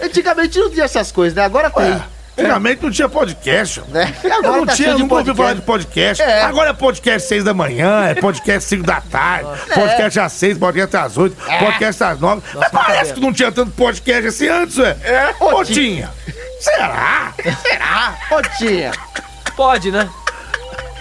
B: Antigamente não tinha essas coisas, né? Agora tem.
D: É. antigamente não tinha podcast. ó.
B: Né? E
D: Eu
B: agora
D: não
B: tá
D: tinha,
B: cheio
D: eu
B: de
D: nunca ouvi falar
B: podcast.
D: de podcast.
B: É.
D: Agora é podcast 6 da manhã, é podcast 5 da tarde, podcast às 6, podcast às 8, podcast às 9. Mas parece que não tinha tanto podcast assim antes, ué. É. Ou tinha? Será?
B: Ô, tia.
C: Pode, né?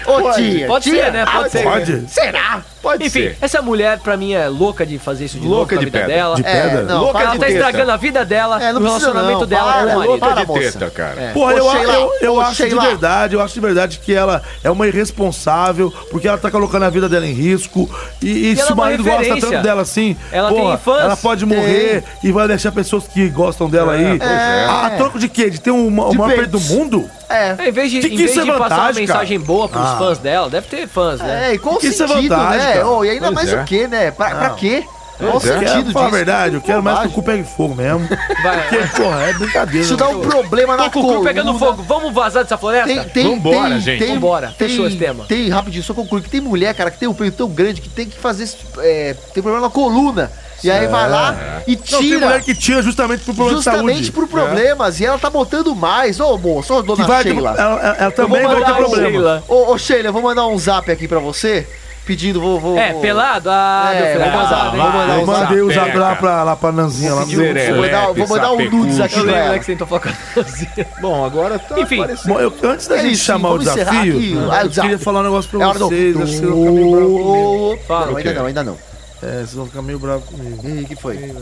B: Ô, tia.
C: Pode
B: tia.
C: ser, né? Pode ser.
D: Ah, Pode?
A: Pode
C: Enfim,
A: ser.
C: essa mulher, pra mim, é louca de fazer isso de
A: Louca
C: novo
A: de
C: na vida
A: pedra.
C: dela.
D: De pedra?
B: É, não,
A: Louca
B: para
C: Ela
A: de
C: tá
B: com
A: teta.
C: estragando a vida dela,
B: É, não
C: o
B: precisa
C: relacionamento
B: não,
C: dela
B: para, é,
C: com o marido.
B: para.
A: de
B: moça.
A: teta, cara.
D: Porra,
B: Ô,
D: eu,
B: Sheila,
D: eu, eu
B: ô,
D: acho
B: Sheila.
D: de verdade, eu acho de verdade que ela é uma irresponsável, porque ela tá colocando a vida dela em risco. E, e
C: ela
D: se
C: é
D: o
C: uma
D: marido gosta
C: referência.
D: tanto dela assim,
C: Ela tem fãs.
D: ela pode morrer e vai deixar pessoas que gostam dela aí. A, a troco de quê? De ter um, o maior peito do
B: peitos.
D: mundo?
B: É.
C: Em vez de,
D: Que
C: em
D: que
C: vez
D: isso é
C: de passar uma
D: vantagem, cara?
C: mensagem boa pros
D: Ah.
C: fãs dela, deve ter fãs, né?
B: É, e com
D: Isso é
B: sentido,
D: vantagem,
B: né?
D: cara.
B: Ô, e ainda
A: Pois
B: mais
A: é.
B: o quê, né? Pra, pra quê? Qual o
A: é.
D: Quero
B: sentido
D: falar a
B: disso?
D: verdade, eu quero mais que o cu
B: Bobagem.
D: pegue fogo mesmo.
C: Vai.
D: Porque, porra, é brincadeira.
B: Isso dá um problema na
C: Tô com o cu
B: coluna.
C: pegando fogo, vamos vazar dessa floresta?
B: Tem, tem,
A: Vambora,
B: tem,
A: gente.
B: Tem,
C: Vambora, fechou
B: tem,
C: esse tema.
B: Tem, rapidinho, só concluir que tem mulher, cara, que tem um peito tão grande que tem que fazer. esse, É, tem problema na coluna. E aí vai lá e
D: Não, tem
B: tira.
D: mulher que tira justamente por problema de
B: justamente
D: saúde. É.
B: por problemas. E ela tá botando mais. Ô, moço, ô,
D: Que
B: dona
D: vai ter-
B: Sheila.
D: ela, ela- ela também
C: vou
D: vai ter
C: mandar a
D: problema.
C: Sheila.
B: Ô, ô, Sheila, eu vou mandar um zap aqui pra você. Pedindo, vou. vou
C: É,
B: vou-
C: pelado? Ah,
B: É,
C: meu filho,
B: vou
A: mandar, vou
C: pesado, hein?
A: mandar.
D: Eu
A: Sapeca.
D: mandei o zap lá pra, lá pra Nanzinha lá. no-
A: Zerelepe,
B: vou dar- vou mandar um
A: sapecu.
B: nudes aqui.
C: Eu lembro
B: Ela.
C: né, que você tentou falar com a Nanzinha.
J: Bom, agora tá
C: Enfim.
J: aparecendo.
D: Bom, eu- antes da
B: É
D: gente
B: isso,
D: chamar o
B: vamos encerrar
D: desafio,
B: aqui o-
D: eu
B: ah, o
D: queria
B: desafio.
D: falar um negócio
B: É
D: pra
B: hora do.
D: vocês. acho que vocês vão ficar meio bravo comigo.
B: Opa,
C: Fala,
B: não, ainda
A: ok.
B: não, ainda não.
D: É, vocês vão ficar meio bravos comigo.
B: Ih, que foi?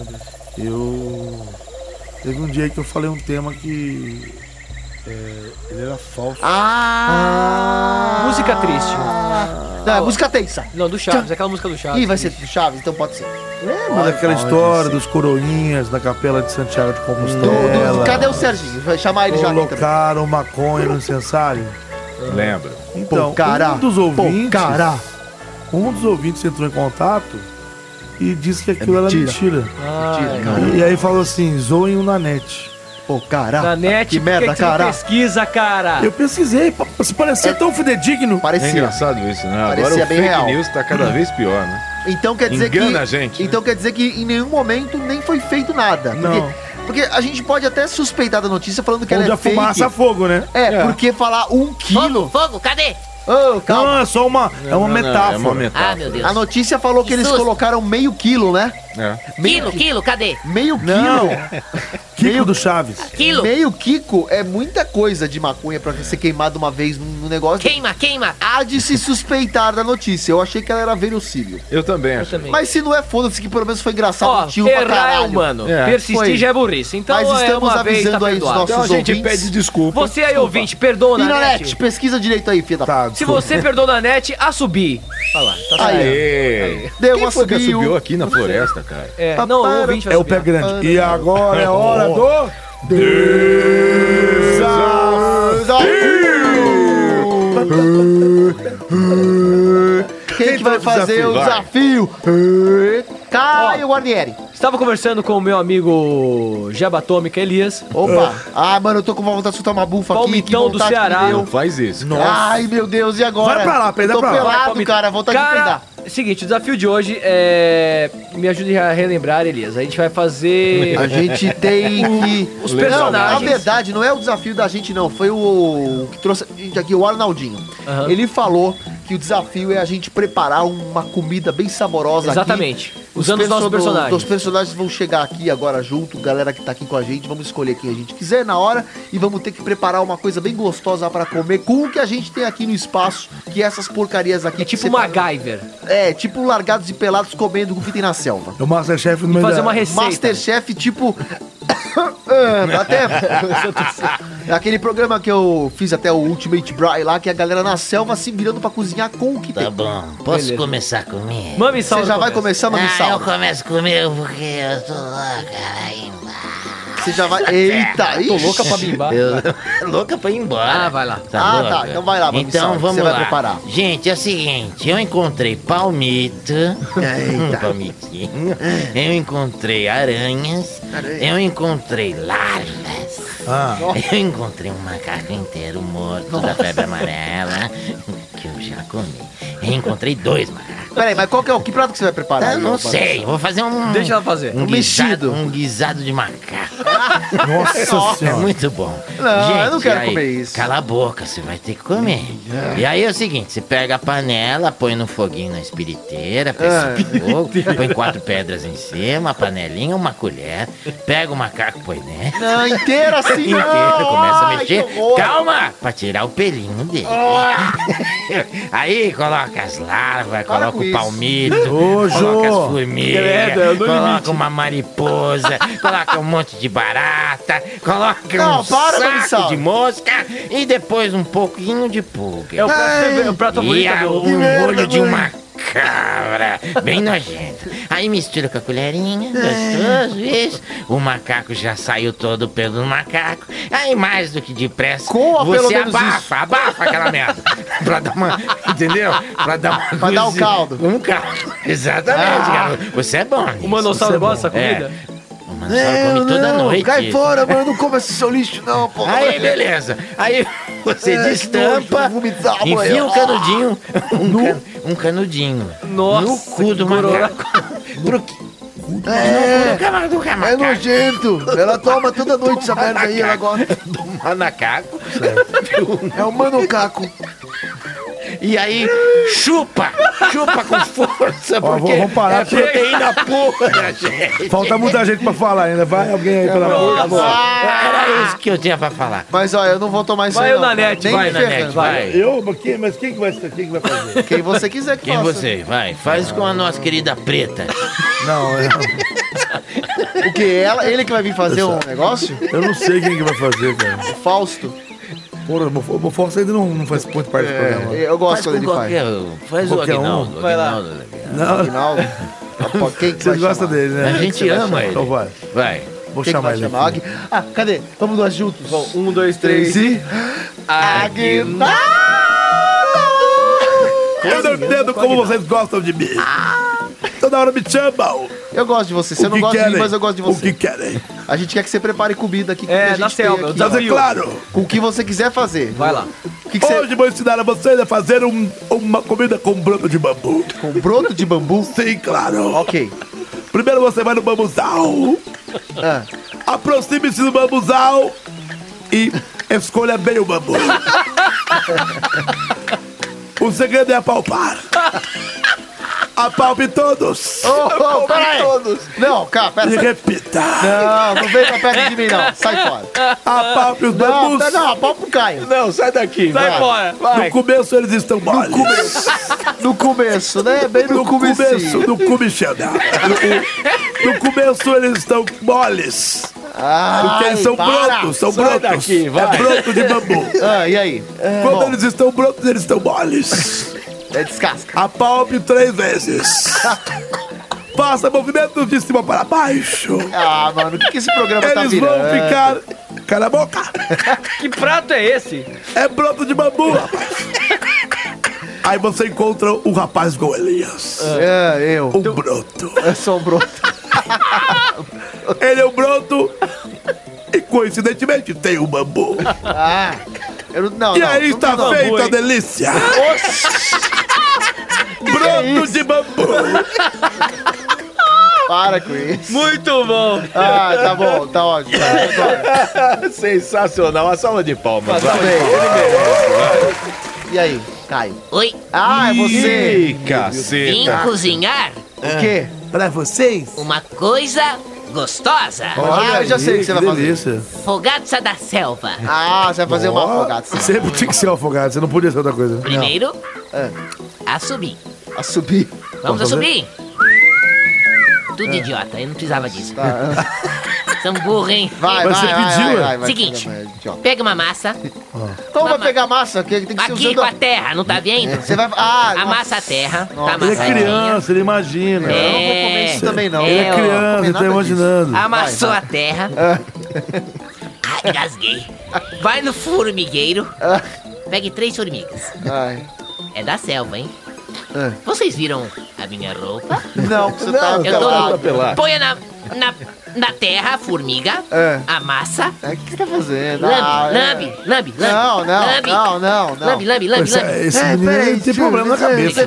D: Eu. Teve um dia que eu falei um tema que. é, ele era falso.
B: Ah!
C: Música triste.
B: Não, é música tensa.
C: Não, do Chaves, aquela música do Chaves.
B: Ih, vai ser Chaves, então pode ser.
D: Ah, Mas aquela história dos coroinhas na capela de Santiago de Compostela.
B: Cadê o Serginho? Vai chamar ele já aqui também.
D: Colocaram maconha no incensário.
A: Lembro.
D: Então,
B: Pocará.
D: um dos ouvintes.
B: Pocará.
D: Um dos ouvintes entrou em contato e disse que aquilo era É mentira.
B: Mentira, cara.
D: E, aí falou assim: zoem o Nanete.
B: Pô, caralho.
C: Na net,
B: que
C: por
B: merda,
C: que você não
B: cara.
C: pesquisa, cara.
D: Eu pesquisei, pa- se parecia tão fidedigno.
A: É
B: Parecia.
A: engraçado isso, né? Agora o
B: Parecia bem
A: fake
B: real.
A: news tá cada vez pior, né?
B: Então quer dizer que.
A: Engana a gente, né?
B: Então quer dizer que em nenhum momento nem foi feito nada.
D: Não.
B: Porque, porque a gente pode até suspeitar da notícia falando que
D: Onde
B: ela
D: a
B: é fake.
D: fumaça a fogo, né?
B: É, porque falar um quilo.
H: Fogo, cadê?
B: Ô, calma.
D: Não, é só uma, é uma metáfora.
A: É uma
H: Ah,
A: metáfora.
H: meu Deus.
B: A notícia falou que
H: Que
B: eles
H: susto.
B: colocaram meio quilo, né?
A: É.
H: Quilo, quilo, cadê?
B: Meio quilo.
D: Não. Kiko do Chaves.
H: Quilo.
B: Meio Kiko é muita coisa de maconha pra ser queimado uma vez num num negócio.
H: Queima, queima.
B: Há de se suspeitar da notícia. Eu achei que ela era verossímil.
A: Eu também
C: Eu
A: acho.
C: também.
B: Mas se não é, foda-se, que pelo menos foi engraçado.
C: Ó,
B: tio pra
C: errar é
B: caralho.
C: humano.
A: É.
C: Persistir
B: Foi.
C: já é burrice. Então
B: Mas
C: é
B: estamos
C: uma vez,
B: avisando
C: tá
B: aí os
C: perdoado.
B: nossos
A: Então a gente
B: ouvintes.
A: pede desculpa.
C: Você aí, ouvinte, perdoa na
B: Pinanete,
C: net.
B: pesquisa direito aí, filha.
D: Tá,
C: Se
D: desculpa.
C: você perdoa na net, a subir. Olha lá, tá
B: Aí,
C: certo.
A: Ei,
B: Deu
A: é. quem
B: uma
A: foi que
B: subiu.
A: assobiou aqui na floresta, cara?
C: É,
B: Tá
C: não, o ouvinte vai
D: É o
C: subir.
D: pé grande. E agora é a hora do.
B: Quem que vai
D: faz o
B: fazer o desafio? Caio Guarnieri.
C: Estava conversando com o meu amigo Jabatômica Elias.
B: Opa. Ah, mano, eu tô com vontade de soltar uma bufa aqui. que
C: Palmitão do
B: vontade que me
C: Ceará.
B: deu.
A: Não faz isso.
B: Ai, meu Deus, e agora?
D: Vai pra lá, peidar
B: Tô
D: pra lá.
B: pelado, cara, vontade de
C: Cara,
B: peidar.
C: seguinte, o desafio de hoje é. Me ajude a relembrar, Elias. A gente vai fazer.
B: A gente tem que...
C: Os
B: Não,
C: personagens.
B: na verdade, não é o desafio da gente, não. Foi o, o que trouxe a gente aqui, o Arnaldinho.
C: Aham.
B: Ele falou que o desafio é a gente preparar uma comida bem saborosa
C: Exatamente.
B: aqui.
C: Usando os nossos
B: perso-
C: personagens.
B: Os personagens vão chegar aqui agora junto, galera que tá aqui com a gente. Vamos escolher quem a gente quiser na hora e vamos ter que preparar uma coisa bem gostosa pra comer com o que a gente tem aqui no espaço, que é essas porcarias aqui.
C: É
B: que
C: tipo
B: você-
C: MacGyver.
B: É, tipo largados e pelados comendo o que tem na selva.
D: É o Masterchef no meio
G: né?
C: fazer
D: da-
C: uma receita.
B: Masterchef, tipo. Ah, dá tempo. É Aquele programa que eu fiz até o Ultimate Bry lá, que a galera na selva se virando pra cozinhar com o que tá tem. Tá bom.
G: Posso começar comigo?
B: Mami Sauro Você já vai começa. começar, Mami
G: ah,
B: Sauro?
G: eu começo comigo porque eu tô louca lá embaixo.
B: Você já vai... Eita,
G: Tô
B: ixi.
G: louca pra bimbar.
C: É
G: louca pra ir embora.
B: Ah, vai lá. Ah, tá, então vai lá, Mami
G: Então
B: Sauro,
G: vamos
B: você vai
G: lá.
B: preparar.
G: Gente, é o seguinte. Eu encontrei palmito.
B: Eita.
G: Um palmitinho. Eu encontrei aranhas. Eu encontrei larvas. Eu encontrei um macaco inteiro morto da febre amarela. Que eu já comi. Eu encontrei dois macacos.
B: Peraí, mas qual que é o que prato que você vai preparar?
G: Eu Ah, não sei, vou fazer um.
C: Deixa ela fazer.
G: Um,
B: Um
G: guisado, um guisado de macaco.
B: Nossa
G: É
B: Senhora.
G: muito bom.
B: Não, eu não quero
G: aí,
B: comer isso.
G: Cala a boca, você vai ter que comer. E aí é o seguinte: você pega a panela, põe no foguinho na espiriteira, pega
B: Ah.
G: fogo, põe quatro pedras em cima, a panelinha, uma colher, pega o macaco, põe né? dentro.
B: Não, inteira assim
G: Inteiro,
B: não.
G: começa a
B: Ai, que
G: mexer.
B: horror.
G: Calma! Pra tirar o pelinho dele. Aí coloca as larvas,
B: Oh. Para
G: coloca
B: com
G: o
B: isso.
G: palmito,
D: Ô, Jô.
G: coloca as
D: Credo,
G: formigas,
D: eu dou
G: coloca
D: limite.
G: uma mariposa, coloca um monte de barata, coloca
B: Não,
G: um
B: para,
G: saco
B: Maurício.
G: de mosca e depois um pouquinho de pulga.
C: É o
B: Ah,
C: prato, é o prato
G: E
C: favorito
G: a-
C: do...
G: um molho de uma cabra, bem nojento. Aí mistura com a
B: É.
G: colherinha, gostoso, isso. O macaco já saiu todo pelo macaco. Aí mais do que depressa,
B: Com ou pelo
G: você
B: menos
G: abafa,
B: isso?
G: abafa aquela merda. pra dar uma, entendeu? Pra dar uma
B: Pra dar um
G: cozinha-
B: caldo. Ah.
G: Um caldo, exatamente, garoto. Você é bom nisso.
C: O manossauro gosta dessa
G: É.
C: comida?
G: O manossauro come
B: É,
G: toda noite. Ah,
B: Cai fora, mano. Não come esse seu lixo, não, pô. né?
G: Aí, beleza. Aí você
B: É, que nojo,
G: destampa,
B: vou vomitar amanhã.
G: enfia um canudinho, um, can- um canudinho
C: Nossa,
G: no cu do
C: que gororó.
G: macaco. Pro cu
B: É,
G: do cama- do
B: é
G: macaco.
B: nojento. Ela toma toda noite essa merda aí, ela gosta.
G: Do macaco.
B: É o mano caco.
G: E aí, chupa. Chupa com força,
D: vou-
G: porque
D: vamos parar
G: é
D: aqui.
G: proteína pura, gente.
D: Falta muita gente pra falar ainda. Vai alguém aí, pelo amor de Deus.
G: Era é isso que eu tinha pra falar.
B: Mas, ó, eu não vou tomar isso
C: Vai,
B: aí, não. tá?
C: Nanete,
B: Nem
C: vai,
B: ferrando.
G: Nanete, vai.
D: Eu? Mas quem, mas quem que vai, quem que vai fazer?
B: Quem você quiser que
G: Quem
B: faça.
G: você? Vai, faz com a nossa querida preta.
D: Não, eu,
B: O que? Ela, ele que vai vir fazer um negócio?
D: eu não sei quem que vai fazer, cara.
B: O Fausto?
D: Porra, o Mo- o Moforça ainda não, não faz muito parte do programa.
B: É, eu gosto
G: Faz
B: quando
G: com
B: ele faz.
G: qualquer um. Faz o
D: Qualquer um.
G: Aguinaldo.
C: Vai lá.
G: Aguinaldo é legal.
D: Não,
B: Aguinaldo? Pô, Quem que
D: vocês
B: vai
D: gostam
B: chamar?
D: dele, né?
G: A gente ama ele.
D: Então vai.
G: Vai.
B: Quem
D: Vou
B: que
D: chamar
B: vai
D: ele.
B: chamar?
D: aqui.
B: Agui- Ah, cadê? Vamos nós juntos.
C: Bom, um, dois,
B: Três
C: três e...
B: e...
D: Eu não entendo como vocês gostam de mim. Toda hora me chamam.
B: Eu gosto de Ah! você. Você
D: O
B: não
D: que
B: gosta de mim,
D: querem?
B: mas eu gosto de
D: O que
B: você.
D: querem?
B: A gente quer que você prepare comida aqui. que
C: É,
B: a gente
C: na
B: tem
C: selva,
B: aqui,
C: eu
D: Mas
B: ó.
D: é claro.
B: Com o que você quiser fazer.
C: Vai lá.
B: O que, que você...
D: Hoje vou ensinar a vocês a fazer um- uma comida com um broto de bambu.
B: Com broto de bambu?
D: Sim, claro.
B: Ok.
D: Primeiro você vai no bambuzal.
B: Ah.
D: Aproxime-se do bambuzal e escolha bem o bambu. o segredo é apalpar. Apalpe todos
B: Oh, oh, peraí. Não, cara, pera.
D: e
B: sai-
D: repita.
B: Não, não vem pra perto de mim, não. Sai fora.
D: Apalpe os
B: Não,
D: bambus.
B: pera, não, pau pro Caio.
J: Não, sai daqui.
C: Sai fora.
D: No começo eles estão moles. No começo.
B: No começo, né? Bem no,
D: No
B: começo.
D: começo, no começo. No começo eles estão moles. Porque eles são brotos, são brotos. é broto de bambu.
B: Ah, e aí?
D: Quando eles estão brotos, eles estão moles.
B: É descasca.
D: Apalpe três vezes. Faça movimentos de cima para baixo.
B: Ah, mano, o que, que esse programa tá
D: Eles
B: virando?
D: vão ficar. Cala a boca!
C: Que prato é esse?
D: É broto de bambu, rapaz! Aí você encontra o rapaz com Elias.
B: É, eu.
D: Um broto.
B: Eu sou um broto.
D: Ele é um broto e coincidentemente tem um bambu.
B: Ah, eu não. não
D: e
B: não,
D: aí
B: não
D: tá está
B: dá, não.
D: feita a
C: hein?
D: delícia.
B: Que
D: broto
B: isso?
D: de bambu.
B: Para com isso.
C: Muito bom.
B: Ah, tá bom, tá ótimo. Tá ótimo.
J: Sensacional, uma salva de palmas.
B: Tá bem. E aí, Caio?
G: Oi,
B: Ah, é você.
A: Ih,
G: vim
A: caceta.
G: cozinhar
B: O quê?
D: Para vocês?
G: uma coisa gostosa.
B: Ah, eu já sei o que você vai fazer.
D: delícia.
G: Fogaça da selva.
B: Ah, você vai fazer uma
D: Ó,
B: afogada.
D: Sempre tinha que ser um afogado, você não podia ser outra coisa.
G: Primeiro, assumir.
B: A subir.
G: Vamos
D: Vamos
K: Ah.
G: assumir. Tudo idiota, eu não precisava disso.
L: São um burro, hein?
K: Tá. Vai, Mas vai, você vai, pediu, vai, é? vai, vai,
L: Seguinte,
K: vai, vai, idiota.
L: pega uma massa.
K: Como vai pegar massa? Que tem que ser
L: Aqui com a terra, não tá vendo?
K: Você vai- ah,
L: Amassa a terra,
D: Ele
L: tá
D: é
L: amassadinha.
D: criança, ele imagina.
L: É, Eu não vou comer isso também, não.
D: Ele
L: é,
D: é
L: ó, Ah,
D: criança,
L: comer
D: ele tá
L: nada
D: imaginando.
L: Amassou a terra. Ai, Engasguei. Vai no formigueiro. Pegue três formigas. É da selva, hein?
K: É.
L: Vocês viram a minha roupa?
K: Não, você tá
L: Eu tô
K: pelado.
L: Põe na, na, na terra a formiga,
K: É.
L: amassa.
K: O que você tá fazendo?
L: Lambe,
K: Ah, é.
L: lambe, lambe, lambe.
K: Não, não,
L: lambe.
K: não, não, não.
L: Lambe, lambe, lambe,
D: Esse-
L: lambe.
D: esse É, menino, peraí, ele tem tio, problema na
B: é
D: você- cabeça.
L: é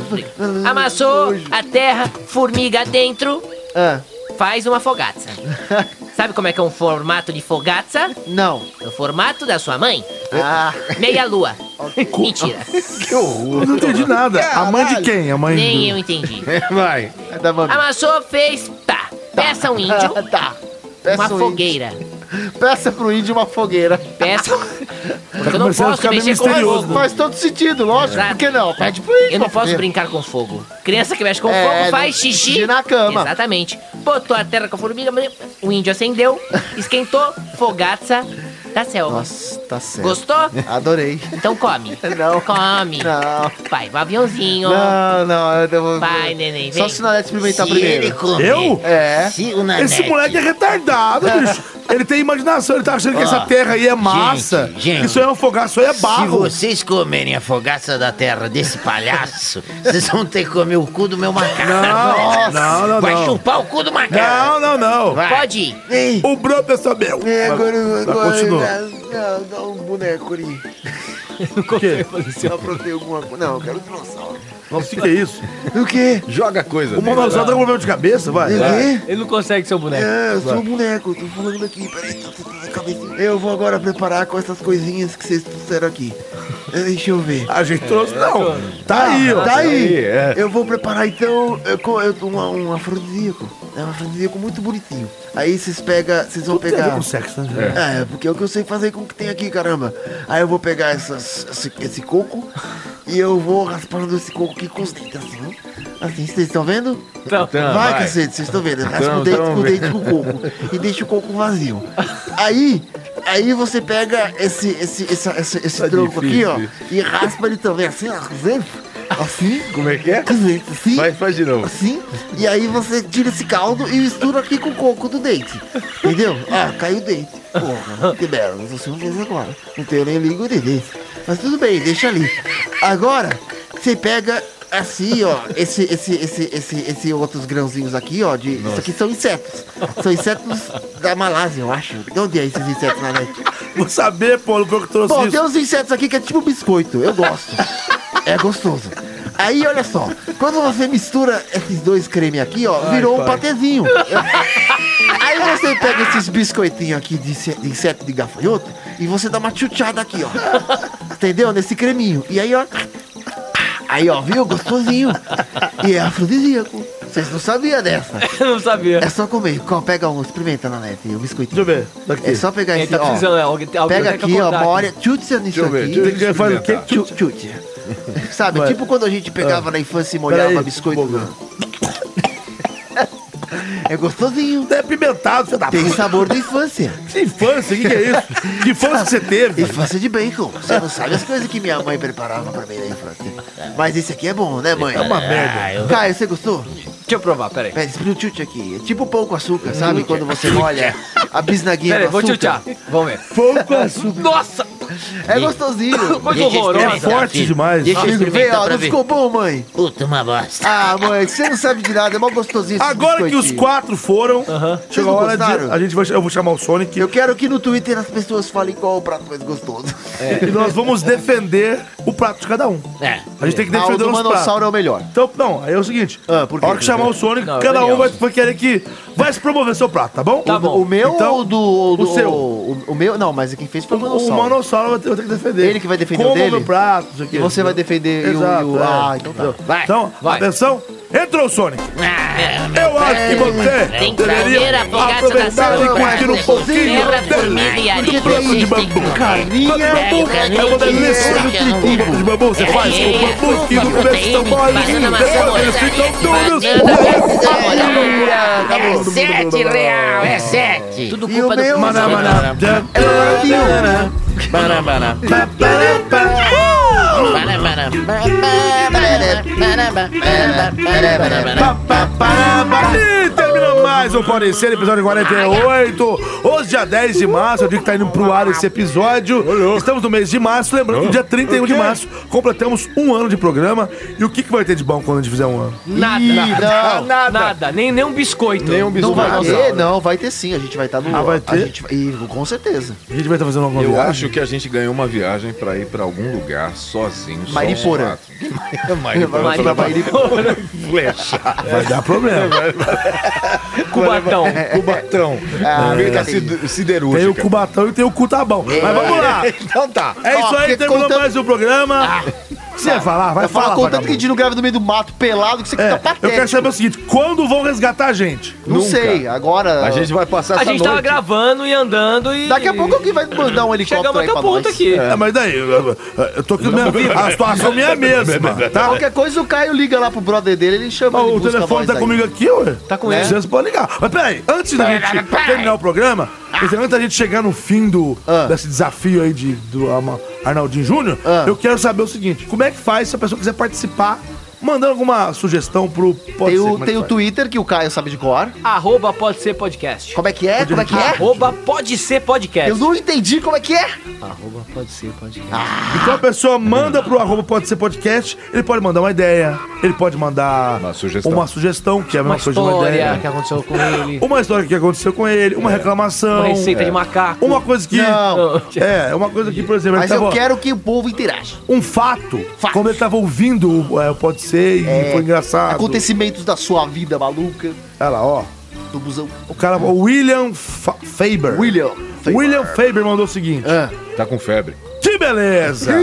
L: Amassou a terra, formiga dentro,
K: Ah,
L: faz uma fogata. Sabe como é que é um formato de fogata?
K: Não.
L: É o formato da sua mãe?
K: Ah.
L: Meia lua. Mentira.
D: Que horror. Eu não entendi nada. A mãe de quem? A mãe
L: Nem
D: do-
L: eu entendi.
D: Vai.
K: É da mamãe.
L: Amassou, fez, tá. Peça um índio.
K: Tá.
L: uma
K: um índio.
L: fogueira.
K: Peça pro índio uma fogueira.
L: Peça. Porque eu não
D: Tá começando a
L: posso
D: ficar meio
L: mexer com
D: misterioso,
L: fogo.
D: né?
K: Faz todo sentido, lógico.
L: Exato.
K: Por que não? tipo Pede pro índio.
L: Eu não
K: uma
L: posso
K: fogueira.
L: brincar com fogo. Criança que mexe com
K: É,
L: fogo
K: não-
L: faz xixi.
K: xixi na cama.
L: Exatamente. Botou a terra com a formiga, o índio acendeu, esquentou, fogaça da selva.
K: Nossa, tá certo.
L: Gostou?
K: Adorei.
L: Então come.
K: Não.
L: Come.
K: Não.
L: Vai, vai aviãozinho.
K: Não, não, eu devo.
L: Vai, neném, vem.
K: Só se o Nanete experimentar
L: Se
K: primeiro.
L: ele comer,
D: Eu?
K: É.
L: se o Nanete-
D: Esse moleque é retardado, bicho. Ele tem imaginação, ele tá achando que
L: Ó,
D: essa terra aí é massa.
L: gente, gente.
D: Isso aí é um fogaço, isso aí é
L: Se
D: barro.
L: vocês comerem a fogaça da terra desse palhaço, vocês vão ter que comer o cu do meu macaco.
D: Não, não, não,
L: Vai
D: não.
L: chupar o cu do macaco.
D: Não, não, não.
L: Vai. Pode ir.
D: O broto é só meu.
K: É, agora,
D: Vai,
K: agora
E: né?
D: continua.
K: Dá, dá um boneco ali.
D: O quê?
K: Eu aprontei alguma coisa. Não, eu quero um dinossauro.
D: Nossa, o que é isso?
K: O quê?
B: Joga coisa.
D: O
B: nele.
D: monossauro tá com problema de cabeça, vai.
K: quê?
E: Ele não consegue ser o boneco.
K: É, eu sou um boneco, tô falando aqui, peraí, tá tudo na cabecinha. Eu vou agora preparar com essas coisinhas que vocês trouxeram aqui. Eh, Deixa eu ver.
D: A gente trouxe, não. Tá aí, ó.
K: Tá aí.
B: Aí, é.
K: Eu vou preparar então eu, co- eu, um, um afrodisíaco. É um afrodisíaco muito bonitinho. Aí vocês pegam. Vocês vão
D: Tem a ver
K: pegar.
D: com sexo, né?
K: É, porque é o que eu sei fazer com o que tem aqui, caramba. Aí eu vou pegar essas, esse, esse coco e eu vou raspando esse coco aqui com os dentes, assim. ó. Assim, vocês estão vendo?
E: Então,
B: Então,
K: vai,
B: vai. Então,
K: cacete, vocês estão vendo. Raspa
B: Tão,
K: o dente
B: tão
K: com o
B: vendo.
K: dente com o coco. E deixa o coco vazio. Aí, aí você pega esse, esse, essa- essa- esse tronco aqui,
B: Tá difícil
K: ó, e raspa ele também, assim, ó, com os dentes. Assim.
B: Como é que é?
K: Com os dentes, assim.
B: Vai, faz de novo.
K: Assim, e aí você tira esse caldo e mistura aqui com o coco do dente. Entendeu? Ah, caiu o dente. Porra, que belo, mas você não fez agora. Não tenho nem língua de dente. Mas tudo bem, deixa ali. Agora, você pega assim, ó, esse, esse, esse, esse, esse outros grãozinhos aqui, ó, de. Isso aqui são insetos. São insetos da Malásia, eu acho. De onde é esses insetos, Nanete?
D: Vou saber, pô, não foi eu que trouxe
K: Bom,
D: isso.
K: tem uns insetos aqui que é tipo biscoito. Eu gosto. é gostoso. Aí, olha só. Quando você mistura esses dois cremes aqui, ó, virou um patezinho. Aí você pega esses biscoitinhos aqui de, inse- de inseto de gafanhoto e você dá uma chuchada aqui, ó. Entendeu? Nesse creminho. E aí, ó. Aí, ó, viu? Gostosinho. E é afrodisíaco. Vocês não sabiam dessa.
E: eu não sabia.
K: É só comer. Co- Pega um, experimenta na net, o
D: Deixa eu
K: biscoitinho.
D: ver. Daqui.
K: É só pegar
E: Ele
K: esse,
E: tá
K: ó.
E: precisando, é, alguém, alguém
K: Pega
E: tem que
K: aqui, ó,
E: acordar
K: uma hora, chuta nisso
B: eu ver,
K: aqui.
B: deixa eu ver.
D: Tem que fazer o quê?
B: experimentar. Ah.
K: Tchut, tchut. Sabe,
D: Vai.
K: tipo quando a gente pegava na infância e molhava
D: Peraí,
K: biscoito.
D: boca.
K: no- É gostosinho.
D: É pimentado, você dá
B: Tá
K: Tem sabor de infância.
D: Que infância, o que, que é isso? Que infância que você teve?
B: é
K: Infância de bacon. Você não sabe as coisas que minha mãe preparava pra mim na infância. Mas esse aqui é bom, né, mãe? É uma
D: merda.
K: Caio, você gostou?
E: Deixa eu provar, peraí.
K: Pera, explica o chute aqui. É tipo pão com açúcar, sabe? Quando você molha a bisnaguinha
E: Peraí,
K: no
E: vou
K: açúcar.
E: chutear. Vamos ver.
D: Pão com açúcar.
E: Nossa!
K: É gostosinho.
E: Coisa
G: Deixa eu
E: horrorosa.
D: É
G: experimentar,
D: forte
G: filho.
D: demais.
G: Deixa eu
K: Amigo, vê,
B: tá
G: experimentar
K: ó,
G: pra
K: não
G: ver.
K: ficou bom, mãe?
G: Puta, uma bosta.
K: Ah, mãe, você não sabe de nada, é mó gostosinho esse
D: Agora que os
K: biscoitinho.
D: quatro foram,
K: Vocês
D: chegou
K: não
D: a hora de.
K: gostaram?
D: A gente vai, eu vou chamar o Sonic
K: Eu quero que no Twitter as pessoas falem qual é o prato mais gostoso.
D: e nós vamos defender o prato de cada um.
G: É.
D: A gente tem que
K: Ah, o do
D: defender os pratos.
K: Manossauro é o melhor.
D: Então, não, aí é o seguinte:
K: Ah, por quê?
D: a hora que chamar o Sonic,
E: Não, é
D: cada um
E: Daniel.
D: vai, vai querer que. Vai se promover seu prato, tá bom?
E: Tá
D: O-
E: bom.
K: O meu
D: Então,
K: ou do, ou do-
D: o seu.
K: O, o meu, não, mas quem fez
D: O,
K: foi o
D: o
K: Manossauro.
D: Manossauro vai ter, vai ter que defender.
K: Ele que vai defender o
D: Como
K: dele?
D: meu prato, isso aqui.
K: E você vai defender e o-
D: Exato,
K: e o.
D: é.
K: Ah, então tá.
G: Vai.
D: Então,
E: Vai.
D: atenção, entrou o Sonic.
G: Ah, meu
D: Eu acho que
G: Tem
D: você
G: que fazer
D: deveria
G: a fogaça da
D: aproveitar e
G: selva
D: curtir um
G: com
D: pouquinho
G: terra, formiga e
D: do- do
G: areia.
D: plano de
G: Vocês têm que
D: bambu.
G: comer.
D: Plano de bambu é uma delícia.
G: É,
D: O plano de bambu você
G: é, um
D: faz com o
G: é,
D: Muque no começo estão molinhos, depois ficam duros.
L: É sete real, é sete. Tudo culpa do...
D: Maná, maná.
L: Maná, maná.
D: E terminou mais um Pode Ser, episódio 48. Hoje, dia 10 de março, é o dia que tá indo pro ar esse episódio. Estamos no mês de março. Lembrando que dia 31 de março completamos um ano de programa. E o que, que vai ter de bom quando a gente fizer um ano?
C: Nada,
B: Ih,
C: nada,
B: não.
C: nada, nem, nem um biscoito.
B: Nem um biscoito. Não vai ter, não, vai ter sim. A gente
K: tá
B: vai estar no.
A: Ah, vai
B: A
A: ter?
B: gente, vai- e, com certeza.
D: A gente vai estar fazendo alguma
A: Eu
B: viagem?
A: acho que a gente ganhou uma viagem pra ir pra algum lugar sozinho. só
B: Mariporã.
A: os quatro. Mariporã.
B: Mariporã.
A: Mariporã. Flecha.
D: Vai dar problema.
A: Cubatão. Cubatão.
D: Ah,
A: Feita
D: tem.
A: cid- siderúrgica.
D: Tem o Cubatão e tem o Cutabão. Mas vamos lá.
A: então tá.
D: É isso
B: Ó,
D: aí,
B: porque
D: terminou
B: conta-
D: mais o programa. O que você vai falar? Vai
B: Vai falar
D: falar,
B: contando que a
D: vagabundo.
B: gente não grava no meio do mato pelado, que você
K: tá
D: É,
B: fica tá patético.
D: eu quero saber o seguinte, quando vão resgatar a gente?
B: Não
D: Nunca.
B: sei, agora.
D: A gente vai passar
C: A
D: essa
C: gente tava
D: noite.
C: gravando e andando e.
B: Daqui a pouco alguém vai mandar um helicóptero
C: Chegamos
B: aí
C: até
B: pra
C: o ponto
B: nós.
C: aqui.
D: É, mas daí, eu, eu- eu tô aqui no
B: Não,
D: meu... A situação minha é a mesma, tá?
B: Qualquer coisa, o Caio liga lá pro brother dele, ele chama.
D: Ó, o telefone tá comigo aqui, ué. Tá
B: com ele.
D: Vocês podem ligar. Mas peraí, antes da gente terminar o programa, quer dizer, antes da gente chegar no fim do,
B: Ah.
D: desse desafio aí de, do Ama- Arnaldinho Júnior, eu quero saber o seguinte: como é que faz se a pessoa quiser participar? Mandando alguma sugestão pro.
B: Tem
D: é
B: o, tem o Twitter que o Caio sabe de cor.
C: Arroba pode ser podcast.
B: Como é que é? Como é que é?
C: Arroba pode ser podcast.
B: Eu não entendi como é que é.
C: Arroba pode ser podcast.
D: Então a pessoa manda pro arroba pode ser podcast, ele pode mandar uma ideia, ele pode mandar uma sugestão, que é a mesma
C: Uma
D: coisa de uma
C: história
D: ideia.
C: que aconteceu com ele.
D: Uma história que aconteceu com ele, uma reclamação.
C: Uma receita
D: É.
C: de macaco.
D: Uma coisa que. É, uma coisa que, por exemplo. ele
B: Mas eu
D: tava-
B: quero que o povo interaja.
D: Um fato, Como ele tava ouvindo, é, pode ser, e
B: É.
D: foi engraçado.
B: Acontecimentos da sua vida maluca.
D: Olha lá, ó.
B: Do busão.
D: O cara, o William Fa- Faber.
B: William Faber.
D: William Faber mandou o seguinte.
A: Tá com febre.
D: Que beleza!
A: Que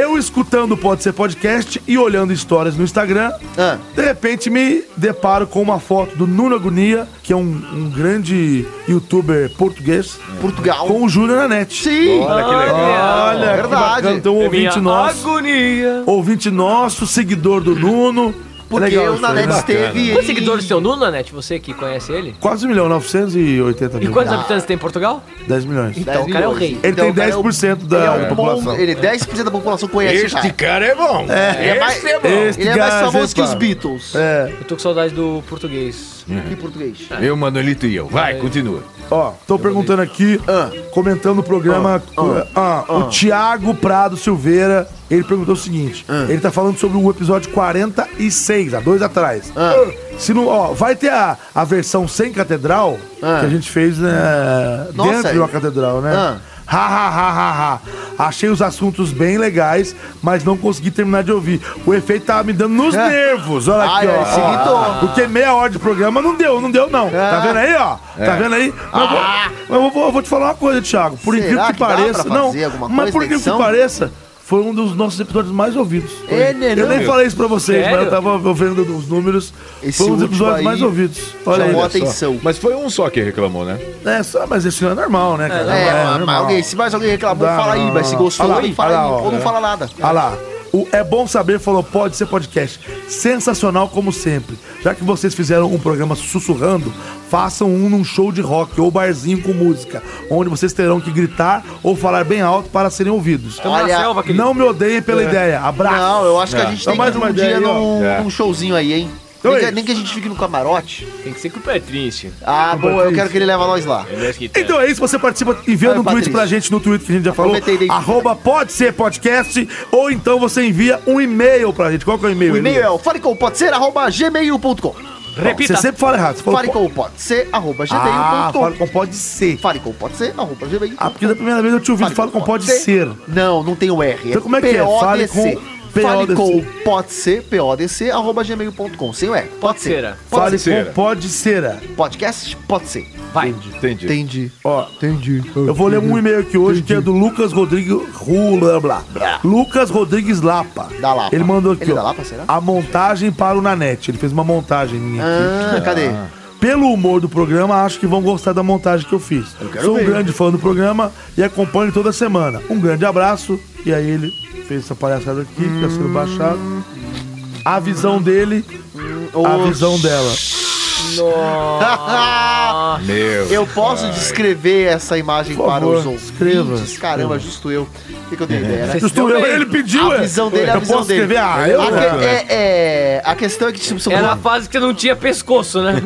D: Eu escutando Pode Ser Podcast e olhando histórias no Instagram,
B: Ah,
D: de repente me deparo com uma foto do Nuno Agonia, que é um, um grande youtuber português.
B: Portugal.
D: Com o Júnior na net.
B: Sim!
D: Olha que legal! Olha, que bacana. Então, um ouvinte nosso.
C: É Agonia.
D: Ouvinte nosso, seguidor do Nuno.
C: Porque
D: Legal
C: o
D: isso aí, é
C: Nanete
D: bacana.
C: esteve. Quantos seguidores tem o Nuno, Nanete? Você que conhece ele?
D: Quase 1 milhão, 980
C: E
D: mil.
C: quantos habitantes tem em Portugal?
D: 10 milhões.
C: Então, o cara é o rei.
D: Ele
C: Então,
D: tem
C: o cara é o-
D: 10% da
B: um ele é um
D: população.
B: bom, ele é 10% da população conhece
D: Este cara é bom.
B: É. Ele é mais,
D: Este é bom.
B: Ele é
D: Este
B: mais
D: cara,
B: famoso
D: você
B: que os
D: fala.
B: Beatles.
D: É.
C: Eu tô com saudade do português.
D: Uhum.
B: Que português?
A: Eu, Manolito e eu.
B: É.
A: Vai, continua.
D: Ó, tô perguntando aqui, comentando o programa. ah,
A: ah.
D: O Tiago Prado Silveira, ele perguntou o seguinte: ele tá falando sobre o episódio 46, há dois atrás. Se não, ó, vai ter a, a versão sem catedral, que a gente fez né,
B: Nossa,
D: dentro de uma catedral, né?
B: Ah.
D: Ha, ha, ha, ha, ha. Achei os assuntos bem legais, mas não consegui terminar de ouvir. O efeito tava me dando nos nervos. Olha aqui,
B: Ah,
D: ó.
B: é, se irritou.
D: Porque meia hora de programa não deu, não deu, não. Tá vendo aí, ó?
B: É. Ah.
D: Tá vendo aí? Mas eu vou- mas eu, vou, eu vou te falar uma coisa, Thiago. Por
B: Será
D: incrível que,
B: que dá
D: pareça.
B: pra
D: não,
B: fazer alguma
D: mas
B: coisa
D: por
B: na
D: incrível
B: edição?
D: que pareça, foi um dos nossos episódios mais ouvidos. Foi.
B: É, né,
D: eu
B: não?
D: nem falei isso pra vocês,
B: Sério?
D: mas eu tava vendo os números. foi um dos episódios mais ouvidos. Olha aí.
A: Mas foi um só que reclamou, né?
D: É, só, mas esse não é normal, né, cara?
B: É,
D: Não
B: mas
D: normal.
B: alguém- se mais alguém reclamou,
D: Dá,
B: fala aí,
D: não,
B: mas se gostou,
D: Olha lá,
B: aí fala
D: olha
B: aí,
D: lá,
B: ou não
D: ó.
B: fala nada.
D: Olha lá. O É Bom Saber falou, pode ser podcast. Sensacional como sempre. Já que vocês fizeram um programa sussurrando, façam um num show de rock ou barzinho com música, onde vocês terão que gritar ou falar bem alto para serem ouvidos.
B: Estamos na Olha- selva, querido.
D: não me odeiem pela
B: É.
D: ideia. Abraço.
B: Não, eu acho que a gente tem que ir um dia
D: aí, ó. É.
B: num, num showzinho aí, hein?
D: Então
B: nem,
D: é
B: que, nem que a gente fique no camarote.
C: Tem que ser com o é Patrício.
B: Ah,
D: Com o
B: bom, eu
D: Patrício.
B: quero que ele leve nós lá.
D: Então é isso, você participa enviando
B: Ai,
D: um tweet
B: Patrícia.
D: pra gente no Twitter que a gente já falou.
B: Aproveitei, dei-
D: Arroba pode ser podcast, ou então você envia um e-mail pra gente. Qual que é o e-mail?
B: O e-mail é
D: Elias?
B: o farecompodser.gmail.com
D: Repita. você sempre fala errado, você falou
B: um
D: Ah,
B: Farecompodser.gmail.com
D: fala com pode ser.
B: Farecompodser.gmail.com
D: Ah, porque da primeira vez eu te ouvi, fala com pode ser.
B: Não, não tem o R.
D: Então como é que é? Fale
B: PODC.
D: com
B: Fale com
D: PODC.
B: pode ser, PODC, arroba gmail.com. Sem o R. Pode ser.
D: Fale
B: Pode ser.
D: com pode ser.
B: Podcast? Pode ser.
C: Vai.
A: Entendi.
B: Entendi.
D: Ó,
B: entendi.
D: Eu vou ler um e-mail aqui hoje que é do Lucas Rodrigues Rula, blá. Lucas Rodrigues Lapa. Da
B: Lapa.
D: Ele mandou aqui,
B: Ele
D: ó.
B: da Lapa, será?
D: A montagem para o Nanete. Ele fez uma montagem minha aqui.
B: Ah, cadê?
D: pelo humor do programa, acho que vão gostar da montagem que eu fiz.
B: quero
D: Sou um
B: ver.
D: grande fã do programa e acompanho toda semana. Um grande abraço. E aí ele fez essa palhaçada aqui, que tá sendo baixado. A visão dele, a visão dela.
A: Meu.
B: eu posso descrever essa imagem
D: Por
B: para
D: favor,
B: os ouvintes?
D: escreva, É.
B: Caramba, justo eu. O que, que eu dei ideia, né?
D: Justo eu, ele pediu,
B: A
D: é.
B: visão dele, a
D: Eu
B: visão
D: posso
B: dele.
D: escrever? Ah, eu
B: a, que-
D: não.
B: é, é, a questão é que tipo, são
C: Era a
B: duas-
C: fase que você não tinha pescoço, né?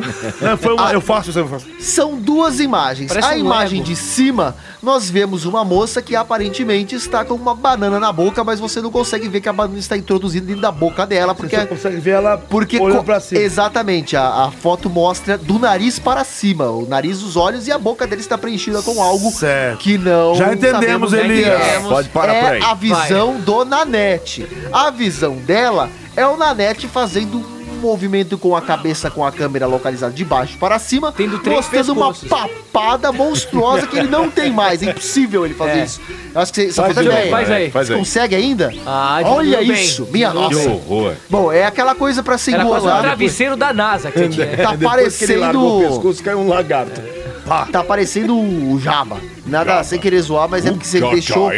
D: Não, é, foi uma- eu faço, eu faço.
B: São duas imagens.
C: Parece
B: a
C: um
B: imagem
C: Lego.
B: de cima, nós vemos uma moça que aparentemente está com uma banana na boca, mas você não consegue ver que a banana está introduzida dentro da boca dela, porque
D: Você consegue ver ela
B: porque
D: olhando
B: co-
D: pra cima.
B: Exatamente, a, a foto mostra do nariz para cima, o nariz, os olhos e a boca dele está preenchida com algo que não.
D: Já entendemos,
B: sabemos o que
D: Elias.
B: é.
D: Pode parar
B: é
D: por aí.
B: A visão do Nanete. A visão dela é o Nanete fazendo um movimento com a cabeça com a câmera localizada de baixo para cima, Tendo
C: três
B: mostrando uma
C: pescoços.
B: papada monstruosa que ele não tem mais. É impossível ele fazer
C: É.
B: isso. Eu acho que você só
C: Faz
B: faz
C: de novo,
B: ideia.
C: faz aí.
B: Você consegue ainda?
C: Ah,
B: Olha
C: diminuiu bem.
B: isso, minha
C: Diminuiu
B: nossa.
C: bem.
A: horror.
B: Bom, é aquela coisa pra se
C: Era quase um
B: enrolar. né,
C: travesseiro da NASA que tinha.
B: Tá parecendo.
J: pescoço, caiu um lagarto.
B: Tá parecendo o Jabba. Nada sem querer zoar, mas é porque você deixou.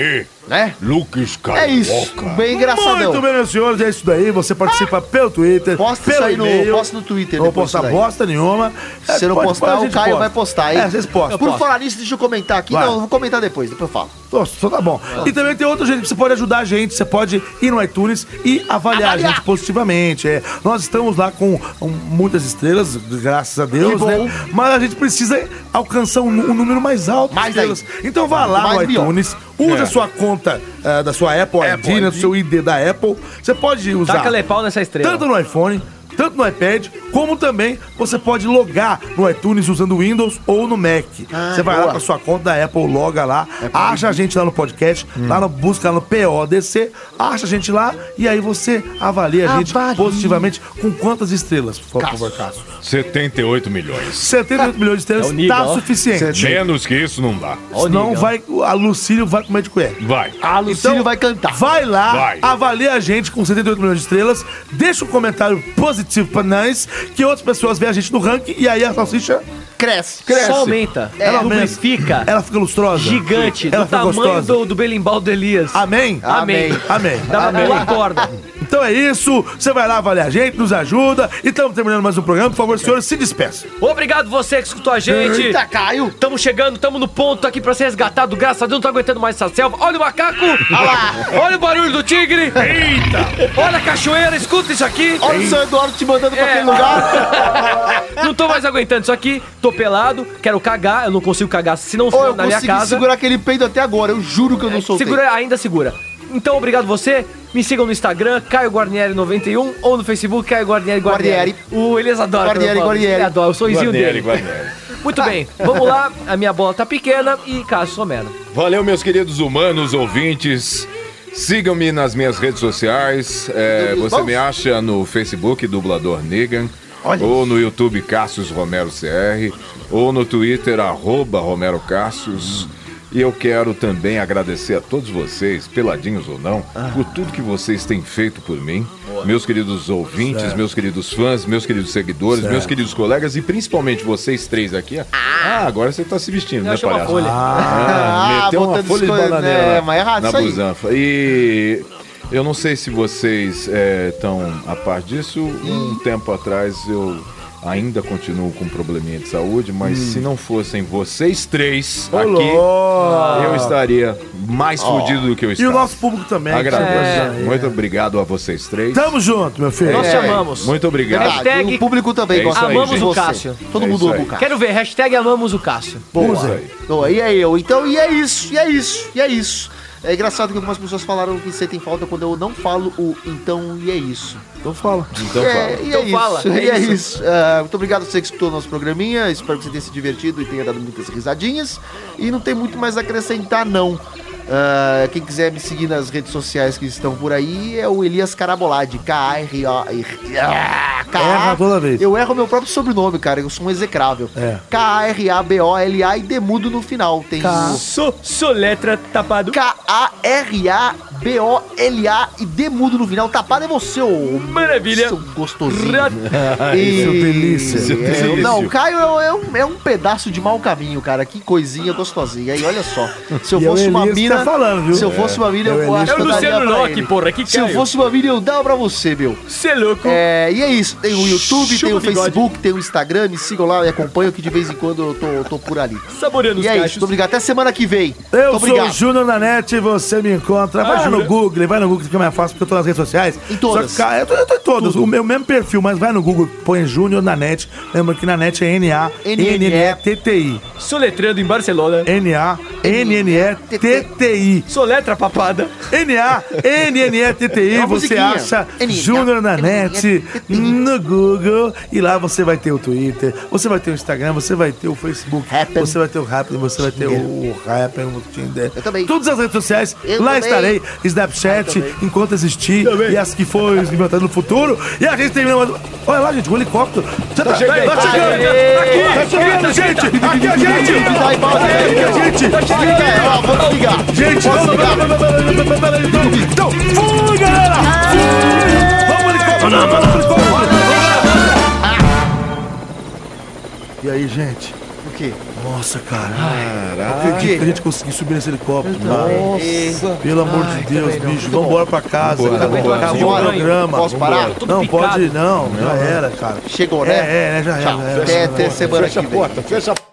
B: Né?
A: Luke
B: É isso. Bem engraçadão.
D: Tá
B: Ah!
D: Muito bem, meus senhores, é isso daí. Você participa pelo Twitter,
B: Posta isso
D: pelo
B: aí no-
D: e-mail.
B: posta no Twitter
D: Não vou
B: depois
D: postar
B: disso daí.
D: bosta nenhuma.
B: Se você não
D: pode-
B: postar,
D: pode, a
B: o
D: gente
B: Caio
D: posta.
B: vai postar, hein?
D: É, vocês postam.
B: Por falar nisso, deixa eu comentar aqui.
D: Vai.
B: Não, eu vou comentar depois, depois eu falo.
D: Tô, só tá bom. E também tem outro jeito que você pode ajudar a gente. Você pode ir no iTunes e avaliar, a gente positivamente. é. Nós estamos lá com um, muitas estrelas, graças a Deus,
B: bom.
D: né? Mas a gente precisa alcançar um, um número mais alto
B: Mais
D: de estrelas. Então vá lá no
B: Mais melhor.
D: iTunes, use
A: É.
D: a sua conta eh, da sua Apple, ID, né, do seu ID da Apple. Você pode usar
C: Taca lepau nessa estrela.
D: tanto no iPhone, tanto no iPad, como também você pode logar no iTunes usando Windows ou no Mac.
C: Ah,
D: você vai lá
B: boa.
D: com a sua conta da Apple, loga lá,
C: É
D: acha a gente lá no podcast,
C: Hum.
D: lá no busca lá no PODC, acha a gente lá e aí você avalia a gente positivamente com quantas estrelas, por favor, Cássio?
B: Então,
A: 78 milhões.
D: 78 milhões de estrelas
C: É o
D: está
C: nível, ó.
D: suficiente.
A: Menos que isso não dá.
D: Senão
C: nível.
D: vai, a Lucílio vai comer de cueca.
A: Vai.
B: A Lucílio vai cantar.
D: Tá. Vai lá,
A: Vai.
D: avalia a gente com 78 milhões de estrelas, deixa um comentário positivo pra nós, que outras pessoas veem a gente no ranking e aí a salsicha,
B: Cresce.
C: Só aumenta.
D: Ela
C: ela
D: aumenta.
C: lubrifica.
D: ela fica lustrosa.
C: Gigante.
D: Ela
C: do
D: fica
C: tamanho
D: gostosa.
C: do, do Belimbal do Elias.
D: Amém?
C: Amém.
D: Amém.
C: Dá uma boa corda.
D: Então é isso, você vai lá avaliar a gente, nos ajuda. E estamos terminando mais um programa, por favor, senhores, se despeça.
C: Obrigado você que escutou a gente.
B: Eita, Caio.
C: Tamo chegando, tamo no ponto aqui pra ser resgatado. Graças a Deus, não tô aguentando mais essa selva. Olha o macaco! Olha lá! Olha o barulho do tigre! Eita! Olha a cachoeira, escuta isso aqui!
B: Olha o seu Eduardo te mandando pra
C: É.
B: aquele lugar.
C: Não tô mais aguentando isso aqui, tô pelado, quero cagar, eu não consigo cagar se não
B: Ou
C: for
B: eu
C: na minha
B: consegui
C: casa. É,
B: segurar aquele peido até agora. Eu juro que eu não soltei.
C: Segura, ainda segura. Então, obrigado você. Me sigam no Instagram, Caio Guarnieri91, ou no Facebook, Caio Guarnieri Guarnieri.
B: Guarnieri.
C: O Elias adora. quando eu
B: Guarnieri,
C: falo isso,
B: Guarnieri. Ah.
C: Ele adora, o sorrisinho
J: Guarnieri,
C: dele.
J: Guarnieri.
C: Muito bem, vamos lá. A minha bola tá pequena e Cássio Romero.
A: Valeu, meus queridos humanos, ouvintes. Sigam-me nas minhas redes sociais. É,
B: Meu Deus,
A: você
B: vamos?
A: me acha no Facebook, dublador Negan. Ou no YouTube, Cassius Romero CR. Ou no Twitter, arroba Romero Cassius. E eu quero também agradecer a todos vocês, peladinhos ou não,
C: Ah.
A: por tudo que vocês têm feito por mim. Meus queridos ouvintes, meus queridos fãs, meus queridos seguidores, meus queridos colegas e principalmente vocês três aqui. Ah, agora você tá se vestindo,
J: é
A: né,
C: achei uma
A: palhaço?
C: folha.
A: Ah, meteu uma
B: botando
A: folha de
B: escolha,
A: bananeira
B: né?
A: lá
B: Mas é errado
A: na
B: isso aí.
A: busanfa. E eu não sei se vocês estão a par disso. Um tempo atrás eu ainda continuo com um probleminha de saúde, mas se não fossem vocês três aqui, eu estaria mais fudido do que eu
D: E
A: estava.
D: o nosso público também.
A: Agradeço. É. Muito obrigado a vocês três.
D: Tamo junto, meu filho.
C: Nós te amamos.
A: Muito obrigado.
B: Verdade,
C: Hashtag-
B: O público também
A: É
B: gosta
A: isso aí,
B: muito de
A: gente.
B: você.
C: Cássio.
B: Todo
A: É
B: mundo
A: isso
B: ama
A: aí.
B: o Cássio.
C: Quero ver, hashtag amamos o Cássio.
B: Boa.
A: Isso aí.
B: Boa, e é eu. Então, e é isso, e é isso, e é isso. É engraçado que algumas pessoas falaram que sentem falta quando eu não falo o então e é isso.
D: Então fala.
A: Então
B: é,
A: fala.
B: E
C: Então
B: é
C: fala,
B: isso,
C: é
B: e é
C: isso.
B: isso. Ah, muito obrigado a você que escutou o nosso programinha. Espero que você tenha se divertido e tenha dado muitas risadinhas. E não tem muito mais a acrescentar, não. Ah, quem quiser me seguir nas redes sociais que estão por aí é o Elias Carabolade. K-A-R-A.
D: Erra toda vez.
B: Eu erro meu próprio sobrenome, cara. Eu sou um execrável.
D: É.
B: Ah. K-A-R-A-B-O-L-A e demudo no final. Tem o
C: So, soletra tapado.
B: K-A-R-A B-O-L-A e D mudo no final. Tapado é você, ô.
C: Maravilha.
B: Seu gostosinho.
D: Isso é delícia.
B: É,
D: Isso é delícia.
B: não, o Caio é, é um, é um pedaço de mau caminho, cara. Que coisinha gostosinha. E olha só. Se eu
D: E é o
B: fosse uma
D: Elias que
B: mina.
D: tá falando, viu?
B: Se eu fosse
D: É.
B: uma mina,
D: É o
B: eu
D: Elias
B: acho
D: que
B: que eu
D: tá
B: daria
D: falando.
B: pra
D: Loki,
B: ele.
D: porra, que
B: Se
D: Caio?
B: eu fosse uma mina, eu dava pra você, meu.
C: Você é louco.
B: É, e é isso. Tem o YouTube, tem o
C: bigode.
B: Facebook, tem o Instagram. Me sigam lá e acompanham que de vez em quando eu tô, eu tô por ali. e
C: Saboreando os
B: é isso.
C: cachos.
B: Muito obrigado. Até semana que vem.
D: Eu
B: Muito
D: sou o
B: obrigado.
D: Júnior da NET e você me encontra. Vai
B: Ah,
D: no
B: Júnior.
D: Google, vai no Google que fica mais fácil, porque eu tô nas redes sociais. Em
B: todas.
D: eu, tô, eu tô em todas, o meu mesmo perfil, mas vai no Google, põe Júnior na NET. Lembra que na NET é N-A-N-N-E-T-T-I.
C: Soletrando em Barcelona.
D: N-A-N-N-E-T-T-I.
C: Soletra papada.
D: N-A-N-N-E-T-T-I.
C: É uma
D: Você
C: musiquinha.
D: acha
C: N-A,
D: Júnior na NET no Google. E lá você vai ter o Twitter, você vai ter o Instagram, você vai ter o Facebook, você vai ter o Rapid, você vai ter o Rapper, o Tinder. Eu
B: também.
D: Todas as redes sociais,
B: Eu
D: lá
B: também.
D: estarei. Snapchat, enquanto existir, e as que forem inventando no futuro. E a gente termina. mais- Olha lá, gente, o helicóptero. Já tá, tá
E: chegando.
D: chegando, tá chegando,
E: Aê.
D: tá chegando, gente. Aqui a gente,
J: É,
D: aqui a gente. Tá
B: É,
D: chegando, vou ligar. Gente, vamos ligar. Então, fui, galera. Fui. Vamos, helicóptero, vamos, helicóptero. E aí, gente?
B: O quê?
D: Nossa, cara. Caraca. acredito que a gente conseguiu subir nesse helicóptero. Nossa. Pelo amor de Deus, bicho. Vambora pra casa.
B: Vambora,
D: Acabou,
B: vambora.
D: acabou o
B: Vambora.
D: programa.
B: Posso parar?
D: Vambora.
B: Tô todo
D: Não,
B: picado.
D: pode não. Já
B: Não.
D: era, cara.
B: Chegou, né?
D: É, é, né? Já
B: Tchau.
D: era. já
B: Até-
D: era.
B: até semana Fecha que a vem. porta,
J: fecha a porta.